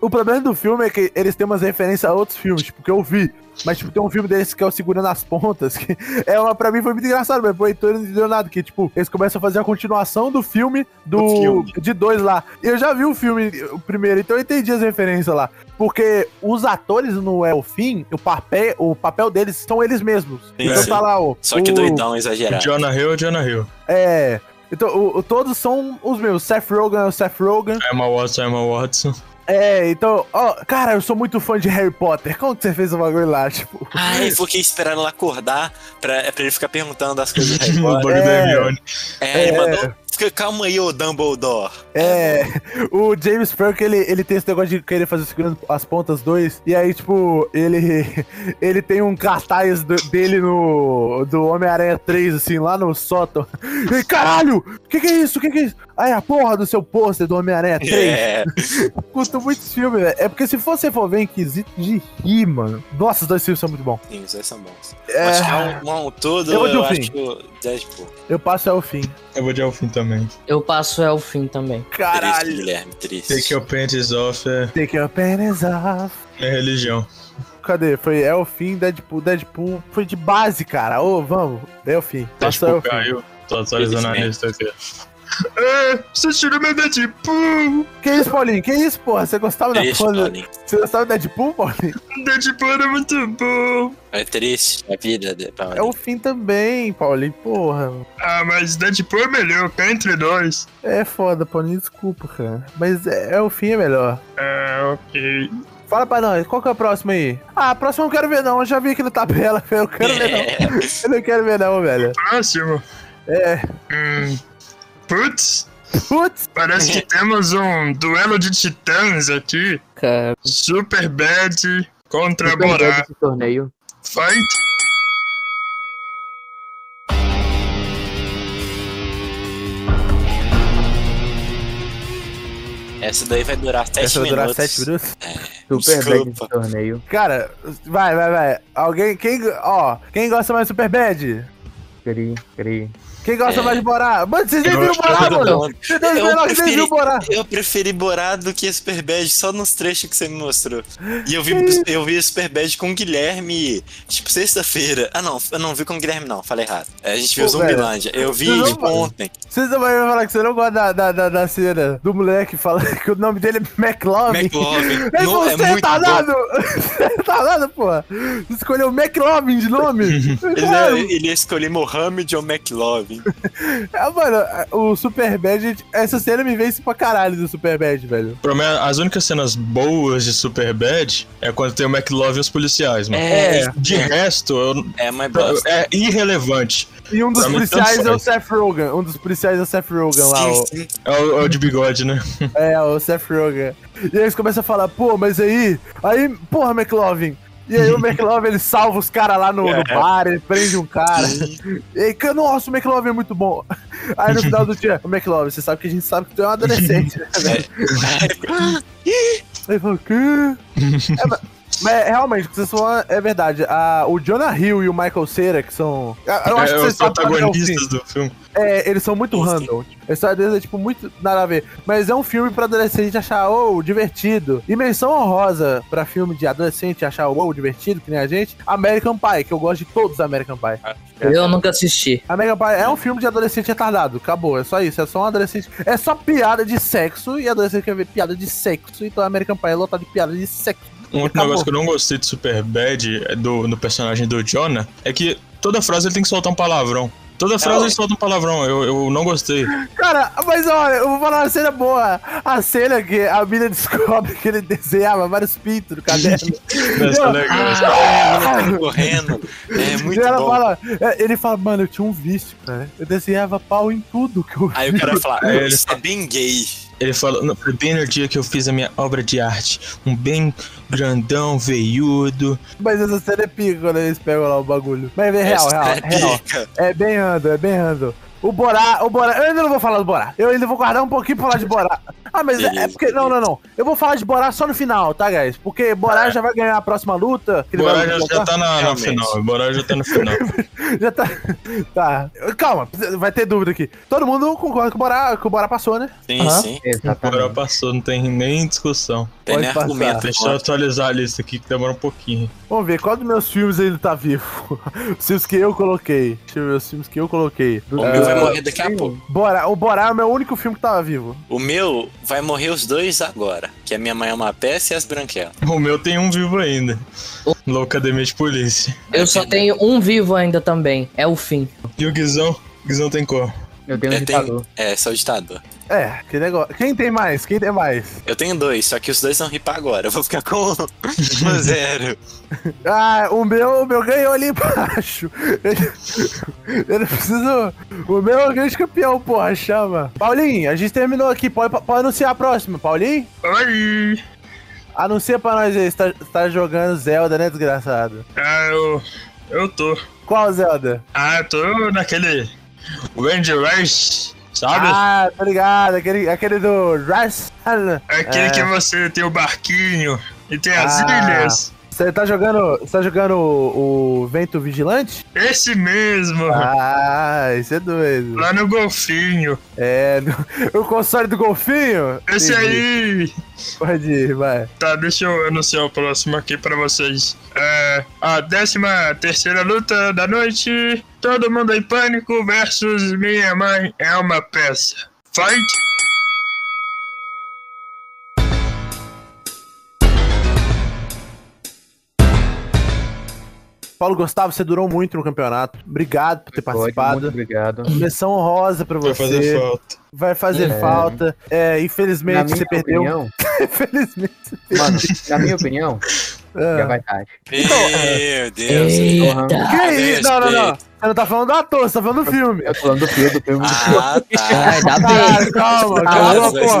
O problema do filme é que eles têm umas referências a outros filmes, tipo, que eu vi. Mas, tipo, tem um filme deles que é o Segurando as Pontas, que é uma, pra mim foi muito engraçado, mas pro Heitor não entendeu nada, que, tipo, eles começam a fazer a continuação do filme do...
Do filme.
de dois lá. E eu já vi o filme o primeiro, então eu entendi as referências lá. Porque os atores no É o Fim, o papel, o papel deles são eles mesmos. então
sim.
tá lá o...
Só que
o-
doidão,
O
exagerado.
Jonah Hill é o Jonah Hill.
É... Então, o- o- todos são os meus. Seth Rogen é o Seth Rogen.
Emma Watson, Emma Watson.
É, então, ó, cara, eu sou muito fã de Harry Potter. Como que você fez o bagulho lá, tipo?
Ah, eu fiquei esperando ela acordar pra, é pra ele ficar perguntando as coisas. aí.
o bug da Hermione.
é,
É.
ele mandou. Fica, calma aí, ô Dumbledore.
É, o James Franco, ele, ele tem esse negócio de querer fazer segurando as pontas dois, e aí, tipo, ele ele tem um cartaz do- dele no do Homem-Aranha 3, assim, lá no sótão. E, caralho, o que que é isso, o que que é isso? Aí, a porra do seu pôster do Homem-Aranha 3.
É.
Custa muitos filmes, velho. É porque se você for ver em quesito de rir, mano, nossa, os dois filmes são muito bons.
Sim, os dois são bons.
É,
Acho que é um, um todo,
Eu vou de
eu
um
acho
fim.
que o Deadpool.
eu passo ao fim.
Eu vou de Elfim também.
Eu passo é o fim também.
Triste,
Caralho.
Guilherme, triste.
Take your panties off é
Take your panties off.
minha religião.
Cadê? Foi Elfin, Deadpool. Deadpool foi de base, cara. Ô, vamos. é Elfin.
Tá
Passou Elfin.
tipo, caiu. Tô atualizando a
Felizmente.
lista aqui. É, você tirou meu Deadpool!
Que isso, Paulinho? Que isso, porra? Você gostava da
Triste,
coisa?
Paulinho.
Você gostava do Deadpool, Paulinho?
Deadpool era muito bom!
É triste a vida de Paulinho.
É o fim também, Paulinho. Porra.
Ah, mas Deadpool é melhor, cá entre nós.
É foda, Paulinho. Desculpa, cara. Mas é, é o fim, é melhor.
É, ok.
Fala pra nós, qual que é o próximo aí? Ah, próximo eu não quero ver não, eu já vi aqui na tabela, eu não quero ver não.
É.
Eu não quero ver não, velho.
Próximo.
É,
Hum. Putz,
putz,
parece que temos um duelo de titãs aqui.
Cara,
Super Bad contra
Super
Borá.
Bad esse torneio.
Fight!
Essa daí vai durar 7
essa vai
minutos.
durar 7 minutos?
Super Bad
Desculpa.
esse torneio.
Cara, vai, vai, vai. Alguém, quem, ó, quem gosta mais do Superbad?
Cri, cri.
Quem gosta
É.
mais de Borá? Mano, vocês nem
Eu
viram
acho
Borá,
que eu
mano!
não.
Vocês nem
Eu
viram, vocês nem
preferi-
viram Borá!
Eu preferi Borá do que Superbad só nos trechos que você me mostrou. E eu vi, eu vi Superbad com o Guilherme, tipo, sexta-feira. Ah, não, eu não vi com o Guilherme, não, falei errado. É, A gente viu
Pô,
Zumbilândia. Eu vi
Não,
tipo,
mano.
ontem.
Vocês não vão me falar que você não gosta da, da, da, da cena do moleque falando que o nome dele é McLovin.
McLovin.
Ei,
Não, é
você
muito
tá
bom.
dado! Você tá dado, porra! Você escolheu McLovin de nome? é,
Ele, é-
Mano,
ele ia escolher Mohamed ou McLovin.
ah, mano, o Superbad, essa cena me vence pra caralho do Superbad, velho.
Pra mim, as únicas cenas boas de Superbad é quando tem o McLove e os policiais, mano.
É.
De resto, eu-
É mais bosta.
é irrelevante.
E um dos
Pra mim, tanto
policiais é o
faz.
Seth Rogen. Um dos policiais é o Seth Rogen lá, o-
Sim, sim.
É o, é o de bigode, né?
É, o Seth Rogen. E aí eles começam a falar, pô, mas aí. Aí, porra, McLovin. E aí o McLovin ele salva os caras lá no, no bar, ele prende um cara. E aí, cara, nossa, o McLovin é muito bom. Aí no final do dia, o McLovin, você sabe que a gente sabe que tu é um adolescente, né, velho? Aí fala, quê? É, mas- mas realmente, o que vocês falam é verdade. A- o Jonah Hill e o Michael Cera, que são. Eu acho
é,
que vocês
os
sabem qual é o fim.
protagonistas do filme.
É, eles são muito
Sim.
random. A história deles é, tipo, muito nada a ver. Mas é um filme pra adolescente achar, oh, divertido. E menção honrosa pra filme de adolescente achar, oh, divertido, que nem a gente. American Pie, que eu gosto de todos American Pie.
eu nunca assisti.
American Pie é um filme de adolescente retardado. Acabou, é só isso. É só um adolescente... É só piada de sexo, e adolescente quer ver piada de sexo. Então American Pie é lotado de piada de sexo.
Um outro
Acabou.
negócio que eu não gostei de Superbad, é do, do personagem do Jonah, é que toda frase ele tem que soltar um palavrão.
É
Toda frase
ué.
ele solta um palavrão, eu, eu não gostei.
Cara, mas olha, eu vou falar uma cena boa. A cena que a mina descobre que ele desenhava vários pintos no caderno.
Essa é legal.
Ah, ele tá correndo. É muito
E ela
bom.
fala- é, ele fala, mano, eu tinha um vício, cara. Eu desenhava pau em tudo que eu.
Aí o cara fala,
Aí ele
você é bem gay.
Ele fala, "Não, foi bem no dia que eu fiz a minha obra de arte. Um bem grandão, veiudo.
Mas essa cena é pica quando eles pegam lá o bagulho. Mas é real,
Essa
real,
é
real.
pica.
É bem ando, é bem ando. O Borá, o Borá, eu ainda não vou falar do Borá. Eu ainda vou guardar um pouquinho pra falar de Borá. Ah, mas é, é porque. Não, não, não. Eu vou falar de Borá só no final, tá, guys? Porque Borá
É.
já vai ganhar a próxima luta. que ele
Borá
vai
já, já
lutar.
tá na, na
Realmente.
final. Borá já tá no final.
Já tá. Tá. Calma, vai ter dúvida aqui. Todo mundo concorda que o Borá, que o Borá passou, né?
Sim,
Aham.
sim.
Borá
Exatamente.
passou, não tem nem discussão.
Tem né? nem
Pode passar.
argumento.
Deixa eu atualizar a lista aqui que demora um pouquinho.
Vamos ver, qual dos meus filmes ele tá vivo? Os filmes que eu coloquei. Deixa eu ver os filmes que eu coloquei.
O meu vai morrer daqui a pouco.
Borá, o Borá é o meu único filme que tava vivo.
O meu vai morrer os dois agora. Que a minha mãe é uma peça e as branquelas.
O meu tem um vivo ainda. Loucademia de polícia.
Eu só tenho um vivo ainda também. É o fim.
E o Guizão? Guizão tem cor.
Eu tenho um
Eu tenho-
ditador.
É, só o ditador.
É, que negócio. Quem tem mais? Quem tem mais?
Eu tenho dois, só que os dois vão ripar agora. Eu vou ficar com com zero.
Ah, o meu, o meu ganhou ali embaixo. Ele, ele precisa. O meu é o grande campeão, porra, chama. Paulinho, a gente terminou aqui. Pode, pode anunciar a próxima, Paulinho?
Ai!
Anuncia pra nós aí. Você tá, você tá jogando Zelda, né, desgraçado?
Ah, eu. Eu tô.
Qual Zelda?
Ah, eu tô naquele. Wendy Rice, sabe?
Ah, tá ligado. Aquele, aquele do Rascal.
Aquele
é.
que você tem o barquinho e tem as
Ah.
ilhas.
Você tá jogando. Você tá jogando o, o Vento Vigilante?
Esse mesmo.
Uhum.
Ah, isso é doido.
Lá no golfinho.
É, no- o console do golfinho?
Esse
Entendi.
aí.
Pode ir, vai.
Tá, deixa eu anunciar o próximo aqui pra vocês. É a décima terceira luta da noite. Todo mundo em pânico versus minha mãe é uma peça. Fight!
Paulo Gustavo, você durou muito no campeonato. Obrigado por ter
Muito
participado.
obrigado.
Menção honrosa pra você.
falta.
Vai fazer
É.
falta. É,
Na
infelizmente
minha
você perdeu.
opinião,
infelizmente. Ah.
mano, na minha opinião, já vai tarde.
Então, é.
Meu
É,
Deus.
Eita. tá
Que isso? Não, não, não.
respeito.
Você não tá falando do ator, você tá falando do filme.
Eu tô falando do filme, do filme.
Ah, tá.
Ai, dá bem.
Caralho, calma, calma,
Nossa,
Nossa,
porra.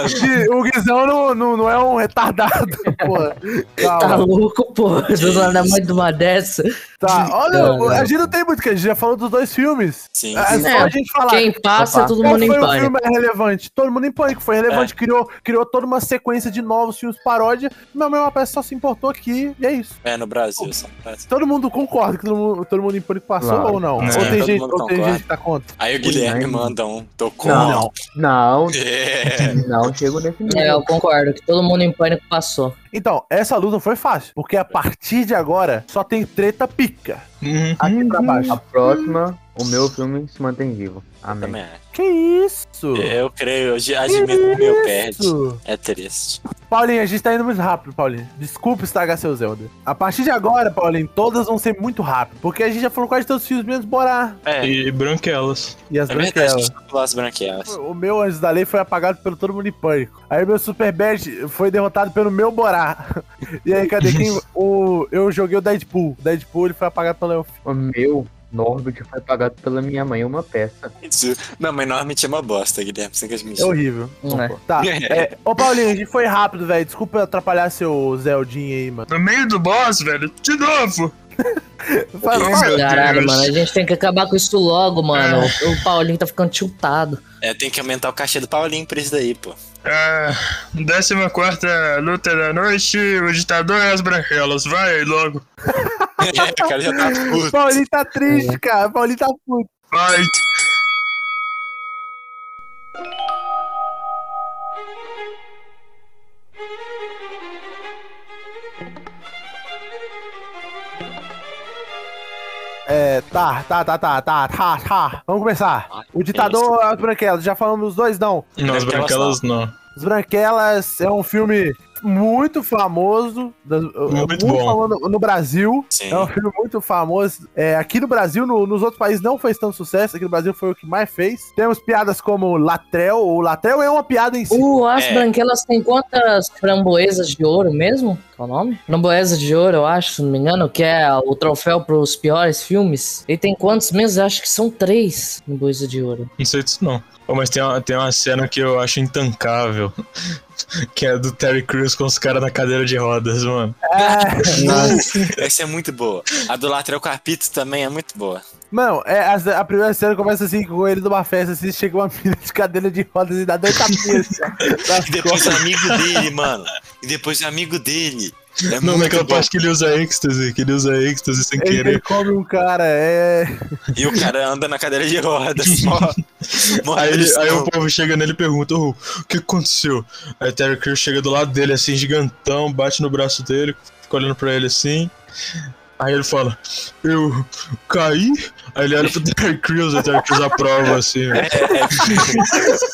pô.
explicado.
O Guizão não, não, não é um retardado, porra.
Tá
Calma.
louco, pô. Do nada mais de uma dessa.
Tá, olha, a
Caralho.
gente não tem muito que a gente já falou dos dois filmes.
Sim,
É
sim.
só a gente falar.
né? Quem passa,
Opa.
todo
Qual
mundo
foi
em
o
pânico.
filme relevante? Todo mundo em pânico foi
É.
relevante, criou, criou toda uma sequência de novos filmes paródia. Meu mesma peça só se importou aqui e é isso.
É no Brasil, só no Brasil.
Todo mundo concorda que todo mundo, todo mundo em pânico passou
Claro.
ou não?
É.
Ou tem,
Todo
gente,
mundo
ou tem
concorda.
gente que tá contra?
Aí o Guilherme
né?
Não.
manda um. Tô com.
Não,
Não,
É.
não chego nesse nível.
É, eu concordo que todo mundo em pânico passou.
Então, essa luta foi fácil, porque a partir de agora só tem treta pica
Uhum.
aqui pra
A
baixo.
próxima, o meu filme se mantém vivo. Amém.
Também é.
Que isso?
Eu creio, eu ad- admito que o É, meu perde.
Isso.
É triste.
Paulinho, a gente tá indo muito rápido, Paulinho. Desculpa estragar seu Zelda. A partir de agora, Paulinho, todas vão ser muito rápido. Porque a gente já falou quase todos os filmes, menos Borá
É, é
E branquelas.
e as
verdade, a
branquelas.
gente não falou as branquelas.
O meu Anjos da Lei foi apagado pelo todo mundo em pânico. Aí meu Super Bad foi derrotado pelo meu Borá. E aí, cadê quem? O, eu joguei o Deadpool. O Deadpool ele foi apagado pelo Elf.
O meu, Norbit, foi pagado pela minha mãe uma peça.
Isso. Não, mas normalmente é uma bosta, Guilherme. Você que admitir.
É horrível.
Não é.
Tá. É, ô Paulinho, a gente foi rápido, velho. Desculpa atrapalhar seu Zeldinho aí, mano.
No meio do boss, velho. De novo.
Faz-
Isso. Meu
Caralho,
Deus.
mano, a gente tem que acabar com isso logo, mano.
É.
O Paulinho tá ficando tiltado.
É, tem que aumentar o cachê do Paulinho pra isso daí, pô.
A É, décima quarta luta da noite. O ditador e as branquelas. Vai logo.
É, o cara já tá puto.
Paulinho tá triste, cara. Paulinho tá puto.
Fight!
É, tá, tá, tá, tá, tá, tá, tá. Vamos começar. O ditador é o branquelas. Já falamos os dois, não.
Não, as branquelas não.
As Branquelas é um filme muito famoso, das- muito
bom.
famoso no, no Brasil.
Sim.
É um filme muito famoso. É, aqui no Brasil, no- nos outros países não fez tanto sucesso. Aqui no Brasil foi o que mais fez. Temos piadas como Latrel. O Latrel é uma piada em si.
O As
É.
Branquelas tem quantas framboesas de ouro mesmo? Qual o nome? Framboesa de ouro, eu acho, se não me engano, que é o troféu pros piores filmes. E tem quantos mesmo? Eu acho que são três framboesas de ouro.
Não sei disso não. Ô, mas tem uma, tem uma cena que eu acho intancável. Que é do Terry Crews com os caras na cadeira de rodas, mano.
Ah, Essa é muito boa. A do Lateral Carpito também é muito boa.
Mano, é, a, a primeira cena começa assim com ele numa festa, assim, chega uma mina de cadeira de rodas e dá dois tapinhas.
Tá
E depois o amigo dele, mano. E depois o amigo dele. É
Não,
muito
naquela
bom.
parte que ele usa êxtase, que ele usa êxtase sem
Ele, ele
querer.
come um cara, é.
E o cara anda na cadeira de rodas, só.
Aí,
Morre
aí o povo chega nele e pergunta, "Ô, o que aconteceu? Aí o Terry Crews chega do lado dele, assim, gigantão, bate no braço dele, fica olhando pra ele assim. Aí ele fala, eu caí? Aí ele olha pro Terry Crews, o Terry Crews aprova, assim. velho.
é, tipo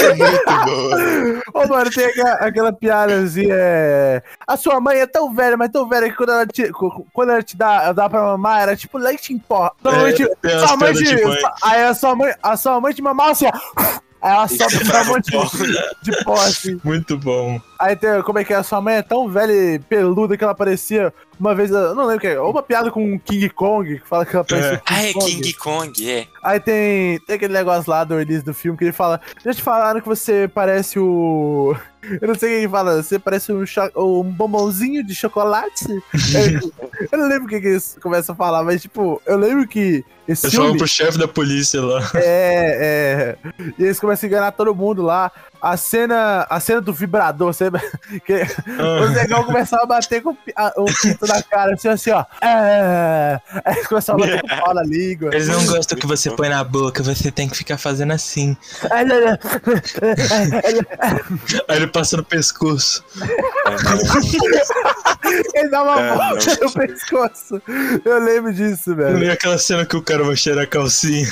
É muito boa.
Ô, mano, tem aquela, aquela piada assim, é. A sua mãe é tão velha, mas tão velha que quando ela te, co- quando ela te dá, dá pra mamar, era tipo leite em pó. Sua
É,
mãe te-
tem umas
sua mãe
piadas
te-
de mãe.
Aí a sua mãe, a sua mãe te mamava assim, ó. Aí ela sobe pra um monte
pó.
de, de pó, assim.
Muito bom.
Aí tem, como é que é? A sua mãe é tão velha e peluda que ela parecia uma vez, eu não lembro o que é, uma piada com o King Kong, que fala que ela um parece.
É.
o
Ah, é King Kong, é.
Aí tem, tem aquele negócio lá do início do filme que ele fala: Já te falaram que você parece o. Eu não sei o que ele fala, você parece um, cho- um bombonzinho de chocolate? eu, eu não lembro o que, que eles começam a falar, mas tipo, eu lembro que esse
Eu
filme
falo pro chefe da polícia lá.
é, é. E eles começam a enganar todo mundo lá. A cena, a cena do vibrador, você, que
Ah.
o negão começava a bater com o pi- a- o pinto na cara, assim, assim, ó. É, aí eles começavam a bater com o pau na língua.
Eles não gostam que você põe na boca, você tem que ficar fazendo assim.
É,
Aí ele passa no pescoço.
Ele dá uma
É,
volta no pescoço. Eu lembro disso, velho.
E é aquela cena que o cara vai cheirar a calcinha.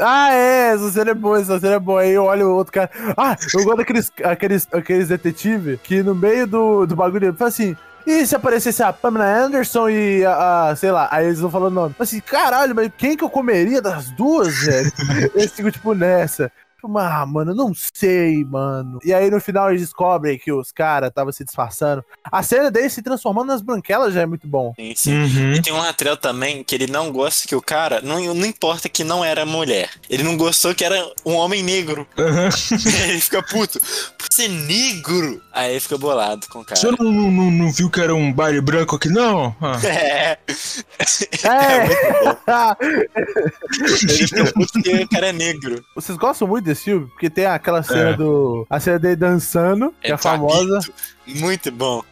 Ah, é, essa cena é boa, essa cena é boa. Aí eu olho o outro cara. Ah, eu gosto daqueles aqueles, aqueles detetive que no meio do, do bagulho ele fala assim. E se aparecesse a Pamela Anderson e a, a- sei lá, aí eles vão falando o nome. Fala Assim, caralho, mas quem que eu comeria das duas, velho? Eles ficam, tipo, nessa. Tipo, Ah, mano, eu não sei, mano. E aí no final eles descobrem que os caras estavam se disfarçando. A cena deles se transformando nas branquelas já é muito bom.
Sim, sim. E tem um lateral também que ele não gosta que o cara, não, não importa que não era mulher, ele não gostou que era um homem negro.
Uhum.
ele fica puto. Por ser negro? Aí ele fica bolado com o
O
cara.
senhor não, não- não- não viu que era um baile branco aqui, não? Ah.
É,
É!
ele fica puto porque o cara é negro.
Vocês gostam muito desse filme? Porque tem aquela cena
É.
do. A cena dele dançando, que é,
É
famosa.
Muito bom.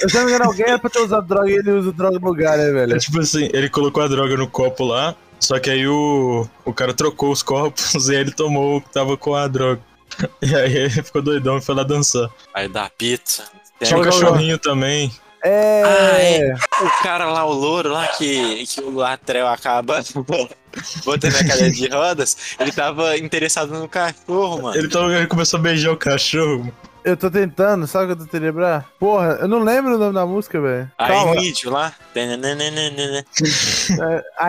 Eu se não me engano, alguém era pra ter usado droga e ele usa droga no lugar, né, velho?
É tipo assim, ele colocou a droga no copo lá, só que aí o, o cara trocou os copos e aí ele tomou o que tava com a droga. E aí ele ficou doidão e foi lá dançar.
Aí dá pizza.
Tinha um
Joga-
cachorrinho também.
É.
Ah, é. O cara lá, o louro lá, que, que o Latrel acaba botando na cadeira de rodas, ele tava interessado no cachorro, mano.
Ele, tava- ele começou a beijar o cachorro.
Eu tô tentando, sabe o que eu tô tentando lembrar? Porra, eu não lembro o nome da música, velho. Calma.
Aí, vídeo lá. tananana.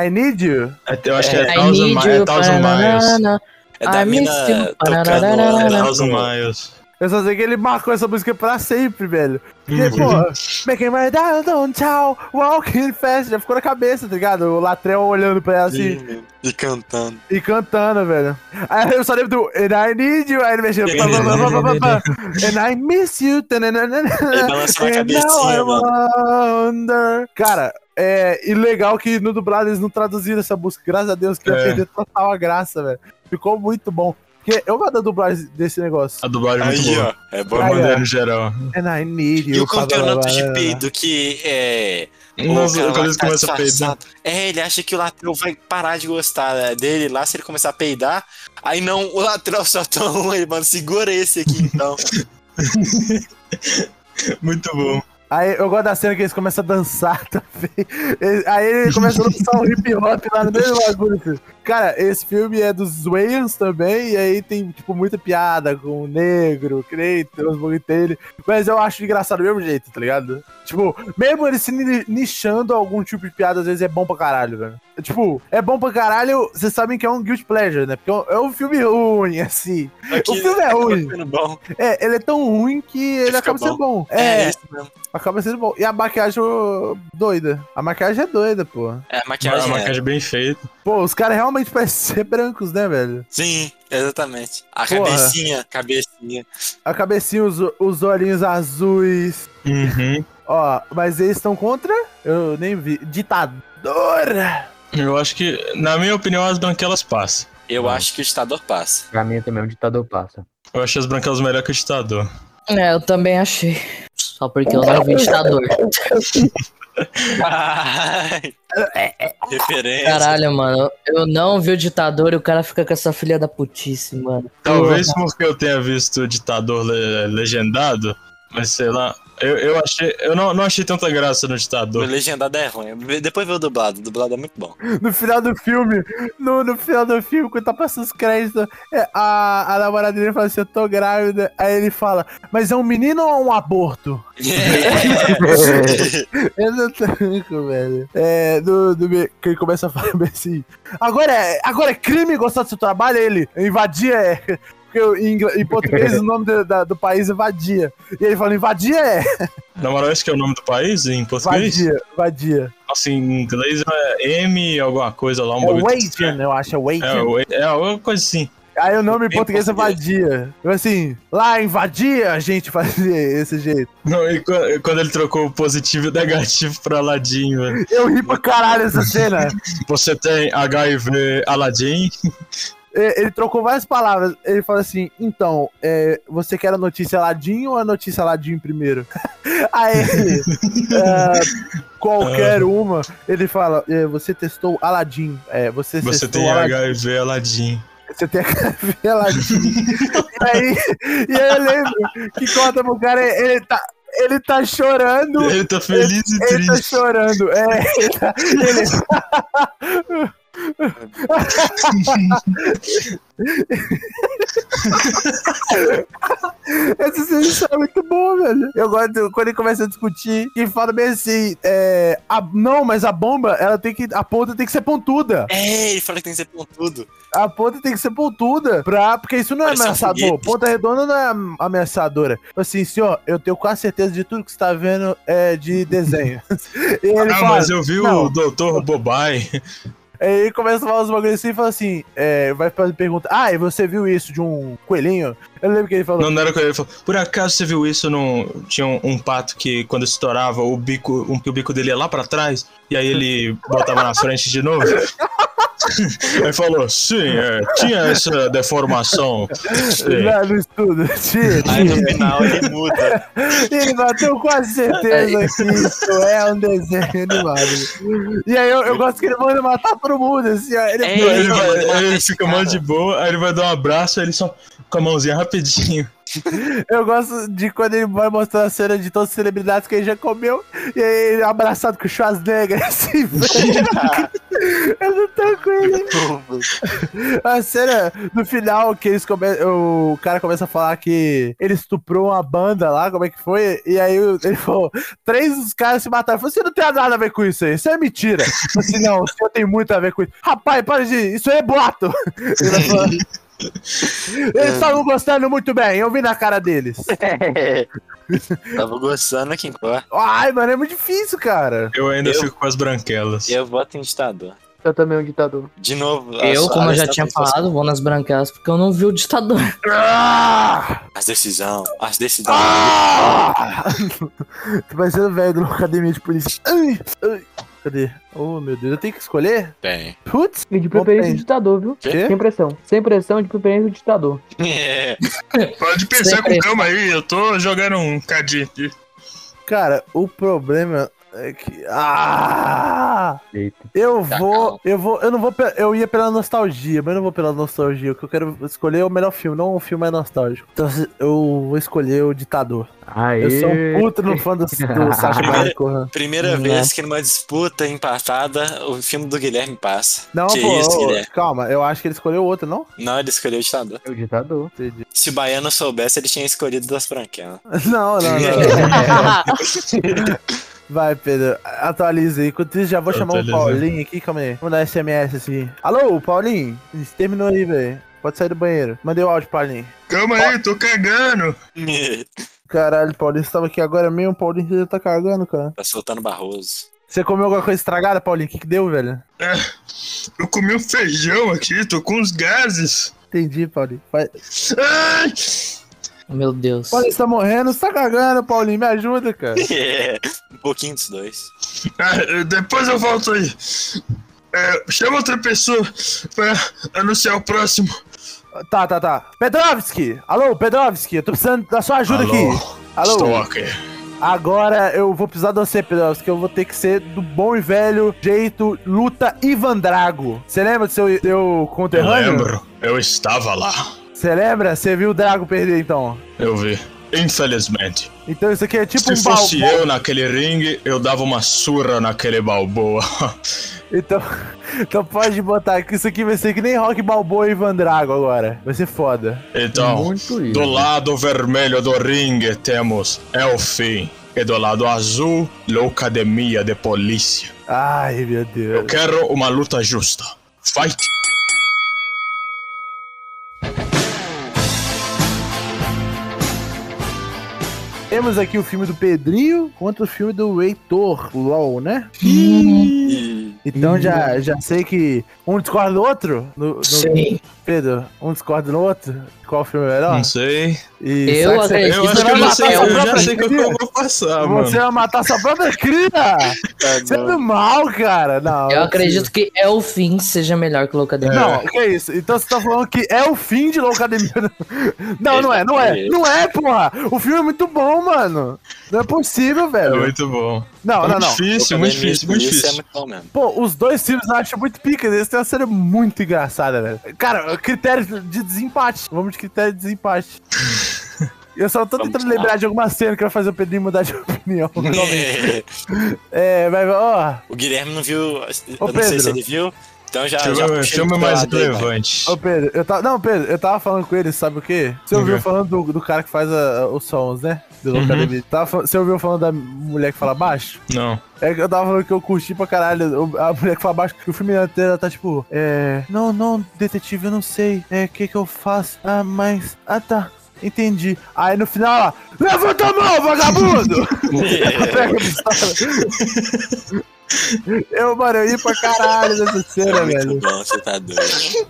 I need you.
É, Eu acho que é
I
Thousand,
need
Mi-
you,
é Thousand Miles.
banana.
É da
I
mina
miss you.
É
tocando.
Thousand Miles.
Eu só sei que ele marcou essa música pra sempre, velho. Porque,
Uhum.
porra, making my down tchau, walking fast, já ficou na cabeça, tá ligado? O Latrell olhando pra ela assim
é
E cantando.
e cantando, velho. Aí eu só lembro do And I need you, aí ele mexendo. pá, pá, pá, pá, pá, pá. And I miss you. tananana.
Ele balançando a
And
cabecinha,
now
mano.
I wonder. Cara, é. E legal que no dublado eles não traduziram essa música. Graças a Deus, que ia
É.
perder total a graça, velho. Ficou muito bom. Porque eu gosto da dublagem desse negócio.
A dublagem é muito
Aí,
boa.
ó. É bom.
Foi
Aí, ó.
maneiro no geral.
And I need you.
E o campeonato
blá,
de
blá, blá, blá.
peido que é. o
Nossa,
cara lá
quando eles
tá
começam a peidar.
disfarçado. É, ele acha que o lateral vai parar de gostar né, dele lá se ele começar a peidar. Aí não, o lateral só toma um, ele, mano, segura esse aqui então.
Muito bom.
Aí eu gosto da cena que eles começam a dançar também. Eles- Aí ele começa a lançar um hip hop lá no meio do bagulho. assim. Cara, esse filme é dos Wayans também, e aí tem, tipo, muita piada com o negro, creio, os bagulho dele. Mas eu acho engraçado do mesmo jeito, tá ligado? Tipo, mesmo ele se ni- nichando a algum tipo de piada, às vezes é bom pra caralho, velho. Tipo, é bom pra caralho, vocês sabem que é um guilt pleasure, né? Porque é um- é um filme ruim, assim.
Aqui,
O filme é
acaba
ruim.
sendo bom.
É, ele é tão ruim que ele
fica
acaba sendo bom.
É, isso mesmo.
Acaba sendo bom. E a maquiagem ô, doida. A maquiagem é doida, pô.
É, a
A
maquiagem. é.
maquiagem bem feita.
Pô, os caras realmente parecem ser brancos, né, velho?
Sim, exatamente. A
Porra.
cabecinha, cabecinha.
A cabecinha, os, os olhinhos azuis.
Uhum.
Ó, mas eles estão contra? Eu nem vi. Ditadora!
Eu acho que, na minha opinião, as branquelas passam.
Eu acho que o ditador passa.
Pra mim também, o é um ditador passa.
Eu acho as branquelas melhor que o ditador.
É, eu também achei. Só porque eu não vi ditador.
Ai, Referência.
É, Caralho, mano. Eu não vi o ditador e o cara fica com essa filha da putice, mano.
Talvez porque eu tenha visto o ditador le- legendado, mas sei lá. Eu, eu achei. Eu não, não achei tanta graça no
O
ditador.
legendado é ruim. Depois vê o dublado. O dublado é muito bom.
No final do filme, no, no final do filme, quando tá passando os créditos, é, a, a namorada dele fala assim: Eu tô grávida. Aí ele fala: Mas é um menino ou é um aborto? Eu não tanco, velho. É, do, do, me- que ele começa a falar bem assim: Agora é, agora é crime gostar do seu trabalho? Aí Ele invadia é. Porque eu- em, ingla- em português o nome do, da- do país é vadia. E ele fala: Invadia é.
Na moral, esse que é o nome do país em português?
Vadia, vadia.
Nossa, em inglês é M alguma coisa lá, um
É
bagulho assim.
Waiting, eu acho, é
É,
Waiting.
Wait- é alguma coisa assim.
Aí o nome em
Bem
português é vadia. Eu assim, lá invadia a gente fazia esse jeito.
Não, e qu- e quando ele trocou o positivo e o negativo pra Aladim, velho.
Eu ri pra caralho essa cena.
Você tem HIV Aladim?
É, Ele trocou várias palavras. Ele fala assim: então, é, você quer a notícia ladinho ou a notícia ladinho primeiro? Aí ele. é,
Ah.
qualquer uma. Ele fala: é, você testou Aladim. É, você,
Você
testou
tem
Aladim.
HIV Aladim.
Você tem HIV Aladim. e, aí, e aí eu lembro que conta pro cara, ele tá, ele tá chorando.
Ele tá feliz e
Ele tá
triste.
chorando. É, ele tá- ele- Essa sensação é muito boa, velho. Eu gosto quando ele começa a discutir e fala bem assim: é, a- não, mas a bomba, ela tem que. A ponta tem que ser pontuda.
É, ele fala que tem que ser pontudo.
A ponta tem que ser pontuda. Pra, porque isso não é
Parece um
ameaçador.
foguete.
Ponta redonda não é am- ameaçadora. Tipo Assim, senhor, eu tenho quase certeza de tudo que você tá vendo é de desenho. E ele
Ah,
fala,
mas eu vi o
Não.
Doutor Bobai.
Aí ele começa a falar uns bagulho assim e fala assim: é, vai fazer pergunta, ah, e você viu isso de um coelhinho? Eu lembro que ele falou.
Não, não era com ele. Ele falou, por acaso você viu isso? Num... Tinha um, um pato que quando estourava o bico, um, que o bico dele ia lá pra trás, e aí ele botava na frente de novo. Ele falou, sim, é, tinha essa deformação. Sim.
Lá no estudo. Tia,
Aí no
tia.
final ele muda.
Ele bateu quase certeza que isso é um desenho animado. E aí eu, eu gosto que ele manda matar todo mundo, assim, ó. Ele,
É,
Aí Ele,
Ele
vai-
mandou
aí ele
matar esse
fica
cara.
mó de boa, aí ele vai dar um abraço, aí ele só com a mãozinha rapidinho.
Eu gosto de quando ele vai mostrando a cena de todas as celebridades que ele já comeu, e aí ele abraçado com o Schwarzenegger, assim, velho. Eu não tô com ele. A cena no final que eles come... o cara começa a falar que ele estuprou uma banda lá, como é que foi? E aí o- ele falou: três dos caras se mataram. Eu falei, você não tem nada a ver com isso aí, isso é mentira. Eu falei, não, o senhor tem muito a ver com isso. Rapaz, para de. Isso aí é boato. Ele vai falar. Eles estavam gostando muito bem, eu vi na cara deles.
Tava gostando aqui, pô.
Ai, mano, é muito difícil, cara.
Eu ainda
Eu-
fico com as branquelas.
Eu voto em ditador.
Eu também um ditador.
De novo. a
Eu,
sua-
como
a
eu já
Alessandra
tinha
falou assim,
falado, vou nas branquelas porque eu não vi o ditador.
Ah!
As decisões, as decisões.
Ah! Vai ser o velho da academia de polícia. Ai, ai. Cadê? Oh, meu Deus, eu tenho que escolher?
Bem.
Putz,
E de
preferência,
preferência
Bom,
o ditador, viu?
Quê?
Sem pressão. Sem pressão, de preferência o ditador.
É.
Pode
pensar com
calma aí, eu tô jogando um cadinho aqui.
cara, o problema é que ah,
Eita.
eu
Tá,
vou,
calma.
eu vou, eu não vou, pe- eu ia pela nostalgia, mas eu não vou pela nostalgia. O que eu quero escolher é o melhor filme, não um filme mais nostálgico. Então se- eu vou escolher o Ditador.
Aê.
Eu sou um puto no fã do, do Sacha Baron Cohen.
Primeira
Né?
vez que numa disputa empatada, o filme do Guilherme passa.
Não,
que
pô,
isso,
ô,
Guilherme.
calma, eu acho que ele escolheu outro, não?
Não, ele escolheu o ditador.
O É um ditador.
Entendi.
Se o baiano soubesse, ele tinha escolhido das branquelas.
Não, não, não. Vai, Pedro, atualiza aí. Enquanto isso, já vou chamar o
Atualiza.
Paulinho aqui, calma aí. Vou dar SMS assim. Alô, Paulinho? Terminou aí, velho. Pode sair do banheiro. Mandei o áudio, Paulinho.
Calma aí, tô cagando.
Caralho, Paulinho, você tava aqui agora mesmo, Paulinho, você já tá cagando, cara.
tá soltando Barroso.
Você comeu alguma coisa estragada, Paulinho? O que, que deu, velho?
Eu comi um feijão aqui, tô com uns gases.
Entendi, Paulinho. Vai-
Ai!
Meu Deus.
Paulinho, você tá morrendo, você tá cagando, Paulinho. Me ajuda, cara.
um pouquinho dos dois.
Ah, depois eu volto aí. É, chama outra pessoa pra anunciar o próximo.
Tá, tá, tá. Petrovski! Alô, Petrovski, eu tô precisando da sua ajuda
Alô,
aqui. Alô,
Stalker.
Agora eu vou precisar de você, Pedroski, que eu vou ter que ser do bom e velho jeito luta Ivan Drago. Você lembra do seu, seu
Eu
conterrâneo?
lembro, eu estava lá.
Você lembra? Você viu o Drago perder então?
Eu vi. Infelizmente.
Então isso aqui é tipo
Se
um balbo.
fosse eu naquele ringue, eu dava uma surra naquele balboa.
Então, então pode botar que isso aqui vai ser que nem Rock Balboa e Ivan Drago agora. Vai ser foda.
Então,
Muito isso.
do lado vermelho do ringue temos Elfin. E do lado azul, Loucademia de Polícia.
Ai, meu
Eu
Deus.
quero uma luta justa. Fight!
Temos aqui o filme do Pedrinho contra o filme do Heitor, o LOL, né? Então já, já sei que um discorda do outro. No, no-
Sim.
Pedro, um discorda do outro. Qual filme é melhor?
Não sei.
E
Eu
será que você-
acredito.
Eu acho
vai
que eu já
matar
sei,
sua
eu já
própria
sei que
cria?
eu vou passar,
Você
Ah,
é
mano.
vai matar sua própria cria! Você é do mal, cara! Não,
Eu
não
acredito que é o fim seja melhor que
é
Loucademia.
possível. Não, que é isso. Então você tá falando que é o fim de Low Academia. Não, não é, não é. Não é, porra! O filme é muito bom, mano. Não é possível,
É
velho.
muito bom.
Não, não,
muito
não.
difícil, muito difícil, muito
Isso é
difícil.
muito bom mesmo.
Pô, os dois filmes eu acho muito pica. Eles têm uma série muito engraçada, velho. Cara, critério de desempate. Vamos de critério de desempate. Eu só tô
Vamos
tentando
lá.
lembrar de alguma cena que vai fazer o Pedrinho mudar de opinião. é, mas, ó,
o Guilherme não viu, eu não
Pedro.
sei se ele viu, então já. já
Filme,
puxa
filme
ele
mais
tá
pro lado aí, vai.
relevante.
Ô Pedro, eu tava. Não, Pedro, eu tava falando com ele, sabe o quê? Você ouviu
Uhum.
Ok.
falando do, do cara que faz a- os sons, né? Do
Uhum.
Locademia. Tava fal- Você ouviu falando da mulher que fala baixo?
Não.
É que eu tava falando que eu curti pra caralho o- a mulher que fala baixo, que o filme inteiro ela tá tipo, é. Não, não, detetive, eu não sei. É, o que que eu faço? Ah, mas. Ah, tá. Entendi. Aí no final ela. Levanta a mão, vagabundo!
É,
Pega a pistola. Eu, mano, eu ia pra caralho nessa cena, velho.
É Muito bom, você tá doido.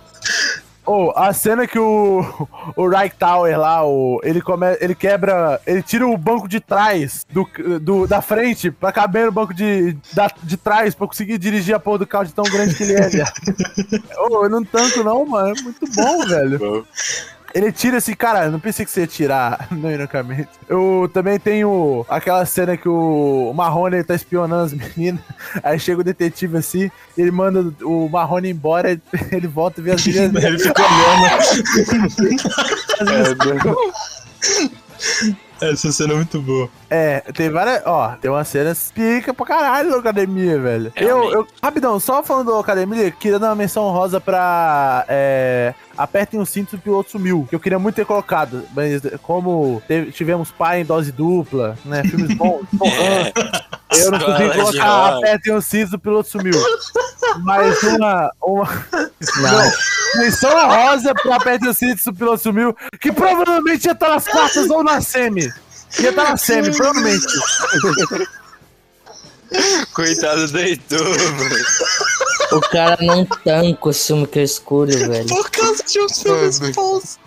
Ou a cena que o, o Reich Tower lá, o, ele, come, ele quebra. Ele tira o banco de trás do, do- da frente pra caber no banco de, da- de trás pra conseguir dirigir a porra do carro de tão grande que ele é, velho. Ô, eu não tanco não, mano. É muito bom, velho.
Bom.
Ele tira assim, cara, eu não pensei que você ia tirar, não, ironicamente. Eu também tenho aquela cena que o Marrone ele tá espionando as meninas, aí chega o detetive assim, ele manda o Marrone embora, ele- ele volta e vê as meninas
Ele fica olhando. Essa cena é muito boa.
É, tem várias. Ó, tem umas cenas pica pra caralho na academia, velho. Eu,
Realmente.
eu. Rapidão, só falando da academia, queria dar uma menção rosa pra. É. Apertem o cinto, o piloto sumiu. Que eu queria muito ter colocado. Mas como teve- tivemos pai em dose dupla, né? Filmes bons, porra,
É.
eu não consegui
Escola de
colocar
rock.
apertem o cinto, um o piloto sumiu. Mas uma. uma... Não. Menção rosa pra apertem o cinto, o piloto sumiu. Que provavelmente ia estar nas quartas ou na semi. Ia estar na semi, provavelmente.
Coitado do Heitor, mano.
O cara não tanca esse filme que eu escolho, velho.
Por causa de um filme falso.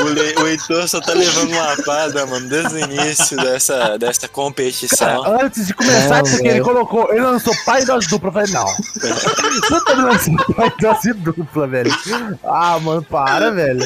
O Le- O Heitor só tá levando uma lapada, mano, desde o início dessa, dessa competição.
Antes de começar,
Não,
isso aqui,
velho.
ele colocou, ele lançou pai e dose dupla. Eu falei, não. Você tá me lançando pai e dose dupla, velho. Ah, mano, para, velho.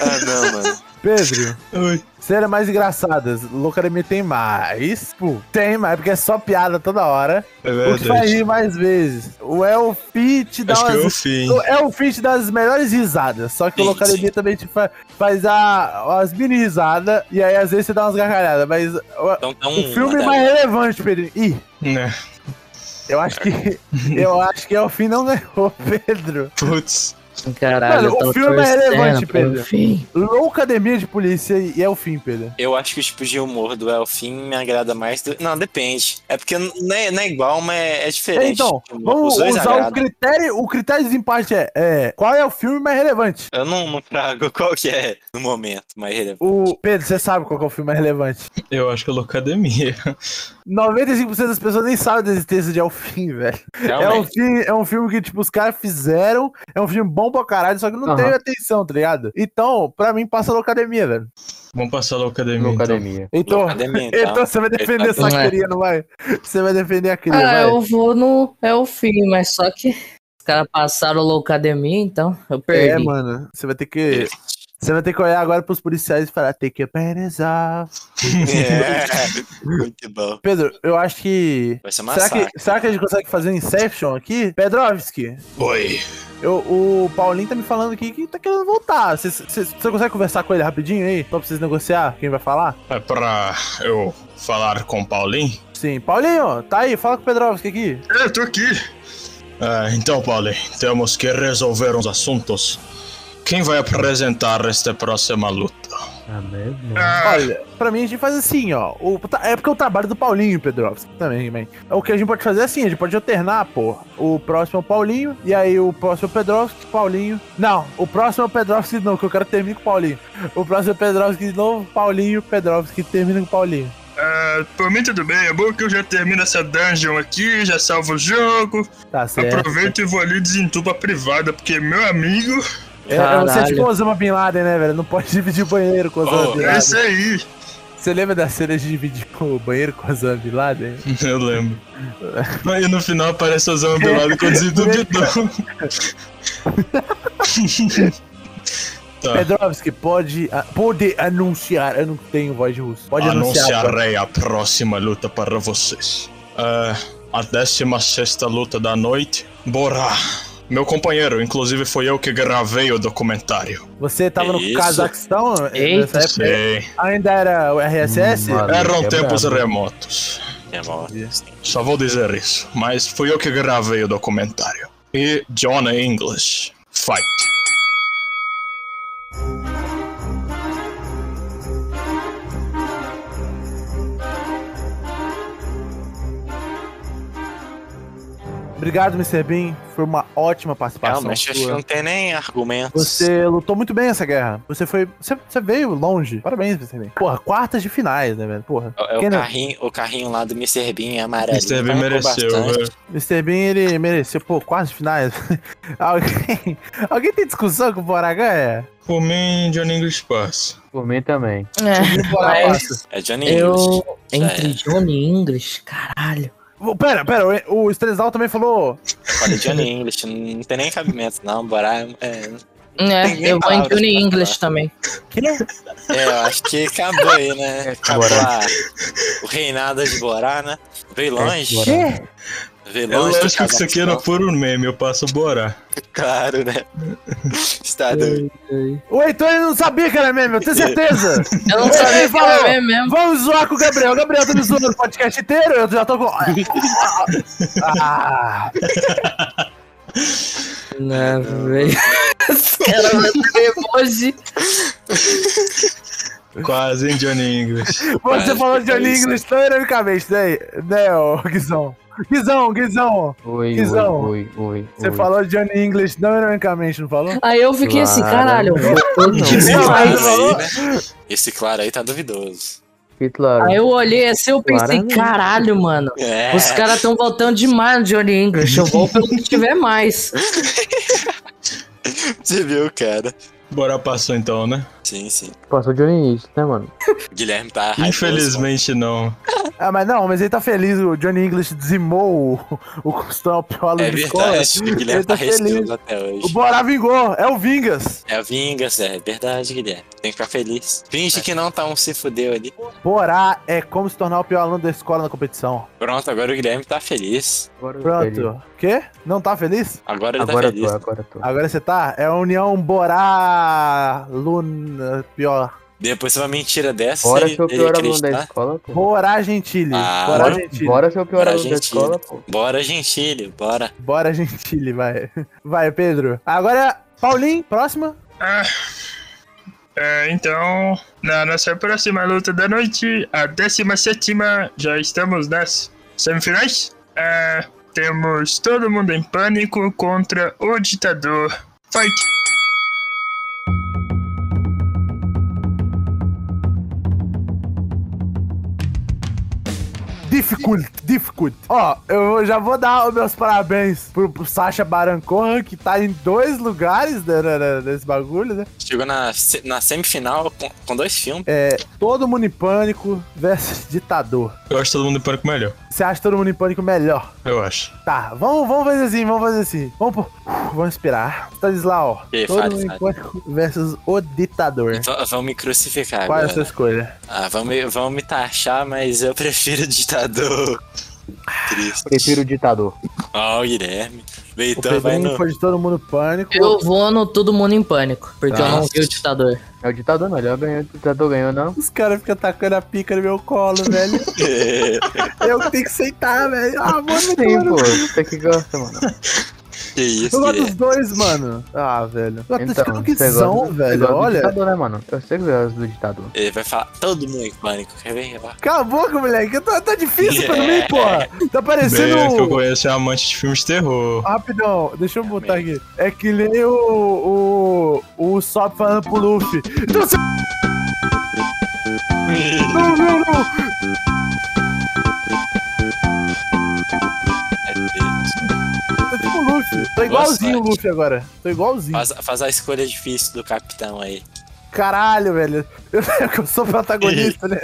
Ah, não, mano.
Pedro,
Oi.
cena mais engraçadas. Loucaremia tem mais. Pô, tem mais, porque é só piada toda hora.
É
O que vai
verdade.
rir mais vezes? O Elfi te dá
Acho que eu
umas.
fim.
É o Fitch das melhores risadas, só que o
Sim,
Loucaremia também te fa- faz a, as mini risadas, e aí às vezes você dá umas gargalhadas, mas o,
Então tá
o
Hum,
um.
filme
tá-
mais relevante, Pedro. Ih,
Né?
Eu acho que. Eu acho que é o fim não ganhou, Pedro.
Putz.
Assim, Caralho,
Mano,
eu
o
tava
filme é
torcendo
relevante,
pra
Pedro.
fim.
Loucademia de polícia e é o fim, Pedro.
Eu acho que o tipo de humor do Elfin me agrada mais. do- Não, depende. É porque não é, não é igual, mas é diferente.
Então,
Tipo,
vamos
os dois
usar o
agradam.
critério. O critério de desempate é, é, qual é o filme mais relevante?
Eu não, não trago qual que é no momento, mas ele é
O Pedro, você sabe qual que é o filme mais relevante.
Eu acho que é Loucademia.
95% das pessoas nem sabem da existência de É o Fim, velho. É um
Realmente.
filme, é um filme que, tipo, os caras fizeram. É um filme bom pra caralho, só que não
Aham.
teve atenção, tá ligado? Então, pra mim, passa a Loucademia, velho.
Vamos passar Loucademia. Então.
Loucademia.
Então,
Loucademia, então.
então você vai defender essa
Não é.
cria, não vai? Você vai defender a cria,
Ah,
vai?
eu vou no. É o fim, mas só que. Os caras passaram o Loucademia, então eu perdi.
É, mano. Você vai ter que. Você vai ter que olhar agora pros policiais e falar, take your pants off. assim.
É, muito bom.
Pedro, eu acho que.
Vai ser
Será
massacre.
que, será que a gente consegue fazer um Inception aqui? Pedrovski,
Oi.
eu, o Paulinho tá me falando aqui que tá querendo voltar. Você- Você você consegue conversar com ele rapidinho aí? Só pra vocês negociar quem vai falar?
É pra eu falar com o Paulinho?
Sim. Paulinho, tá aí, fala com o Pedrovski aqui.
É, tô aqui. então, Paulinho, temos que resolver uns assuntos. Quem vai apresentar esta próxima luta?
É
Ah, mesmo?
Olha, pra mim a gente faz assim, ó. O, tá- é porque o trabalho do Paulinho, Pedrovski, também, man. O que a gente pode fazer é assim, a gente pode alternar, pô. O próximo é o Paulinho, e aí o próximo é o Pedrovski, Paulinho. Não, o próximo é o Pedrovski de novo, que eu quero terminar com o Paulinho. O próximo é o Pedrovski de novo, Paulinho, Pedrovski, termina com o Paulinho.
por mim, tudo bem. É bom que eu já termino essa dungeon aqui, já salvo o jogo.
Tá certo.
Aproveito e vou ali e desentupo a privada, porque meu amigo,
É, é você é
Caralho.
tipo Osama Bin Laden, né, velho? Não pode dividir banheiro com Osama
Oh,
Bin
é
Laden.
isso aí.
Você lembra da cena de dividir o banheiro com Osama Bin Laden?
Eu lembro. Aí no final aparece o Osama Bin Laden com o desentupidor. Ah.
Pedrovski, pode, a- pode anunciar. Eu não tenho voz de russo. Pode anunciar. agora.
Anunciarei a próxima luta para vocês. É, a 16 luta da noite. Bora! Meu companheiro, inclusive foi eu que gravei o documentário.
Você tava no
Isso.
Cazaquistão eh, nessa
Eita.
época?
Sei.
Ainda era o RSS?
Hum, mano.
Eram
é
tempos
brabo.
remotos.
É bom.
Só vou dizer isso. Mas fui eu que gravei o documentário. E John English. Fight.
Obrigado, Mr. Bean. Foi uma ótima participação.
Realmente, acho que é um
sua.
não tem nem argumentos.
Você lutou muito bem essa guerra. Você foi. Você, você veio longe. Parabéns, Mr. Bean. Porra, quartas de finais, né, velho? Porra.
É
Quem
o
não-
carrinho, o carrinho lá do Mr. Bean é amarelo.
Mr. Bean
Marcou
mereceu, né?
bastante.
velho.
Mr. Bean, ele mereceu, pô, quartas de finais. Alguém, alguém tem discussão com o Boragã? É?
Por mim, John English passa.
Por mim também.
É, mas
É Johnny English.
eu.
Já
Entre
é.
Johnny English, caralho.
Pô, Pera, pera, o o Estrezal também falou.
Olha, Johnny English. Não tem nem cabimento, não. Bora. É, Tem nem
É, eu vou em
palavras
Johnny
pra
English também.
é, eu acho que acabou aí, né? Acabou
É, Borá. É,
a, o reinado de Borá, né? Veio longe.
Borá.
Quê?
Veio
É
longe. do
lógico que isso aqui era
Cazaquistão.
puro meme, eu passo bora.
Claro, né? Está doido.
O Heitor ele não sabia que era meme, eu tenho certeza.
Eu não
Ele
sabia que
falou.
era meme mesmo.
Vamos zoar com o Gabriel. O Gabriel tá me zoando o podcast inteiro, eu já tô com. Ah,
Não, velho. Os caras vão ter emoji.
Quase, hein, John English.
você
Quase
falou
que
de
é
Johnny
isso.
English tão ironicamente, né, né ô, Guizão? Guizão, Guizão,
Oi,
Guizão,
oi, oi, oi.
você
oi.
falou de Johnny English não ironicamente, não falou?
Aí eu fiquei assim,
Claro.
caralho, voltou
Esse
Não, mas
claro aí,
eu falou-
né? Esse claro aí tá duvidoso.
Hitler.
Aí eu olhei assim, eu pensei,
Claramente.
caralho, mano.
É.
Os caras estão voltando demais no Johnny English. Eu vou pelo que tiver mais.
Você viu, cara?
Bora passou então, né?
Sim, sim.
Passou de English, né, mano?
Guilherme tá. raivoso,
Infelizmente não.
Ah, mas não, mas ele tá feliz, o Johnny English dizimou o, o Constantino Piolo
mano. É
de escola.
verdade, o Guilherme
Ele tá
tá
feliz.
receoso até
O
hoje.
Borá vingou, é o Vingas.
É o Vingas, é verdade, Guilherme. Tem que ficar feliz.
É.
Finge que não tá um se fudeu ali.
Borá é como se tornar o pior aluno da escola na competição.
Pronto, agora o Guilherme tá feliz.
Agora eu tô feliz.
Pronto. Quê? Não tá feliz?
Agora ele
Agora
tá
eu tô,
feliz.
agora eu tô.
Agora você tá? É a união Borá Luna pior.
Depois de uma mentira dessa,
Bora
Assim, ele
ser o
ele
pior aluno da
acreditar.
escola, pô.
Borá Gentile.
Ah,
Borá
bora-
Gentile. Bora.
Bora ser o pior
Bora,
aluno da
gente.
escola, pô.
Bora, Gentile, bora.
Gentile, vai. Vai, Pedro. Agora, é Paulinho, próxima.
Ah, É, então, na nossa próxima luta da noite, a 17, já estamos nas semifinais. É, temos todo mundo em pânico contra o ditador. Fight!
Difficult, difficult. Ó, eu já vou dar os meus parabéns pro, pro Sacha Baron Cohen, que tá em dois lugares né, né, né, desse bagulho, né?
Chegou na, se- na semifinal com, com dois filmes.
É, todo mundo em pânico versus ditador.
Eu acho todo mundo em pânico melhor.
Você acha todo mundo em pânico melhor?
Eu acho.
Tá, vamos, vamos fazer assim, vamos fazer assim. Vamos, pô- vamos tá inspirar. Stanislau,
E aí,
todo
fale,
mundo em
fale.
pânico versus o ditador.
V- Vão me crucificar
Qual é a
agora.
sua escolha?
Ah, vão me, vão me taxar, mas eu prefiro o ditador. Triste.
Prefiro o ditador.
Ó, o Guilherme.
O
Leitão Então, vai
Pedrinho
no.
foi de todo mundo em pânico.
Eu vou no Todo Mundo em Pânico, porque eu não vi o ditador.
É o ditador não, ele vai ganhar, o ditador ganhou não.
Os caras ficam tacando a pica no meu colo, velho. Eu que tenho que aceitar, velho. Ah, mano,
Sim, pô, você que gosta, mano.
que isso,
Eu gosto dos
Guilherme.
dois, mano. Ah, velho. Eu tô ficando que
Então, você
são,
gosta- você
velho.
gosta do
Olha.
ditador, né, mano? Eu sei que você gosta do ditador.
Ele vai falar todo mundo em pânico. Quer ver? Ó.
Cala a boca, moleque. Tá, tá difícil pra mim, porra. Tá parecendo.
Bem, que eu
um-
conheço é amante de filmes de terror.
Rapidão, deixa eu botar aqui. É que nem o. O, o Sop falando pro Luffy. Então você. Não, não, não.
É triste.
Tá tipo o Luffy. Tô igualzinho o
sorte.
Luffy agora. Tô igualzinho.
Faz, faz a escolha difícil do capitão aí.
Caralho, velho. Eu, eu sou protagonista, né?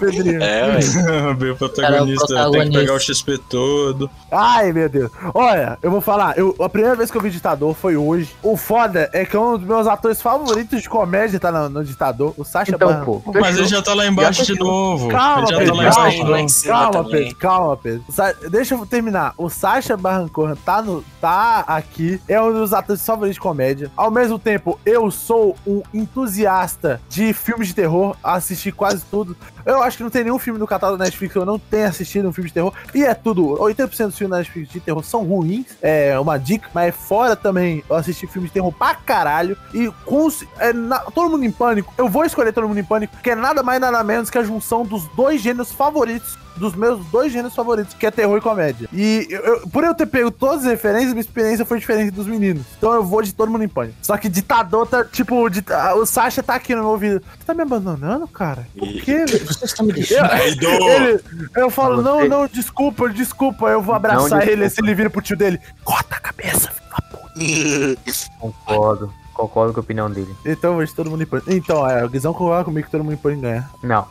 Pedrinho.
É, ué.
Bem, o protagonista,
Cara, o
tem que pegar
protagonista.
o XP todo.
Ai, meu Deus. Olha, eu vou falar, eu, a primeira vez que eu vi Ditador foi hoje. O foda é que um dos meus atores favoritos de comédia tá no, no Ditador, o Sacha
Então,
Baron-
pô,
Mas ele já tá lá embaixo de novo.
Calma,
ele já
Pedro,
tá lá embaixo de
calma.
novo.
em cima
Calma,
também.
Pedro, calma, Pedro. Sa- Deixa eu terminar. O Sacha Baron Cohen tá, no, tá aqui, é um dos atores favoritos de comédia. Ao mesmo tempo, eu sou um entusiasta de filmes de terror, assisti quase tudo. Eu acho que não tem nenhum filme no catálogo da Netflix que eu não tenha assistido um filme de terror. E é tudo. 80% dos filmes da Netflix de terror são ruins. É uma dica. Mas fora também, eu assisti filmes de terror pra caralho. E com. os- é, na- todo mundo em pânico. Eu vou escolher Todo Mundo em Pânico, que é nada mais nada menos que a junção dos dois gêneros favoritos. Dos meus dois gêneros favoritos, que é terror e comédia. E eu- eu- por eu ter pego todas as referências, minha experiência foi diferente dos meninos. Então eu vou de todo mundo em pânico. Só que ditador tá, tipo, o dita- ah, o Sasha tá aqui no meu ouvido. Você tá me abandonando, cara? Por quê? velho?
Vocês estão me
Eu-
deixando.
Aí, do...
ele- eu falo, não,
Você-
não, desculpa, desculpa. Eu vou abraçar
Não,
ele,
desculpa.
assim ele vira pro tio dele. Corta a cabeça, filho da puta.
concordo. Concordo com a opinião dele.
Então eu vou de todo mundo em pânico. Então, é, o Guizão concorda comigo que todo mundo em pânico ganha.
Não,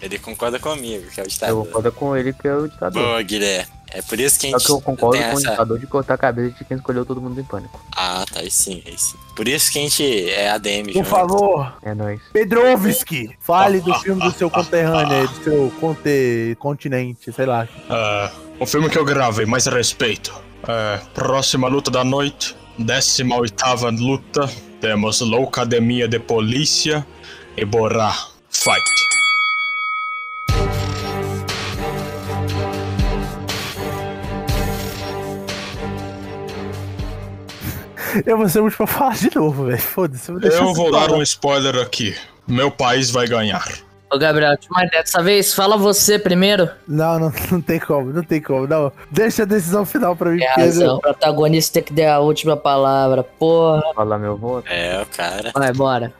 Ele concorda comigo, que é o
eu
ditador.
concordo com ele que é o ditador.
Boa, Guilherme. É por isso que a
Só
gente
que eu concordo
tem
com o
essa...
ditador de cortar a cabeça de quem escolheu todo mundo em pânico.
Ah, tá, aí sim, aí sim. Por isso que a gente é ADM,
Por
junto.
favor,
É nóis.
Pedrovski, fale do filme do seu conterrâneo aí, do seu conte, continente, sei lá.
Ah, um filme que eu gravei, mais respeito. É, próxima luta da noite, 18ª luta. Temos Loucademia de Polícia e Borá Fight.
Eu vou ser o último pra falar de novo, velho. Foda-se. vou deixar
Eu
você
vou
falar.
dar um spoiler aqui. Meu país vai ganhar.
Ô, Gabriel, mas dessa vez, fala você primeiro.
Não, não, não tem como, não tem como. Não, deixa a decisão final pra mim.
Tem
porque-
razão. O protagonista tem que dar a última palavra. Porra.
Falar meu voto?
É, o cara.
Vai, bora.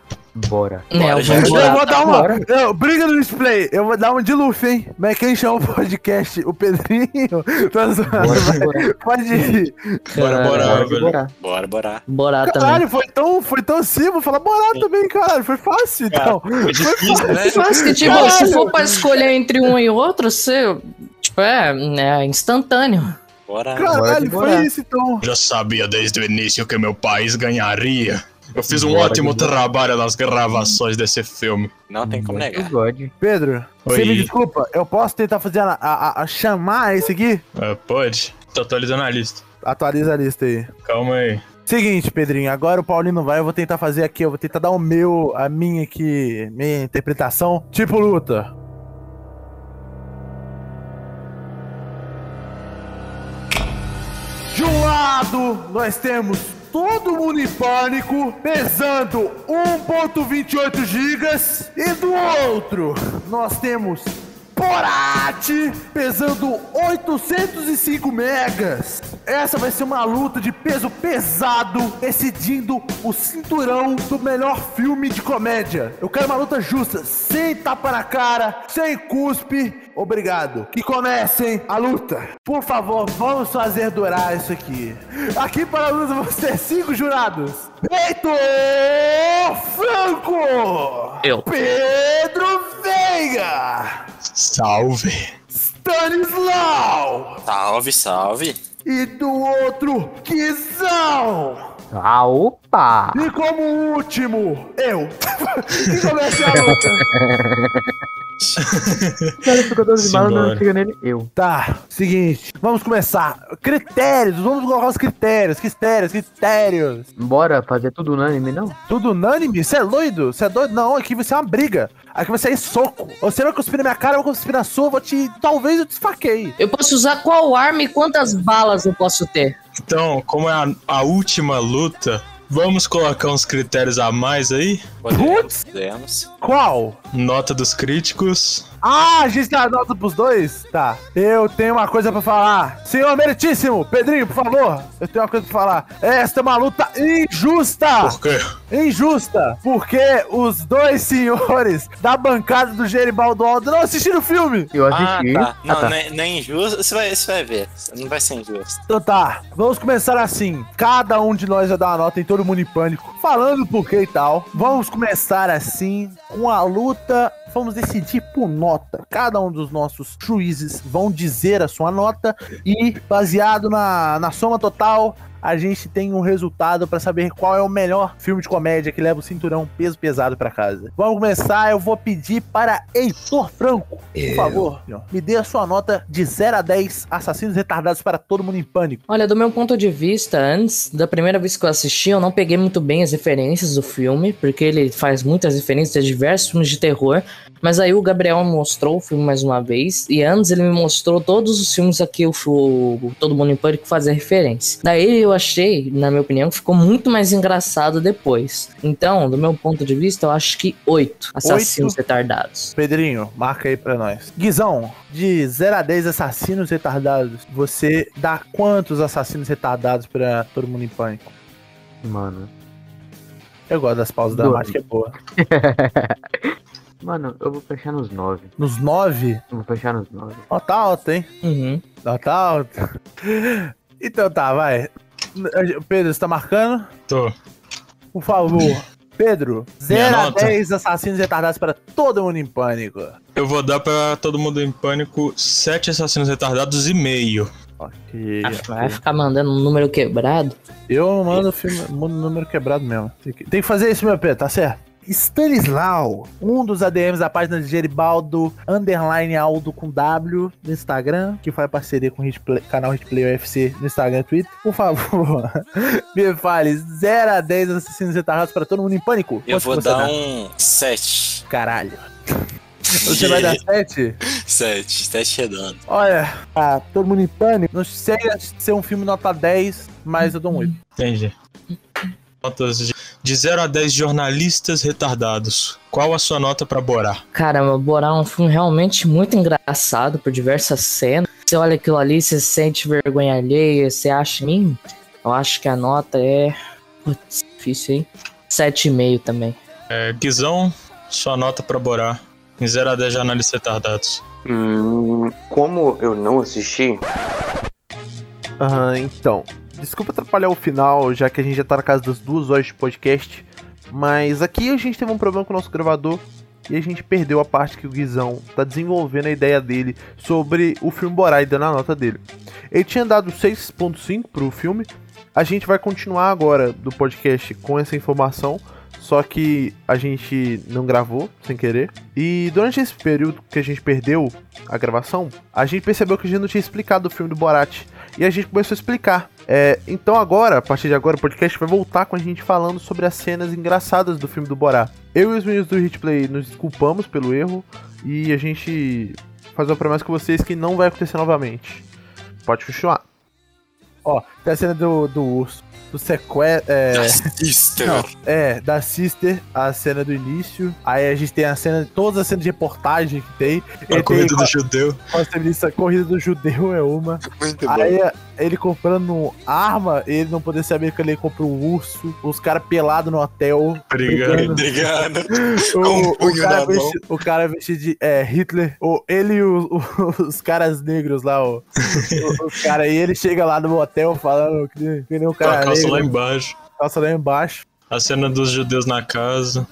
Bora.
É, eu vou
Eu
embora.
vou dar uma.
Bora.
Eu, briga no display. Eu vou dar uma de Luffy, hein? Mas quem chama o podcast? O Pedrinho? Tá zoando.
Bora, né?
vai.
bora.
Pode ir.
Bora,
Caralho.
bora,
Bora,
velho.
bora.
Bora, bora.
Bora também.
Caralho, foi tão, foi tão simples. Vou falar,
É.
bora também, caralho. Foi fácil, então.
Foi difícil, né?
Mas que, tipo,
Caralho.
se for pra escolher entre um e outro, você. Tipo, é, é instantâneo.
Bora.
Caralho,
bora.
foi isso, então.
Já sabia desde o início que meu país ganharia. Eu fiz um
Bora,
ótimo
bora.
trabalho nas gravações desse filme.
Não tem como negar.
Muito God.
Pedro, você
Oi.
me desculpa, eu posso tentar fazer a, a- a- chamar esse aqui?
É, pode? Tô atualizando a lista.
Atualiza a lista aí.
Calma aí.
Seguinte, Pedrinho, agora o Paulinho vai, eu vou tentar fazer aqui, eu vou tentar dar o meu, a minha aqui, minha interpretação. Tipo luta. De um lado, nós temos todo mundo em pânico, pesando 1.28 gigas, e do outro, nós temos Borat, pesando 805 megas. Essa vai ser uma luta de peso pesado, decidindo o cinturão do melhor filme de comédia. Eu quero uma luta justa, sem tapa na cara, sem cuspe. Obrigado. Que comecem a luta. Por favor, vamos fazer durar isso aqui. Aqui para a luta vão ser cinco jurados. Peito Franco!
Eu.
Pedro Veiga!
Salve.
Stanislau!
Salve, salve.
E do outro, Guizão!
Ah, opa!
E como último, eu. e comece a luta.
O cara ficou 12 balas, não
Simbora.
chega nele. Eu.
Tá, seguinte, vamos começar. Critérios, vamos colocar os critérios, critérios, critérios.
Bora fazer tudo unânime, não?
Tudo unânime? Você é doido? Você é doido? Não, aqui vai ser uma briga. Aqui vai sair soco. Ou Você vai cuspir na minha cara, eu vou cuspir na sua, vou te... Talvez eu te esfaquei.
Eu posso usar qual arma e quantas balas eu posso ter?
Então, como é a, a última luta, vamos colocar uns critérios a mais aí?
Putz!
Podemos, podemos.
Qual?
Nota dos críticos.
Ah, a gente tem a nota pros dois? Tá. Eu tenho uma coisa pra falar. Senhor meritíssimo, Pedrinho, por favor. Eu tenho uma coisa pra falar. Esta é uma luta injusta.
Por quê?
Injusta, porque os dois senhores da bancada do Geribaldo Aldo não assistiram o filme.
Eu
Ah,
assisti.
tá. Não,
Ah, tá.
nem, nem injusto. Você vai, você vai ver. Não vai ser injusto.
Então tá, vamos começar assim. Cada um de nós vai dar uma nota em todo mundo em pânico, falando por que e tal. Vamos começar assim com a luta. Vamos decidir por nota. Cada um dos nossos juízes vão dizer a sua nota e, baseado na, na soma total, a gente tem um resultado pra saber qual é o melhor filme de comédia que leva o cinturão peso pesado pra casa. Vamos começar, eu vou pedir para Heitor Franco. Por favor, me dê a sua nota de 0 a 10 assassinos retardados para todo mundo em pânico.
Olha, do meu ponto de vista, antes, da primeira vez que eu assisti, eu não peguei muito bem as referências do filme, porque ele faz muitas referências a diversos filmes de terror. Mas aí o Gabriel me mostrou o filme mais uma vez, e antes ele me mostrou todos os filmes a que o, o Todo Mundo em Pânico fazia referência. Daí eu achei, na minha opinião, que ficou muito mais engraçado depois. Então, do meu ponto de vista, eu acho que oito assassinos retardados.
Pedrinho, marca aí pra nós. Guizão, de 0 a 10 assassinos retardados, você dá quantos assassinos retardados pra todo mundo em pânico?
Mano.
Eu gosto das pausas
Dois.
dramáticas, é boa.
Mano, eu vou fechar nos 9.
Nos 9?
Vou fechar nos 9.
Ó, tá alto, hein?
Uhum.
Tá, tá alto. Então tá, vai. Pedro, você tá marcando?
Tô.
Por favor. Pedro,
Minha
0 a
nota?
10 assassinos retardados para todo mundo em pânico.
Eu vou dar pra todo mundo em pânico sete assassinos retardados e meio.
Ok.
Ah, Vai ficar mandando um número quebrado?
Eu mando o filme, mando o número quebrado mesmo. Tem que tem que fazer isso, meu Pedro, tá certo? Stanislau, um dos ADMs da página de Geribaldo, underline Aldo com W no Instagram, que faz parceria com o Hitplay- canal Hitplay UFC no Instagram e Twitter. Por favor, me fale 0 a 10 assassinos retardados para todo mundo em pânico.
Eu
Quanto
vou
que você
dar
dá?
um 7.
Caralho. Você vai dar 7?
7. 7 redondo.
Olha, ah, todo mundo em pânico. Não sei se ser um filme nota 10, mas eu dou um 8.
Entendi. Notas de, de 0 a 10 jornalistas retardados. Qual a sua nota pra Borá?
Caramba, Borá é um filme realmente muito engraçado por diversas cenas. Você olha aquilo ali, você sente vergonha alheia, você acha em mim? Eu acho que a nota é. Putz, difícil, hein? 7,5 também.
É, Guizão, sua nota pra Borá. Em 0 a 10 jornalistas retardados.
Hum, como eu não assisti,
Ah, então. Desculpa atrapalhar o final, já que a gente já tá na casa das duas horas de podcast. Mas aqui a gente teve um problema com o nosso gravador e a gente perdeu a parte que o Guizão tá desenvolvendo a ideia dele sobre o filme Borá e dando a nota dele. Ele tinha dado 6.5 pro filme. A gente vai continuar agora do podcast com essa informação. Só que a gente não gravou, sem querer. E durante esse período que a gente perdeu a gravação, a gente percebeu que a gente não tinha explicado o filme do Borat e a gente começou a explicar. É, então agora, a partir de agora, o podcast vai voltar com a gente falando sobre as cenas engraçadas do filme do Borá. Eu e os meninos do Hitplay nos desculpamos pelo erro e a gente faz uma promessa com vocês que não vai acontecer novamente. Pode continuar. Ó, tem a cena do, do urso. exemplo, sequé é,
Assista.
Não. é, da Sister, a cena do início. Aí a gente tem a cena, todas as cenas de reportagem que tem.
A
Ele tem
comida do judeu.
possibilista, corrida do judeu é uma.
Muito
Aí a- ele comprando arma, ele não poder saber que ele comprou um urso, os caras pelados no hotel.
Obrigado.
Obrigado. um
O, o
punho na
cara
mão.
vestido, o cara vestido de é, Hitler, o, ele e o- o- os caras negros lá, o, o, os cara, e ele chega lá no hotel falando que, nem- que nem o
Com a
cara né?
calça
negro,
lá embaixo.
calça lá embaixo.
A cena dos judeus na casa.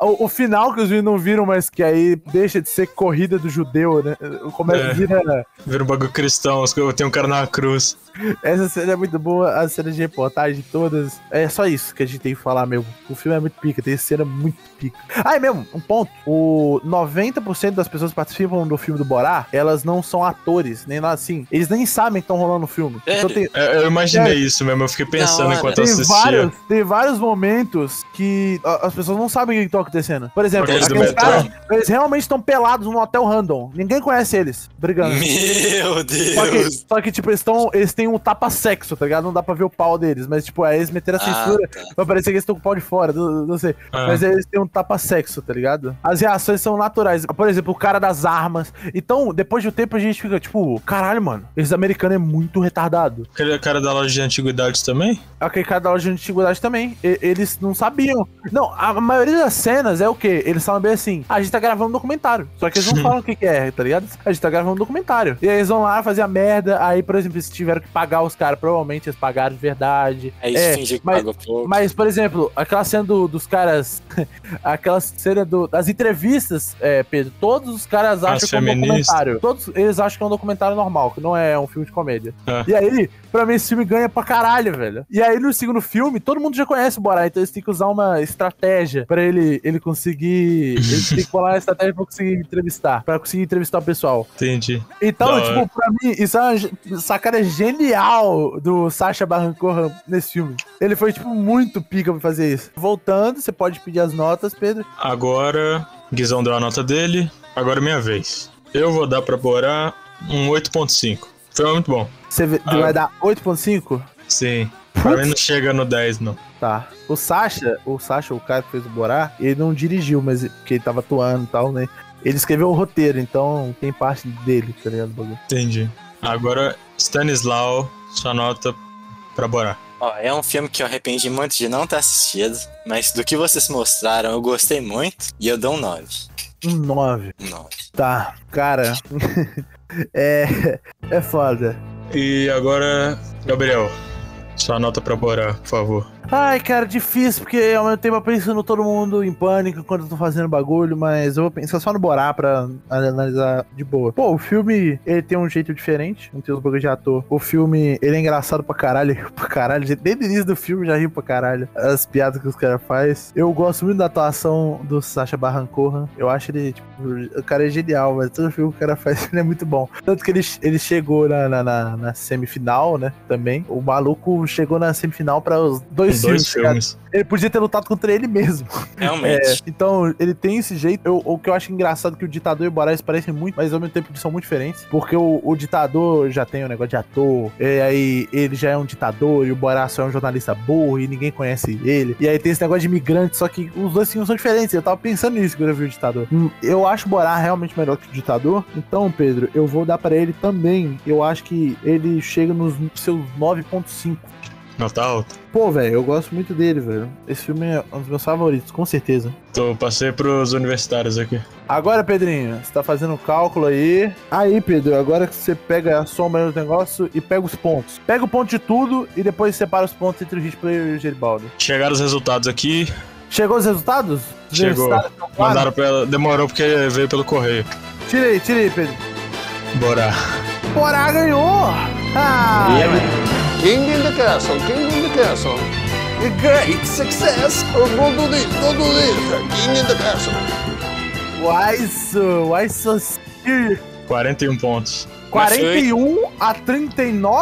O, o final que os meninos não viram, mas que aí deixa de ser corrida do judeu, né? Começa
É.
a vira.
Vira um bagulho cristão. as coisas- Tem um cara na cruz.
Essa cena é muito boa, as cenas de reportagem todas. É só isso que a gente tem que falar mesmo. O filme é muito pica, tem cena muito pica. Ah, é mesmo, um ponto. O 90% das pessoas que participam do filme do Borá, elas não são atores, nem nada assim. Eles nem sabem que estão rolando o filme.
Sério?
Então tem,
É, Eu imaginei isso mesmo, eu fiquei pensando
Da hora.
enquanto
tem
assistia.
vários, tem vários momentos que a- as pessoas não sabem o que está acontecendo. Por exemplo,
Aqueles do
um
aqueles
metrô.
caras, eles realmente estão pelados num hotel random. Ninguém conhece eles, brigando.
Meu
Só que,
Deus.
só que, tipo, eles, tão, eles têm um tapa-sexo, tá ligado? Não dá pra ver o pau deles. Mas, tipo, aí eles meteram a censura
Ah, tá.
Vai parecer que eles estão com o pau de fora, não, não sei.
Ah.
Mas eles têm um tapa-sexo, tá ligado? As reações são naturais. Por exemplo, o cara das armas. Então, depois de um tempo, a gente fica tipo, caralho, mano, esse americano é muito retardado.
Aquele cara da loja de antiguidades também?
Aquele cara da loja de antiguidade também. e- eles não sabiam. Não, a maioria das cenas é o quê? Eles falam bem assim: a gente tá gravando um documentário. Só que eles não falam o que, que é, tá ligado? A gente tá gravando um documentário. E aí eles vão lá fazer a merda. Aí, por exemplo, eles tiveram que pagar os caras. Provavelmente eles pagaram de verdade.
Aí
É,
finge que
mas-
pagou pouco.
Mas, por exemplo, aquela cena do- dos caras. aquela cena do- das entrevistas, é, Pedro, todos os caras
Ah,
acham que é um
feminista.
documentário. Todos eles acham que é um documentário normal, que não é um filme de comédia.
É.
E aí, pra mim, esse filme ganha pra caralho, velho. E aí, no segundo filme, todo mundo já conhece o Borá, então eles têm que usar uma estratégia pra ele, ele conseguir. Eles têm que bolar uma estratégia pra conseguir entrevistar. Pra conseguir entrevistar o pessoal.
Entendi.
Então,
Da hora.
tipo, pra mim, isso é uma ge- sacada genial do Sacha Baron Cohen nesse filme. Ele foi, tipo, muito pica pra fazer isso. Voltando, você pode pedir as notas, Pedro.
Agora, Guizão deu a nota dele, agora é minha vez. Eu vou dar pra Borá um 8.5. Foi muito bom.
Você vê-
Ah.
vai dar 8.5?
Sim. Pra mim não chega no 10, não.
Tá. O Sacha, o Sacha, o cara que fez o Borá, ele não dirigiu, mas porque ele tava atuando e tal, né? Ele escreveu o roteiro, então tem parte dele, tá ligado? bagulho?
Entendi. Agora, Stanislau, sua nota pra Borá.
Ó, é um filme que eu arrependi muito de não ter assistido, mas do que vocês mostraram eu gostei muito e eu dou um 9.
Um 9.
9.
Tá. Cara. é. É foda.
E agora, Gabriel, sua nota pra Borá, por favor.
Ai, cara, difícil, porque ao mesmo tempo eu penso no todo mundo em pânico enquanto eu tô fazendo bagulho, mas eu vou pensar só no Borá pra analisar de boa. Pô, o filme, ele tem um jeito diferente, não tem os bagulho de ator. O filme, ele é engraçado pra caralho, eu rio pra caralho. Desde o início do filme eu já rio pra caralho as piadas que os caras fazem. Eu gosto muito da atuação do Sacha Baron Cohen. Eu acho ele, tipo, o cara é genial, mas todo filme que o cara faz, ele é muito bom. Tanto que ele, ele chegou na, na, na- na semifinal, né? Também. O maluco chegou na semifinal para os dois,
Com dois
filmes. cara.
filmes.
Ele podia ter lutado contra ele mesmo. É,
Realmente. Tipo
então, ele tem esse jeito. Eu- o que eu acho engraçado é que o ditador e o Borás parecem muito, mas ao mesmo tempo eles são muito diferentes. Porque o, o ditador já tem o negócio de ator, e aí ele já é um ditador, e o Borás só é um jornalista burro, e ninguém conhece ele. E aí tem esse negócio de imigrante, só que os dois filmes são diferentes. Eu tava pensando nisso quando eu vi o ditador. Hum, Eu acho o Borá realmente melhor que o ditador. Então, Pedro, eu vou dar pra ele também. Eu acho que ele chega nos seus 9,5.
Nota alta.
Pô, velho, eu gosto muito dele, velho. Esse filme é um dos meus favoritos, com certeza.
Tô, passei pros universitários aqui.
Agora, Pedrinho, você tá fazendo o cálculo aí. Aí, Pedro, agora que você pega a soma do negócio e pega os pontos. Pega o ponto de tudo e depois separa os pontos entre o Hit Player e o Geribaldo.
Chegaram os resultados aqui,
Chegou os resultados?
Chegou.
Universitário, então, claro.
mandaram pela. Demorou porque veio pelo correio.
Tira aí, tira aí, Pedro.
Bora.
Porá ganhou! Ah!
King in the castle, king in the castle. A great success. Oh, go do this, go do this. King in the castle.
Why so, why so serious?
41 pontos.
Mas foi-
41 a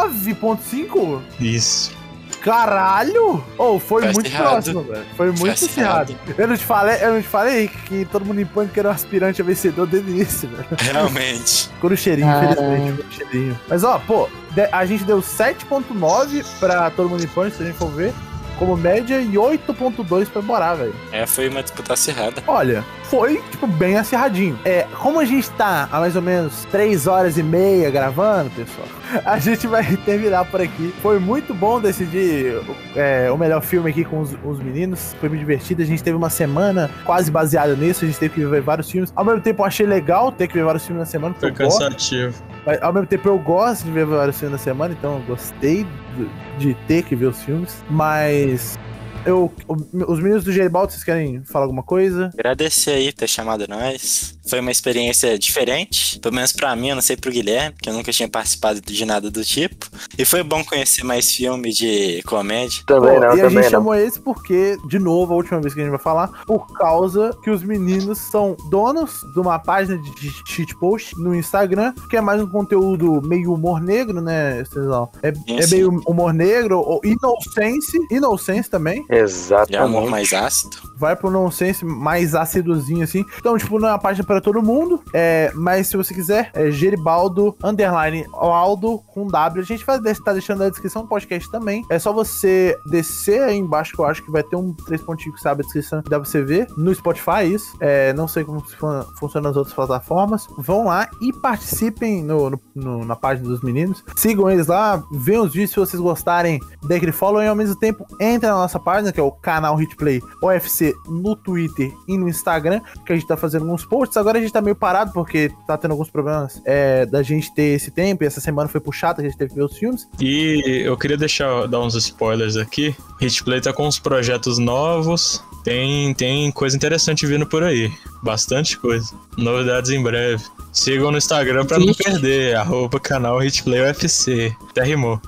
39,5?
Isso.
Caralho! Oh, foi
Festa
muito
errada.
próximo, velho. Foi muito
Festa
acirrado. Eu não te falei, eu não te falei que todo mundo em pânico era um aspirante a vencedor desde o início, velho.
Realmente.
Ficou no cheirinho,
Caralho.
infelizmente, ficou no cheirinho. Mas ó, pô, de- a gente deu 7.9 pra todo mundo em pânico, se a gente for ver. como média e 8.2 pra morar, velho.
É, foi uma disputa acirrada.
Olha, foi, tipo, bem acirradinho. É, como a gente tá há mais ou menos 3 horas e meia gravando, pessoal, a gente vai terminar por aqui. Foi muito bom decidir é, o melhor filme aqui com os, os meninos. Foi muito divertido. A gente teve uma semana quase baseada nisso. A gente teve que ver vários filmes. Ao mesmo tempo, eu achei legal ter que ver vários filmes na semana. porque
Foi
eu gosto.
cansativo.
Mas, ao mesmo tempo, eu gosto de ver vários filmes na semana, então eu gostei do- de ter que ver os filmes. Mas. Eu, o- os meninos do Geribaldo, vocês querem falar alguma coisa?
Agradecer aí por ter chamado nós. Foi uma experiência diferente, pelo menos pra mim, eu não sei pro Guilherme, porque eu nunca tinha participado de nada do tipo. E foi bom conhecer mais filme de comédia.
Também
Pô,
não,
e a gente
também não.
chamou esse porque, de novo, a última vez que a gente vai falar, por causa que os meninos são donos de uma página de ch- shitpost no Instagram, que é mais um conteúdo meio humor negro, né, Cezão? É,
Sim,
é
sim.
meio humor negro, ou inocência, inocência também,
De amor
Exatamente.
mais ácido.
vai pro nonsense mais acidozinho assim. Então, tipo, não é uma página pra todo mundo, é, mas se você quiser, é Geribaldo underline Aldo com W. A gente vai estar deixando na descrição do podcast também. É só você descer aí embaixo que eu acho que vai ter um três pontinhos que sabe a descrição que dá pra você ver no Spotify isso. É, não sei como fun- funciona nas outras plataformas. Vão lá e participem no- no- no- na página dos meninos. Sigam eles lá, vejam os vídeos se vocês gostarem dê aquele follow e ao mesmo tempo entra na nossa página, que é o canal Hitplay OFC no Twitter e no Instagram, que a gente tá fazendo alguns posts. Agora a gente tá meio parado porque tá tendo alguns problemas é, da gente ter esse tempo e essa semana foi puxada, a gente teve que ver os filmes.
E eu queria deixar dar uns spoilers aqui. Hitplay tá com uns projetos novos. Tem, tem coisa interessante vindo por aí. Bastante coisa. Novidades em breve. Sigam no Instagram pra não
Ixi.
perder. Arroba canal Hitplay UFC. Até rimou.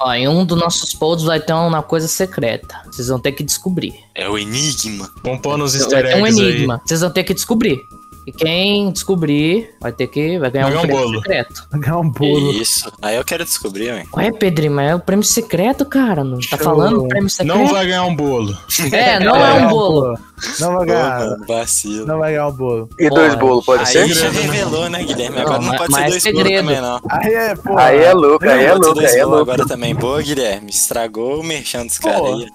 Ó, em um dos nossos posts vai ter uma coisa secreta. Vocês vão ter que descobrir.
É o enigma.
Vamos pôr nos
Vai
easter
ter um
eggs aí.
enigma. Vocês vão ter que descobrir. E quem descobrir vai ter que vai ganhar
Vai ganhar um
um prêmio
bolo.
secreto.
Ganhar um bolo.
Isso. Aí eu quero descobrir, hein?
Ué, Pedrinho, mas é o prêmio secreto, cara. Não
Show.
tá falando o prêmio secreto?
Não vai ganhar um bolo.
É, não é um bolo.
Não vai
Ô,
ganhar.
mano, vacilo.
Não vai ganhar um bolo.
E dois bolos, pode
Aí
ser?
já
Segredo, né?
revelou, né, Guilherme?
Não,
Agora não,
mas-
pode
mas
ser dois gols
segredo.
também, não.
Aí é, pô.
Aí é louco, aí é
Não, pode ser
louco,
dois
aí é
gols
louco.
agora também. Boa, Guilherme. Estragou o merchan dos caras
Pô.
aí.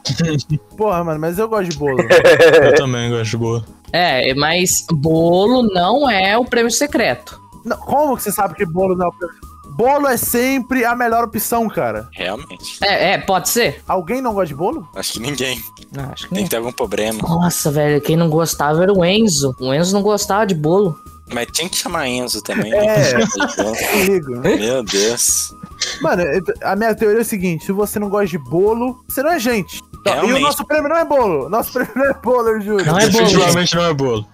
Porra, mano, mas eu gosto de bolo.
Eu também gosto de bolo.
É, mas bolo não é o prêmio secreto.
Não, como que você sabe que bolo não é o- Bolo é sempre a melhor opção, cara.
Realmente.
É, é pode ser?
Alguém não gosta de bolo?
Acho que ninguém.
Não, acho que
Tem
não.
que ter algum problema.
Nossa, velho, quem não gostava era o Enzo. O Enzo não gostava de bolo.
Mas tinha que chamar Enzo também.
É.
Né?
Comigo.
Meu Deus.
Mano, eu- a minha teoria é o seguinte: se você não gosta de bolo, você não é gente. Então, e o
Realmente.
nosso prêmio não é bolo. Nosso prêmio não é bolo, eu juro.
Não é bolo.
Definitivamente não é bolo.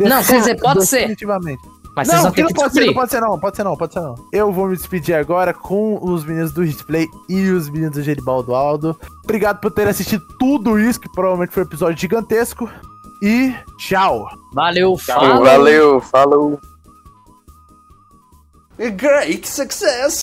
Não, quer dizer, pode ser.
Definitivamente.
Mas vocês
não,
vão
que
ter
não
que
pode ser,
descobrir.
não pode ser, não. Pode ser, não, pode ser, não. Eu vou me despedir agora com os meninos do Hitplay e os meninos do Geribaldo Aldo. Obrigado por terem assistido tudo isso, que provavelmente foi um episódio gigantesco. E tchau.
Valeu, falou.
Valeu, falou.
A great success!